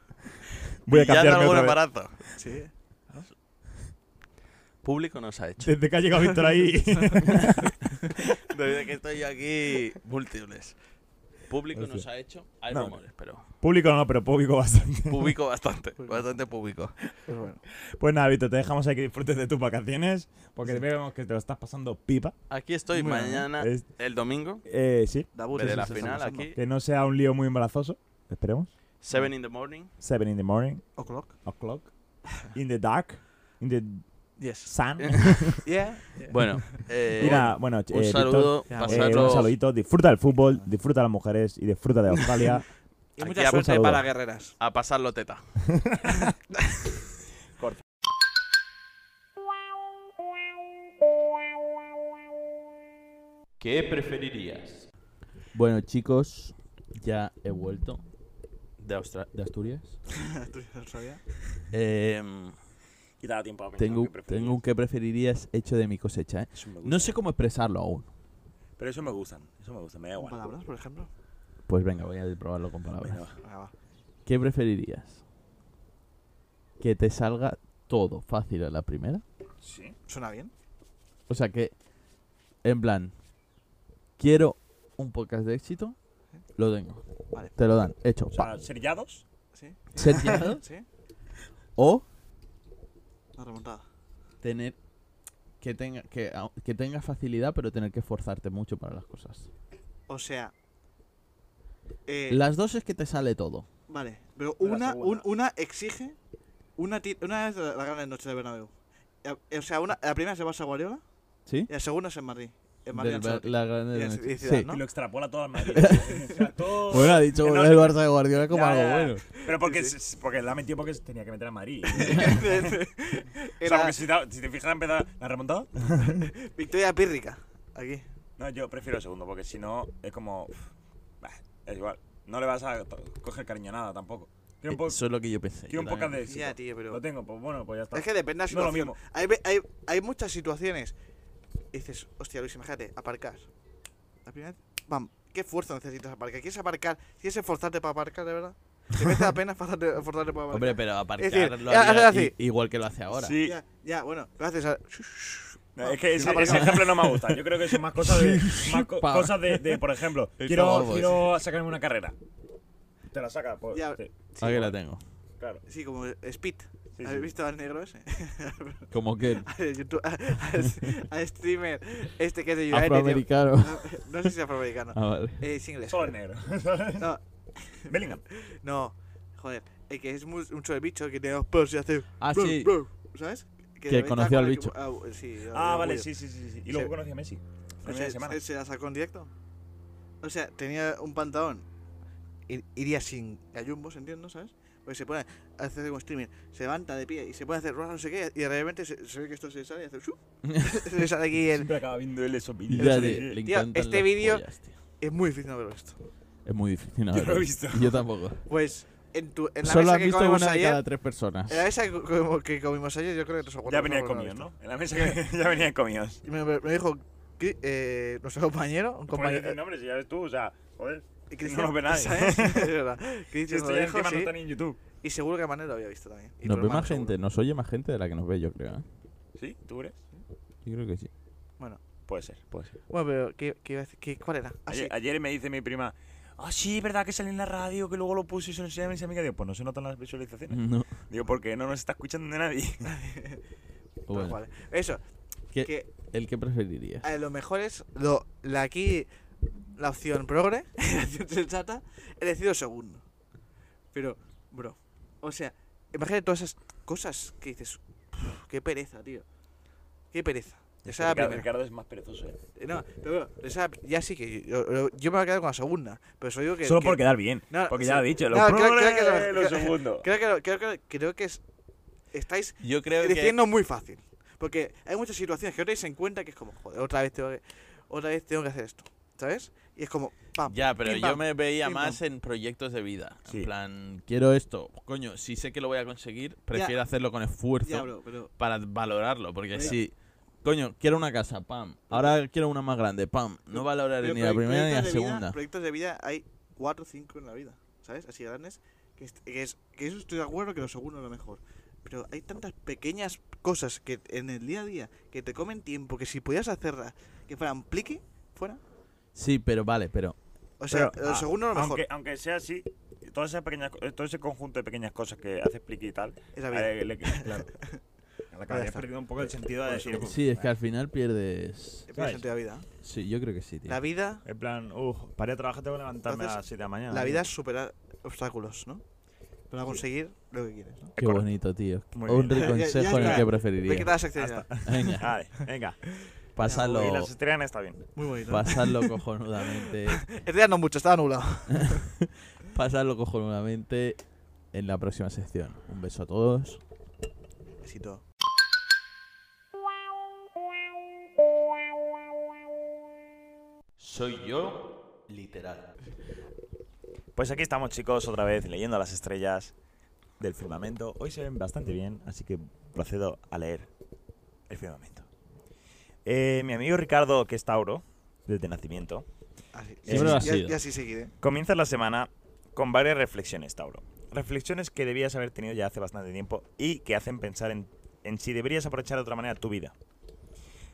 [SPEAKER 3] (laughs) Voy a
[SPEAKER 1] Ya anda
[SPEAKER 3] cambiarme
[SPEAKER 1] algún
[SPEAKER 3] otra vez.
[SPEAKER 1] embarazo.
[SPEAKER 2] Sí.
[SPEAKER 1] Público nos ha hecho.
[SPEAKER 3] Desde que ha llegado Víctor
[SPEAKER 2] (laughs)
[SPEAKER 3] ahí.
[SPEAKER 1] Desde que estoy yo aquí, múltiples. Público nos
[SPEAKER 3] Hostia.
[SPEAKER 1] ha hecho. Hay
[SPEAKER 3] No.
[SPEAKER 1] rumores, pero.
[SPEAKER 3] público no, pero público bastante.
[SPEAKER 1] Público bastante. Bastante público.
[SPEAKER 2] Pues bueno.
[SPEAKER 3] Pues nada, Víctor, te dejamos ahí que disfrutes de tus vacaciones, porque vemos que te lo estás pasando pipa.
[SPEAKER 1] Aquí estoy
[SPEAKER 3] Bueno,
[SPEAKER 1] mañana,
[SPEAKER 3] es-
[SPEAKER 1] el domingo.
[SPEAKER 3] Eh, sí,
[SPEAKER 2] Dabur,
[SPEAKER 1] Veré
[SPEAKER 2] ¿eh? sí,
[SPEAKER 1] la
[SPEAKER 2] sí, sí,
[SPEAKER 1] final
[SPEAKER 2] sí, sí,
[SPEAKER 1] aquí.
[SPEAKER 3] que no sea un lío muy embarazoso, esperemos.
[SPEAKER 1] Seven in the morning.
[SPEAKER 3] Seven in the morning,
[SPEAKER 2] ¿no? O'clock.
[SPEAKER 3] o'clock, in the dark, in the
[SPEAKER 2] Yes.
[SPEAKER 3] sun.
[SPEAKER 4] Eh,
[SPEAKER 2] Yeah.
[SPEAKER 1] Bueno, eh,
[SPEAKER 3] Mira, bueno, eh,
[SPEAKER 1] un
[SPEAKER 3] Víctor,
[SPEAKER 1] saludo.
[SPEAKER 3] eh,
[SPEAKER 1] pasarlo-
[SPEAKER 3] un saludito, disfruta del fútbol, disfruta de las mujeres y disfruta de (laughs) Australia.
[SPEAKER 2] Y
[SPEAKER 1] Aquí
[SPEAKER 2] mucha
[SPEAKER 1] hago un
[SPEAKER 2] suerte
[SPEAKER 3] saludo.
[SPEAKER 2] para guerreras.
[SPEAKER 1] a pasarlo teta. ¿Qué preferirías?
[SPEAKER 4] Bueno, chicos, ya he vuelto
[SPEAKER 1] De Australia.
[SPEAKER 4] de Asturias.
[SPEAKER 2] (laughs)
[SPEAKER 1] Em,
[SPEAKER 3] y te da tiempo a
[SPEAKER 4] Tengo, tengo un que preferirías hecho de mi cosecha, ¿eh? No sé cómo expresarlo aún.
[SPEAKER 3] Pero eso me gustan, eso me gusta, me da
[SPEAKER 2] ¿Con palabras, por ejemplo?
[SPEAKER 4] Pues venga, voy a probarlo con palabras.
[SPEAKER 2] Venga, va.
[SPEAKER 4] ¿Qué preferirías? ¿Que te salga todo fácil a la primera?
[SPEAKER 3] Sí.
[SPEAKER 2] ¿Suena bien?
[SPEAKER 4] O sea que, en plan, quiero un podcast de éxito, lo tengo.
[SPEAKER 2] Vale.
[SPEAKER 4] Te lo dan, hecho. pa.
[SPEAKER 3] serillados.
[SPEAKER 2] ¿Sí?
[SPEAKER 4] Ser
[SPEAKER 2] (laughs)
[SPEAKER 4] llamado
[SPEAKER 2] ¿Sí?
[SPEAKER 4] o
[SPEAKER 2] La remontada.
[SPEAKER 4] tener que tenga que, au- que tenga facilidad pero tener que esforzarte mucho para las cosas.
[SPEAKER 2] O sea... eh,
[SPEAKER 4] Las dos es que te sale todo.
[SPEAKER 2] Vale, pero
[SPEAKER 7] Pero la
[SPEAKER 2] una, un-
[SPEAKER 7] segunda.
[SPEAKER 2] una exige... Una, ti- una es la, la gran noche de Bernabéu. Eh, O sea, una, la primera se basa a Guardiola
[SPEAKER 4] ¿sí?
[SPEAKER 3] Eh,
[SPEAKER 2] y la segunda es en Madrid. En Madrid
[SPEAKER 4] Del-
[SPEAKER 2] Ancelotti.
[SPEAKER 4] la grande
[SPEAKER 2] Y
[SPEAKER 4] de
[SPEAKER 2] la
[SPEAKER 4] noche.
[SPEAKER 2] ciudad,
[SPEAKER 4] Sí.
[SPEAKER 2] ¿no?
[SPEAKER 3] lo extrapola todo al
[SPEAKER 4] (laughs)
[SPEAKER 3] Madrid. O sea, todo-
[SPEAKER 4] Bueno, ha dicho
[SPEAKER 3] Que no-
[SPEAKER 4] el Barça de Guardiola como
[SPEAKER 3] (laughs) Ya,
[SPEAKER 4] algo
[SPEAKER 3] ya, ya.
[SPEAKER 4] bueno.
[SPEAKER 3] Pero porque, es- porque la ha metido porque tenía que meter a
[SPEAKER 4] (laughs)
[SPEAKER 3] Madrid.
[SPEAKER 2] (laughs)
[SPEAKER 3] O sea,
[SPEAKER 2] Era
[SPEAKER 3] porque si te, si te fijas, empezar la remontada.
[SPEAKER 2] victoria pírrica. Aquí.
[SPEAKER 3] No, yo prefiero el segundo, porque si no, es como. uf, bah, es igual. No le vas a to- coger cariño a nada tampoco. Quiero un, po-
[SPEAKER 4] Eso es lo que yo pensé.
[SPEAKER 3] quiero un
[SPEAKER 4] yo
[SPEAKER 3] poco
[SPEAKER 4] también.
[SPEAKER 3] de éxito.
[SPEAKER 2] Ya, tío, pero.
[SPEAKER 3] Lo tengo, pues bueno, pues ya está.
[SPEAKER 2] Es que depende de la
[SPEAKER 3] No lo
[SPEAKER 2] situación.
[SPEAKER 3] mismo.
[SPEAKER 2] hay, ve- hay, hay muchas situaciones. Y dices, hostia, Luis, imagínate, aparcar. La primera vez, bam, ¿qué fuerza necesitas aparcar? ¿Quieres aparcar? ¿Quieres esforzarte para aparcar, de verdad? ¿Te merece la pena esforzarte, esforzarte para aparcar?
[SPEAKER 4] Hombre, pero aparcar
[SPEAKER 2] decir,
[SPEAKER 3] (laughs)
[SPEAKER 4] lo
[SPEAKER 2] ya,
[SPEAKER 4] haría
[SPEAKER 2] es decir-
[SPEAKER 4] i- igual que lo hace ahora.
[SPEAKER 3] Sí,
[SPEAKER 2] Ya, ya, bueno, lo haces a-
[SPEAKER 3] es que ese,
[SPEAKER 2] Aparca.
[SPEAKER 3] ese ejemplo no me gusta. Yo creo que son más cosas
[SPEAKER 4] (laughs)
[SPEAKER 3] de, más co-
[SPEAKER 4] Pa. pues.
[SPEAKER 3] cosas de, de, por ejemplo,
[SPEAKER 4] (laughs) Está
[SPEAKER 3] quiero,
[SPEAKER 4] bobo,
[SPEAKER 3] quiero sacarme una carrera. Te la saca, pues.
[SPEAKER 2] Ya.
[SPEAKER 3] sí,
[SPEAKER 4] Aquí la tengo.
[SPEAKER 3] claro.
[SPEAKER 2] Sí, como Speed.
[SPEAKER 3] Sí,
[SPEAKER 2] ¿Habéis
[SPEAKER 3] sí.
[SPEAKER 2] visto al negro ese? (laughs)
[SPEAKER 4] Como
[SPEAKER 3] (laughs)
[SPEAKER 4] que el
[SPEAKER 2] al, YouTube, al, al streamer este que es de United. tío.
[SPEAKER 3] (laughs)
[SPEAKER 4] afroamericano. (laughs)
[SPEAKER 2] No sé si es afroamericano.
[SPEAKER 4] Ah, vale.
[SPEAKER 2] Eh, es inglés.
[SPEAKER 3] Solo el negro. (laughs)
[SPEAKER 2] No, (laughs)
[SPEAKER 3] Bellingham.
[SPEAKER 2] no, joder. El que es mu- mucho el bicho, que tiene dos pelos y hace.
[SPEAKER 4] Ah,
[SPEAKER 2] brr,
[SPEAKER 4] sí.
[SPEAKER 2] brr, ¿Sabes?
[SPEAKER 4] Que
[SPEAKER 2] está
[SPEAKER 4] conoció
[SPEAKER 2] con
[SPEAKER 4] al
[SPEAKER 2] el
[SPEAKER 4] bicho.
[SPEAKER 2] que- Ah, u- sí,
[SPEAKER 3] Ah,
[SPEAKER 2] yo-
[SPEAKER 3] vale,
[SPEAKER 2] yo-
[SPEAKER 3] sí, sí, sí. sí. Y luego
[SPEAKER 2] Sí.
[SPEAKER 3] conocí a Messi.
[SPEAKER 2] O
[SPEAKER 3] El fin
[SPEAKER 2] sea,
[SPEAKER 3] de semana.
[SPEAKER 2] se, se la sacó en directo. O sea, tenía un pantalón. ir- Iría sin gallumbos, entiendo, ¿sabes? Pues se pone a hacer como streaming, se levanta de pie y se pone a hacer ruedas, no sé qué, y de repente se, se ve que esto se sale y hace.
[SPEAKER 4] (laughs)
[SPEAKER 2] ¡shu! se le sale aquí el.
[SPEAKER 3] Siempre acaba viendo él esos vídeos.
[SPEAKER 4] Ya
[SPEAKER 3] Sí,
[SPEAKER 4] de-
[SPEAKER 3] sí.
[SPEAKER 4] le
[SPEAKER 2] Tío,
[SPEAKER 4] encantan
[SPEAKER 2] este
[SPEAKER 4] las
[SPEAKER 2] vídeo-
[SPEAKER 4] pollas, tío.
[SPEAKER 2] Es muy difícil no verlo esto.
[SPEAKER 4] Es muy difícil. no,
[SPEAKER 3] Yo lo he
[SPEAKER 4] verdad.
[SPEAKER 3] visto.
[SPEAKER 4] Yo tampoco.
[SPEAKER 2] Pues en, tu, en la
[SPEAKER 4] Solo
[SPEAKER 2] mesa
[SPEAKER 4] has
[SPEAKER 2] que
[SPEAKER 4] visto
[SPEAKER 2] comimos
[SPEAKER 4] una de cada
[SPEAKER 2] ayer.
[SPEAKER 4] tres personas.
[SPEAKER 2] En la mesa que, co- que comimos ayer, yo creo que nos aguantamos.
[SPEAKER 3] Ya venía comido, ¿no? En la mesa (laughs) que ya venía comido.
[SPEAKER 2] Y me, me dijo que, eh, nuestro compañero, un
[SPEAKER 3] Compañero.
[SPEAKER 2] compañero.
[SPEAKER 3] nombre, si ya ves tú, o sea, joder.
[SPEAKER 2] eh, (laughs)
[SPEAKER 3] no lo ve nadie.
[SPEAKER 2] ¿sabes?
[SPEAKER 3] (laughs)
[SPEAKER 2] Es verdad.
[SPEAKER 3] Si
[SPEAKER 2] Cristian
[SPEAKER 3] esto
[SPEAKER 2] me
[SPEAKER 3] ya
[SPEAKER 2] dijo,
[SPEAKER 3] encima no
[SPEAKER 2] sí,
[SPEAKER 3] está ni en YouTube.
[SPEAKER 2] Y seguro que Manuel lo había visto también. Y
[SPEAKER 4] Nos
[SPEAKER 2] tu
[SPEAKER 4] ve
[SPEAKER 2] hermano
[SPEAKER 4] más
[SPEAKER 2] seguro.
[SPEAKER 4] gente, nos oye más gente de la que nos ve, yo creo. ¿eh?
[SPEAKER 3] ¿Sí? ¿Tú crees?
[SPEAKER 4] Yo creo que sí.
[SPEAKER 3] Puede ser, puede ser.
[SPEAKER 2] Bueno, pero ¿qué, qué iba a decir? ¿Qué- ¿cuál era? Ah, sí.
[SPEAKER 3] Ayer, ayer me dice mi prima, ah, sí, verdad que salí en la radio, que luego lo puse y se lo enseñé a mis amigas. Digo, pues no se notan las visualizaciones.
[SPEAKER 4] No.
[SPEAKER 3] Digo, porque no nos está escuchando
[SPEAKER 2] (laughs)
[SPEAKER 3] nadie.
[SPEAKER 2] Pues
[SPEAKER 4] Bueno,
[SPEAKER 2] vale. Eso,
[SPEAKER 4] ¿Qué-
[SPEAKER 2] que
[SPEAKER 4] ¿El que preferirías?
[SPEAKER 2] a lo mejor es lo, la aquí la opción progre, (laughs) la opción sensata, he decidido segundo. Pero, bro, o sea, imagínate todas esas cosas que dices, "Puf, qué pereza, tío. Qué pereza. Esa es la
[SPEAKER 3] Ricardo,
[SPEAKER 2] primera.
[SPEAKER 3] Ricardo es más perezoso. ¿eh?
[SPEAKER 2] Eh, No, pero bueno, esa, ya sí que yo, yo- yo me voy a quedar con la segunda, pero eso digo que...
[SPEAKER 3] Solo
[SPEAKER 2] que-
[SPEAKER 3] por quedar bien.
[SPEAKER 2] No,
[SPEAKER 3] porque
[SPEAKER 2] sí.
[SPEAKER 3] ya lo he dicho, lo
[SPEAKER 2] No, creo-
[SPEAKER 3] primero
[SPEAKER 2] creo que lo-
[SPEAKER 3] es (laughs) lo
[SPEAKER 2] creo-
[SPEAKER 3] segundo.
[SPEAKER 2] (laughs) Creo que, lo- creo, que, creo que es, estáis
[SPEAKER 1] Yo creo que.
[SPEAKER 2] creciendo muy fácil. Porque hay muchas situaciones que no tenéis en cuenta que es como, joder, otra vez tengo que, otra vez tengo que hacer esto, ¿sabes? Y es como, pam.
[SPEAKER 1] Ya, pero
[SPEAKER 2] pim,
[SPEAKER 1] yo
[SPEAKER 2] pam.
[SPEAKER 1] me veía
[SPEAKER 2] pim, pam.
[SPEAKER 1] más en proyectos de vida.
[SPEAKER 3] Sí.
[SPEAKER 1] En plan, quiero esto. Coño, si sé que lo voy a conseguir, prefiero hacerlo con esfuerzo
[SPEAKER 2] Ya, bro, pero
[SPEAKER 1] para valorarlo. Porque
[SPEAKER 2] Pero-
[SPEAKER 1] si. Coño, quiero una casa, pam. Ahora quiero una más grande, pam. No valoraré
[SPEAKER 2] pero
[SPEAKER 1] ni la
[SPEAKER 2] proye-
[SPEAKER 1] primera ni la
[SPEAKER 2] proyectos de vida-
[SPEAKER 1] segunda.
[SPEAKER 2] proyectos de vida hay cuatro o cinco en la vida, ¿sabes? Así grandes. Que, es, que, es- que eso estoy de acuerdo que lo segundo es lo mejor. Pero hay tantas pequeñas cosas que en el día a día que te comen tiempo, que si pudieras hacerlas, que fueran pliqui, fuera.
[SPEAKER 4] Sí, pero vale, pero.
[SPEAKER 2] O sea,
[SPEAKER 3] Pero,
[SPEAKER 2] lo
[SPEAKER 3] ah,
[SPEAKER 2] segundo es lo mejor.
[SPEAKER 3] Aunque, aunque sea así, todas esas pequeñas, co- todo ese conjunto de pequeñas cosas que hace Pliqui y tal,
[SPEAKER 2] Es la vida.
[SPEAKER 3] eh,
[SPEAKER 2] (laughs)
[SPEAKER 3] le- claro. A la cara,
[SPEAKER 2] Ya
[SPEAKER 3] has
[SPEAKER 2] está.
[SPEAKER 3] perdido un poco el sentido de decir.
[SPEAKER 4] Sí, es que al final pierdes.
[SPEAKER 2] Tiene sentido la vida.
[SPEAKER 4] Sí, yo creo que sí, tío.
[SPEAKER 2] La vida,
[SPEAKER 8] En plan, uff, para ir a trabajar tengo que levantarme
[SPEAKER 2] Entonces,
[SPEAKER 8] a las 7 de la mañana.
[SPEAKER 2] la
[SPEAKER 8] tío.
[SPEAKER 2] vida es superar obstáculos, ¿no? Para conseguir lo que quieres, ¿no?
[SPEAKER 4] Qué
[SPEAKER 3] correcto.
[SPEAKER 4] bonito, tío.
[SPEAKER 3] Muy
[SPEAKER 4] Un
[SPEAKER 3] bien.
[SPEAKER 2] (laughs) Ya- ya
[SPEAKER 4] consejo
[SPEAKER 2] está.
[SPEAKER 4] en el que
[SPEAKER 2] Ve que
[SPEAKER 4] preferirías.
[SPEAKER 2] todas las actividades.
[SPEAKER 4] Venga,
[SPEAKER 3] (laughs) Vale, venga.
[SPEAKER 4] pásalo,
[SPEAKER 3] Y las estrellas está bien.
[SPEAKER 2] Muy bonito. (laughs)
[SPEAKER 4] pásalo cojonudamente.
[SPEAKER 2] En realidad no mucho, estaba nublado. (laughs)
[SPEAKER 4] Pásalo cojonudamente en la próxima sección. Un beso a todos.
[SPEAKER 2] Besito.
[SPEAKER 1] Soy yo, literal.
[SPEAKER 3] Pues aquí estamos, chicos, otra vez leyendo las estrellas del firmamento. Hoy se ven bastante bien, así que procedo a leer el firmamento. Eh, mi amigo Ricardo, que es Tauro, desde nacimiento,
[SPEAKER 2] Así, y
[SPEAKER 4] Siempre lo has
[SPEAKER 2] así- y-
[SPEAKER 4] sido.
[SPEAKER 2] Y así seguiré.
[SPEAKER 3] comienza la semana con varias reflexiones, Tauro. Reflexiones que debías haber tenido ya hace bastante tiempo y que hacen pensar en, en si deberías aprovechar de otra manera tu vida.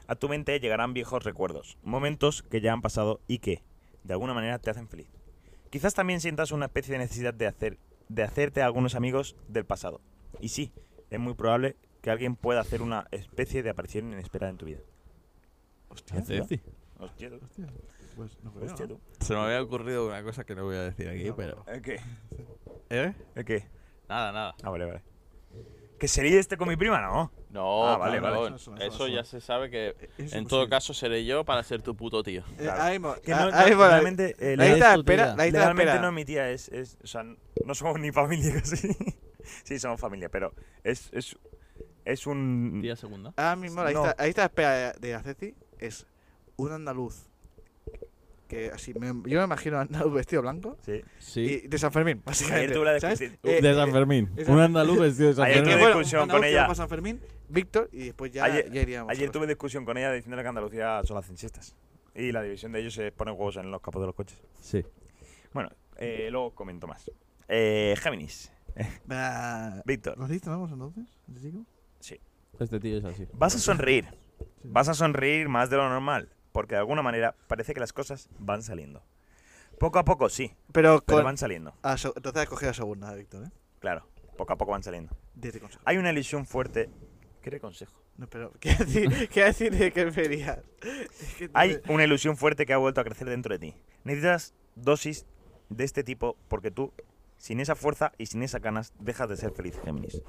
[SPEAKER 3] A tu mente llegarán viejos recuerdos, momentos que ya han pasado y que, de alguna manera, te hacen feliz. Quizás también sientas una especie de necesidad de, hacer, de hacerte algunos amigos del pasado. Y sí, es muy probable que alguien pueda hacer una especie de aparición inesperada en tu vida.
[SPEAKER 4] ¿Qué hace?
[SPEAKER 3] Hostia, tú,
[SPEAKER 8] Pues, no creo,
[SPEAKER 3] hostia,
[SPEAKER 8] ¿no?
[SPEAKER 3] tú.
[SPEAKER 1] Se me había ocurrido una cosa que no voy a decir aquí, pero.
[SPEAKER 3] ¿El qué?
[SPEAKER 1] ¿Eh?
[SPEAKER 3] ¿El qué?
[SPEAKER 1] Nada, nada.
[SPEAKER 3] Ah, vale, vale. ¿Que sería este con mi prima? No.
[SPEAKER 1] No,
[SPEAKER 3] Ah, vale,
[SPEAKER 1] cabrón.
[SPEAKER 2] vale. Eso, eso,
[SPEAKER 1] Eso
[SPEAKER 2] eso.
[SPEAKER 1] ya se sabe que
[SPEAKER 2] Es
[SPEAKER 1] en todo
[SPEAKER 2] imposible.
[SPEAKER 1] caso seré yo para ser tu puto tío.
[SPEAKER 2] Eh,
[SPEAKER 3] Claro.
[SPEAKER 2] ahí mo-
[SPEAKER 3] Que
[SPEAKER 2] ah,
[SPEAKER 3] no, no,
[SPEAKER 2] ahí mo-
[SPEAKER 3] realmente, eh,
[SPEAKER 2] la lista
[SPEAKER 3] legal-
[SPEAKER 2] de
[SPEAKER 4] es tu
[SPEAKER 2] espera,
[SPEAKER 4] tía.
[SPEAKER 2] la lista de
[SPEAKER 3] legalmente
[SPEAKER 2] espera.
[SPEAKER 3] no es mi tía, es, es- o sea, no somos ni familia (laughs) casi. sí, somos familia, pero es, es, es un...
[SPEAKER 1] Día segunda.
[SPEAKER 2] Ahora mismo la
[SPEAKER 3] No.
[SPEAKER 2] lista, la lista de espera de, de la Ceci es un andaluz que así, me- yo me imagino a andaluz vestido blanco
[SPEAKER 3] Sí.
[SPEAKER 9] Sí.
[SPEAKER 2] y de San Fermín, básicamente.
[SPEAKER 3] Ayer tuve la
[SPEAKER 2] ¿sabes?
[SPEAKER 3] discusión-
[SPEAKER 2] Eh,
[SPEAKER 9] de
[SPEAKER 2] eh,
[SPEAKER 9] San Fermín.
[SPEAKER 2] esa-
[SPEAKER 9] Un andaluz vestido de San
[SPEAKER 3] Ayer
[SPEAKER 2] que
[SPEAKER 3] tuve
[SPEAKER 9] Fermín.
[SPEAKER 2] bueno,
[SPEAKER 3] discusión
[SPEAKER 2] andaluz
[SPEAKER 3] con
[SPEAKER 2] que va
[SPEAKER 3] ella.
[SPEAKER 2] para San Fermín, Víctor, y después ya,
[SPEAKER 3] Ayer-
[SPEAKER 2] ya iríamos.
[SPEAKER 3] Ayer tuve discusión con ella diciéndole que Andalucía son las censistas. Y la división de ellos se pone huevos en los capos de los coches.
[SPEAKER 9] Sí.
[SPEAKER 3] Bueno, eh, luego comento más. Eh, Géminis,
[SPEAKER 2] Bah,
[SPEAKER 3] Víctor,
[SPEAKER 2] ¿Nos distraemos entonces? ¿Te digo?
[SPEAKER 9] Este tío es así.
[SPEAKER 3] vas a sonreír. Vas a sonreír más de lo normal. Porque de alguna manera parece que las cosas van saliendo. Poco a poco sí,
[SPEAKER 2] Pero
[SPEAKER 3] pero
[SPEAKER 2] con.
[SPEAKER 3] van saliendo.
[SPEAKER 2] a so- entonces has cogido a segunda, Víctor, ¿eh?
[SPEAKER 3] Claro, poco a poco van saliendo.
[SPEAKER 2] Desde consejo.
[SPEAKER 3] Hay una ilusión fuerte. ¿Qué consejo?
[SPEAKER 2] No, pero, ¿qué decir, (laughs) ¿qué decir de qué feria? Es que no
[SPEAKER 3] Hay
[SPEAKER 2] sé.
[SPEAKER 3] una ilusión fuerte que ha vuelto a crecer dentro de ti. Necesitas dosis de este tipo porque tú, sin esa fuerza y sin esas ganas, dejas de ser feliz, Géminis.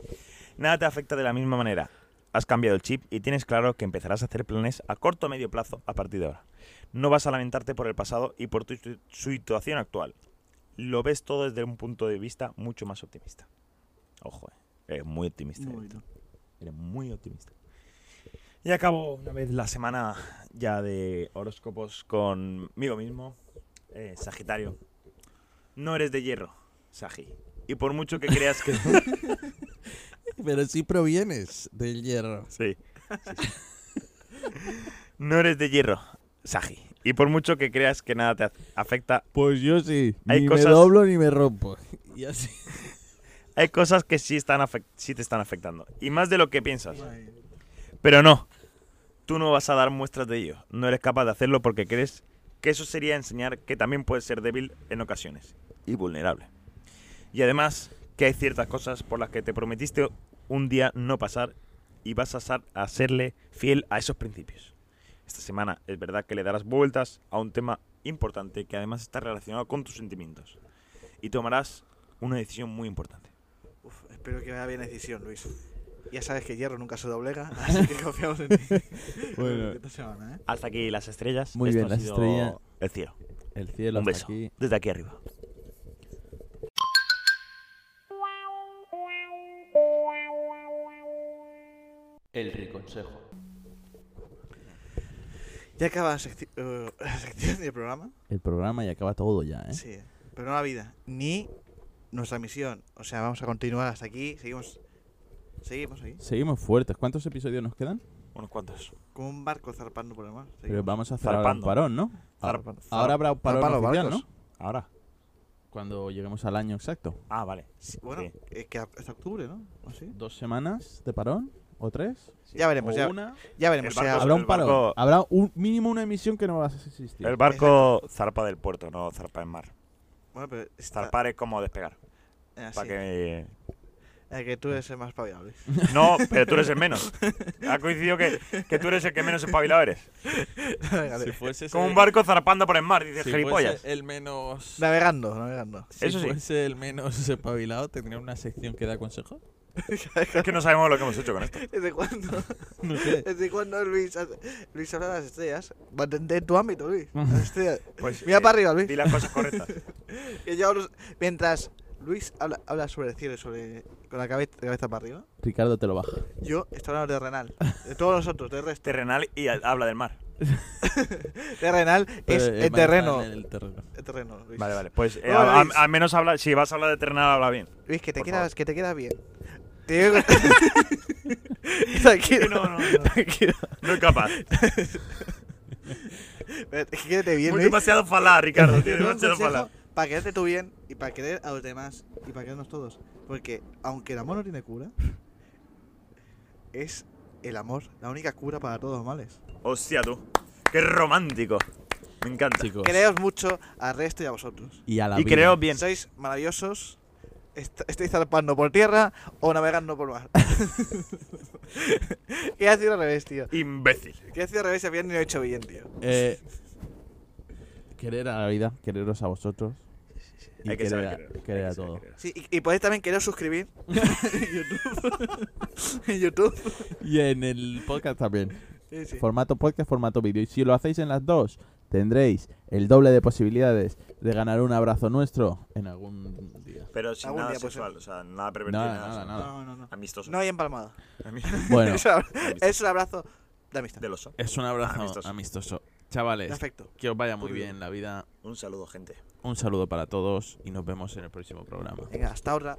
[SPEAKER 3] Nada te afecta de la misma manera. Has cambiado el chip y tienes claro que empezarás a hacer planes a corto o medio plazo a partir de ahora. No vas a lamentarte por el pasado y por tu situ- situación actual. Lo ves todo desde un punto de vista mucho más optimista. Ojo, eh. eres muy optimista.
[SPEAKER 2] Muy
[SPEAKER 3] eh.
[SPEAKER 2] bonito.
[SPEAKER 3] Eres muy optimista. Y acabo una vez la semana ya de horóscopos conmigo mismo. Eh, Sagitario. No eres de hierro, Sagi. Y por mucho que creas que.
[SPEAKER 4] Pero sí provienes del hierro.
[SPEAKER 3] (laughs) Sí. (laughs) No eres de hierro, Sagi. Y por mucho que creas que nada te af- afecta,
[SPEAKER 9] Pues yo sí.
[SPEAKER 3] Hay
[SPEAKER 9] ni me
[SPEAKER 3] cosas-
[SPEAKER 9] doblo ni me rompo.
[SPEAKER 4] (laughs) Y así.
[SPEAKER 3] hay cosas que sí, están afec- sí te están afectando. Y más de lo que piensas. Pero no, tú no vas a dar muestras de ello. No eres capaz de hacerlo porque crees que eso sería enseñar que también puedes ser débil en ocasiones y vulnerable. Y además que hay ciertas cosas por las que te prometiste un día no pasar y vas a, ser, a serle fiel a esos principios. Esta semana es verdad que le darás vueltas a un tema importante que además está relacionado con tus sentimientos y tomarás una decisión muy importante.
[SPEAKER 2] Uf, espero que vaya bien la decisión, Luis. Ya sabes que hierro nunca se
[SPEAKER 9] (laughs)
[SPEAKER 2] doblega, así que confiamos en ti.
[SPEAKER 9] Bueno.
[SPEAKER 2] Esta semana, ¿eh?
[SPEAKER 3] Hasta aquí las estrellas.
[SPEAKER 9] Muy
[SPEAKER 3] Esto
[SPEAKER 9] bien,
[SPEAKER 3] ha
[SPEAKER 9] las
[SPEAKER 3] sido
[SPEAKER 9] estrellas.
[SPEAKER 3] El cielo.
[SPEAKER 9] El cielo
[SPEAKER 3] Un
[SPEAKER 9] hasta
[SPEAKER 3] beso.
[SPEAKER 9] aquí.
[SPEAKER 3] Desde aquí arriba.
[SPEAKER 1] El reconsejo.
[SPEAKER 2] Ya acaba la, secci- eh, (laughs) la sección del programa.
[SPEAKER 9] El programa y acaba todo ya, ¿eh?
[SPEAKER 2] Sí, pero no la vida, ni nuestra misión. O sea, vamos a continuar hasta aquí. Seguimos. Seguimos ahí.
[SPEAKER 9] Seguimos fuertes. ¿Cuántos episodios nos quedan?
[SPEAKER 3] Unos cuantos.
[SPEAKER 2] Como un barco zarpando por el mar.
[SPEAKER 9] Pero
[SPEAKER 2] Seguimos.
[SPEAKER 9] vamos a hacer ahora un
[SPEAKER 3] Zarpando.
[SPEAKER 9] parón, ¿no?
[SPEAKER 3] Zarpa-
[SPEAKER 9] Ah, Ahora habrá un parón
[SPEAKER 2] Zarpan los
[SPEAKER 9] oficial, ¿no?
[SPEAKER 2] barcos.
[SPEAKER 3] Ahora.
[SPEAKER 9] Cuando lleguemos al año exacto.
[SPEAKER 3] Ah, vale.
[SPEAKER 2] Bueno,
[SPEAKER 3] Sí.
[SPEAKER 2] es que hasta octubre, ¿no? ¿O sí?
[SPEAKER 9] ¿Dos semanas de parón? ¿O tres?
[SPEAKER 2] Ya
[SPEAKER 1] Pues
[SPEAKER 2] veremos,
[SPEAKER 9] ¿O
[SPEAKER 2] ya,
[SPEAKER 9] una?
[SPEAKER 2] ya veremos.
[SPEAKER 3] El
[SPEAKER 2] o sea,
[SPEAKER 3] barco-
[SPEAKER 9] Habrá un
[SPEAKER 3] el
[SPEAKER 9] parón.
[SPEAKER 3] barco-
[SPEAKER 9] Habrá un mínimo una emisión que no va a existir.
[SPEAKER 3] El barco zarpa del puerto, no zarpa en mar.
[SPEAKER 2] bueno, pero está-
[SPEAKER 3] Zarpar es como despegar.
[SPEAKER 2] eh, así.
[SPEAKER 3] Para que... (laughs)
[SPEAKER 2] Eh, que tú eres el más paviado,
[SPEAKER 9] (laughs)
[SPEAKER 2] Luis.
[SPEAKER 3] No, pero tú eres el (laughs) menos. Ha coincidido que, que tú eres el que menos espabilado eres.
[SPEAKER 2] Venga,
[SPEAKER 10] Si
[SPEAKER 2] Luis.
[SPEAKER 10] fuese
[SPEAKER 3] Como un barco zarpando por el mar, dices
[SPEAKER 1] Si
[SPEAKER 3] gilipollas.
[SPEAKER 1] fuese el menos.
[SPEAKER 2] Navegando,
[SPEAKER 9] (laughs)
[SPEAKER 2] navegando.
[SPEAKER 1] Si
[SPEAKER 3] Eso sí.
[SPEAKER 1] fuese el menos espabilado, tendría una sección que da consejos.
[SPEAKER 3] Es que no sabemos lo que hemos hecho con esto.
[SPEAKER 2] ¿Desde cuándo?
[SPEAKER 3] (laughs)
[SPEAKER 9] No sé.
[SPEAKER 2] ¿Desde cuándo Luis, hace- Luis habla de las estrellas? Mantente en tu ámbito,
[SPEAKER 3] (laughs)
[SPEAKER 2] Luis. Las estrellas.
[SPEAKER 3] Pues,
[SPEAKER 2] Mira
[SPEAKER 3] eh,
[SPEAKER 2] para arriba, Luis.
[SPEAKER 3] Di las cosas correctas.
[SPEAKER 2] Que yo hablo- mientras Luis habla, habla sobre el cielo, y sobre, con la cabeza, cabeza para arriba,
[SPEAKER 9] Ricardo te lo baja.
[SPEAKER 2] yo estoy hablando de renal. De todos nosotros, de resto.
[SPEAKER 3] Terrenal y ha- habla del mar.
[SPEAKER 2] De renal es
[SPEAKER 3] eh,
[SPEAKER 1] Pero
[SPEAKER 2] el
[SPEAKER 1] más
[SPEAKER 2] terreno.
[SPEAKER 1] Eh, en el terreno.
[SPEAKER 2] El terreno, Luis.
[SPEAKER 3] Vale, vale. Pues eh,
[SPEAKER 2] No,
[SPEAKER 3] al- al,
[SPEAKER 2] Luis.
[SPEAKER 3] al menos habla, si vas a hablar de terrenal, habla bien.
[SPEAKER 2] Luis, que te,
[SPEAKER 3] Por
[SPEAKER 2] quedas,
[SPEAKER 3] favor.
[SPEAKER 2] que te queda bien. Te
[SPEAKER 3] (laughs)
[SPEAKER 2] digo que- (laughs) tranquilo,
[SPEAKER 3] No, no, no.
[SPEAKER 2] (laughs) tranquilo.
[SPEAKER 3] No es capaz.
[SPEAKER 2] Eh, Quédate bien,
[SPEAKER 3] Muy
[SPEAKER 2] Luis.
[SPEAKER 3] demasiado falar, Ricardo. tío,
[SPEAKER 2] Te doy (laughs) un
[SPEAKER 3] demasiado
[SPEAKER 2] consejo
[SPEAKER 3] falar.
[SPEAKER 2] Para quererte tú bien y para querer a los demás y para querernos todos. Porque aunque el amor no tiene cura, es el amor la única cura para todos los males.
[SPEAKER 3] Hostia, tú. Qué romántico. Me encanta.
[SPEAKER 9] Chicos.
[SPEAKER 2] Creos mucho al resto y a vosotros.
[SPEAKER 9] Y a la
[SPEAKER 3] y
[SPEAKER 9] vida.
[SPEAKER 3] creo bien.
[SPEAKER 2] Sois maravillosos. Est- Estáis zarpando por tierra o navegando por mar. (laughs) ¿Qué ha sido al revés, tío?
[SPEAKER 3] Imbécil.
[SPEAKER 2] ¿Qué ha sido al revés? Habían ni lo he hecho bien, tío.
[SPEAKER 9] Eh, querer a la vida, quereros a vosotros. Y
[SPEAKER 3] Hay que
[SPEAKER 9] querer,
[SPEAKER 3] saber
[SPEAKER 9] a,
[SPEAKER 3] querer, hay
[SPEAKER 9] querer
[SPEAKER 3] que
[SPEAKER 9] a
[SPEAKER 3] saber
[SPEAKER 9] todo.
[SPEAKER 3] querer.
[SPEAKER 2] Sí, y, y podéis también
[SPEAKER 3] (laughs)
[SPEAKER 2] querer suscribir (laughs) en YouTube. en YouTube.
[SPEAKER 9] Y en el podcast también.
[SPEAKER 2] Sí, sí.
[SPEAKER 9] (laughs) Formato podcast, formato vídeo. Y si lo hacéis en las dos, tendréis el doble de posibilidades de ganar un abrazo nuestro en algún día.
[SPEAKER 3] Pero sin
[SPEAKER 2] Algún
[SPEAKER 3] nada
[SPEAKER 2] día, pues,
[SPEAKER 3] sexual, o sea, nada pervertido.
[SPEAKER 9] Nada,
[SPEAKER 3] nada,
[SPEAKER 9] nada,
[SPEAKER 3] sino
[SPEAKER 9] nada.
[SPEAKER 2] No, no, no.
[SPEAKER 3] Amistoso.
[SPEAKER 2] No hay empalmada.
[SPEAKER 3] Ami-
[SPEAKER 9] Bueno,
[SPEAKER 2] (laughs) Es, un abra-
[SPEAKER 3] Amistoso.
[SPEAKER 2] es un abrazo de
[SPEAKER 3] (laughs)
[SPEAKER 2] amistad.
[SPEAKER 3] Del oso.
[SPEAKER 10] Es un abrazo
[SPEAKER 3] Amistoso.
[SPEAKER 10] amistoso.
[SPEAKER 9] Chavales,
[SPEAKER 2] Perfecto.
[SPEAKER 9] que os vaya muy
[SPEAKER 2] Turbio.
[SPEAKER 9] bien la vida.
[SPEAKER 3] Un saludo, gente.
[SPEAKER 9] Un saludo para todos y nos vemos en el próximo programa.
[SPEAKER 2] Venga, hasta ahora.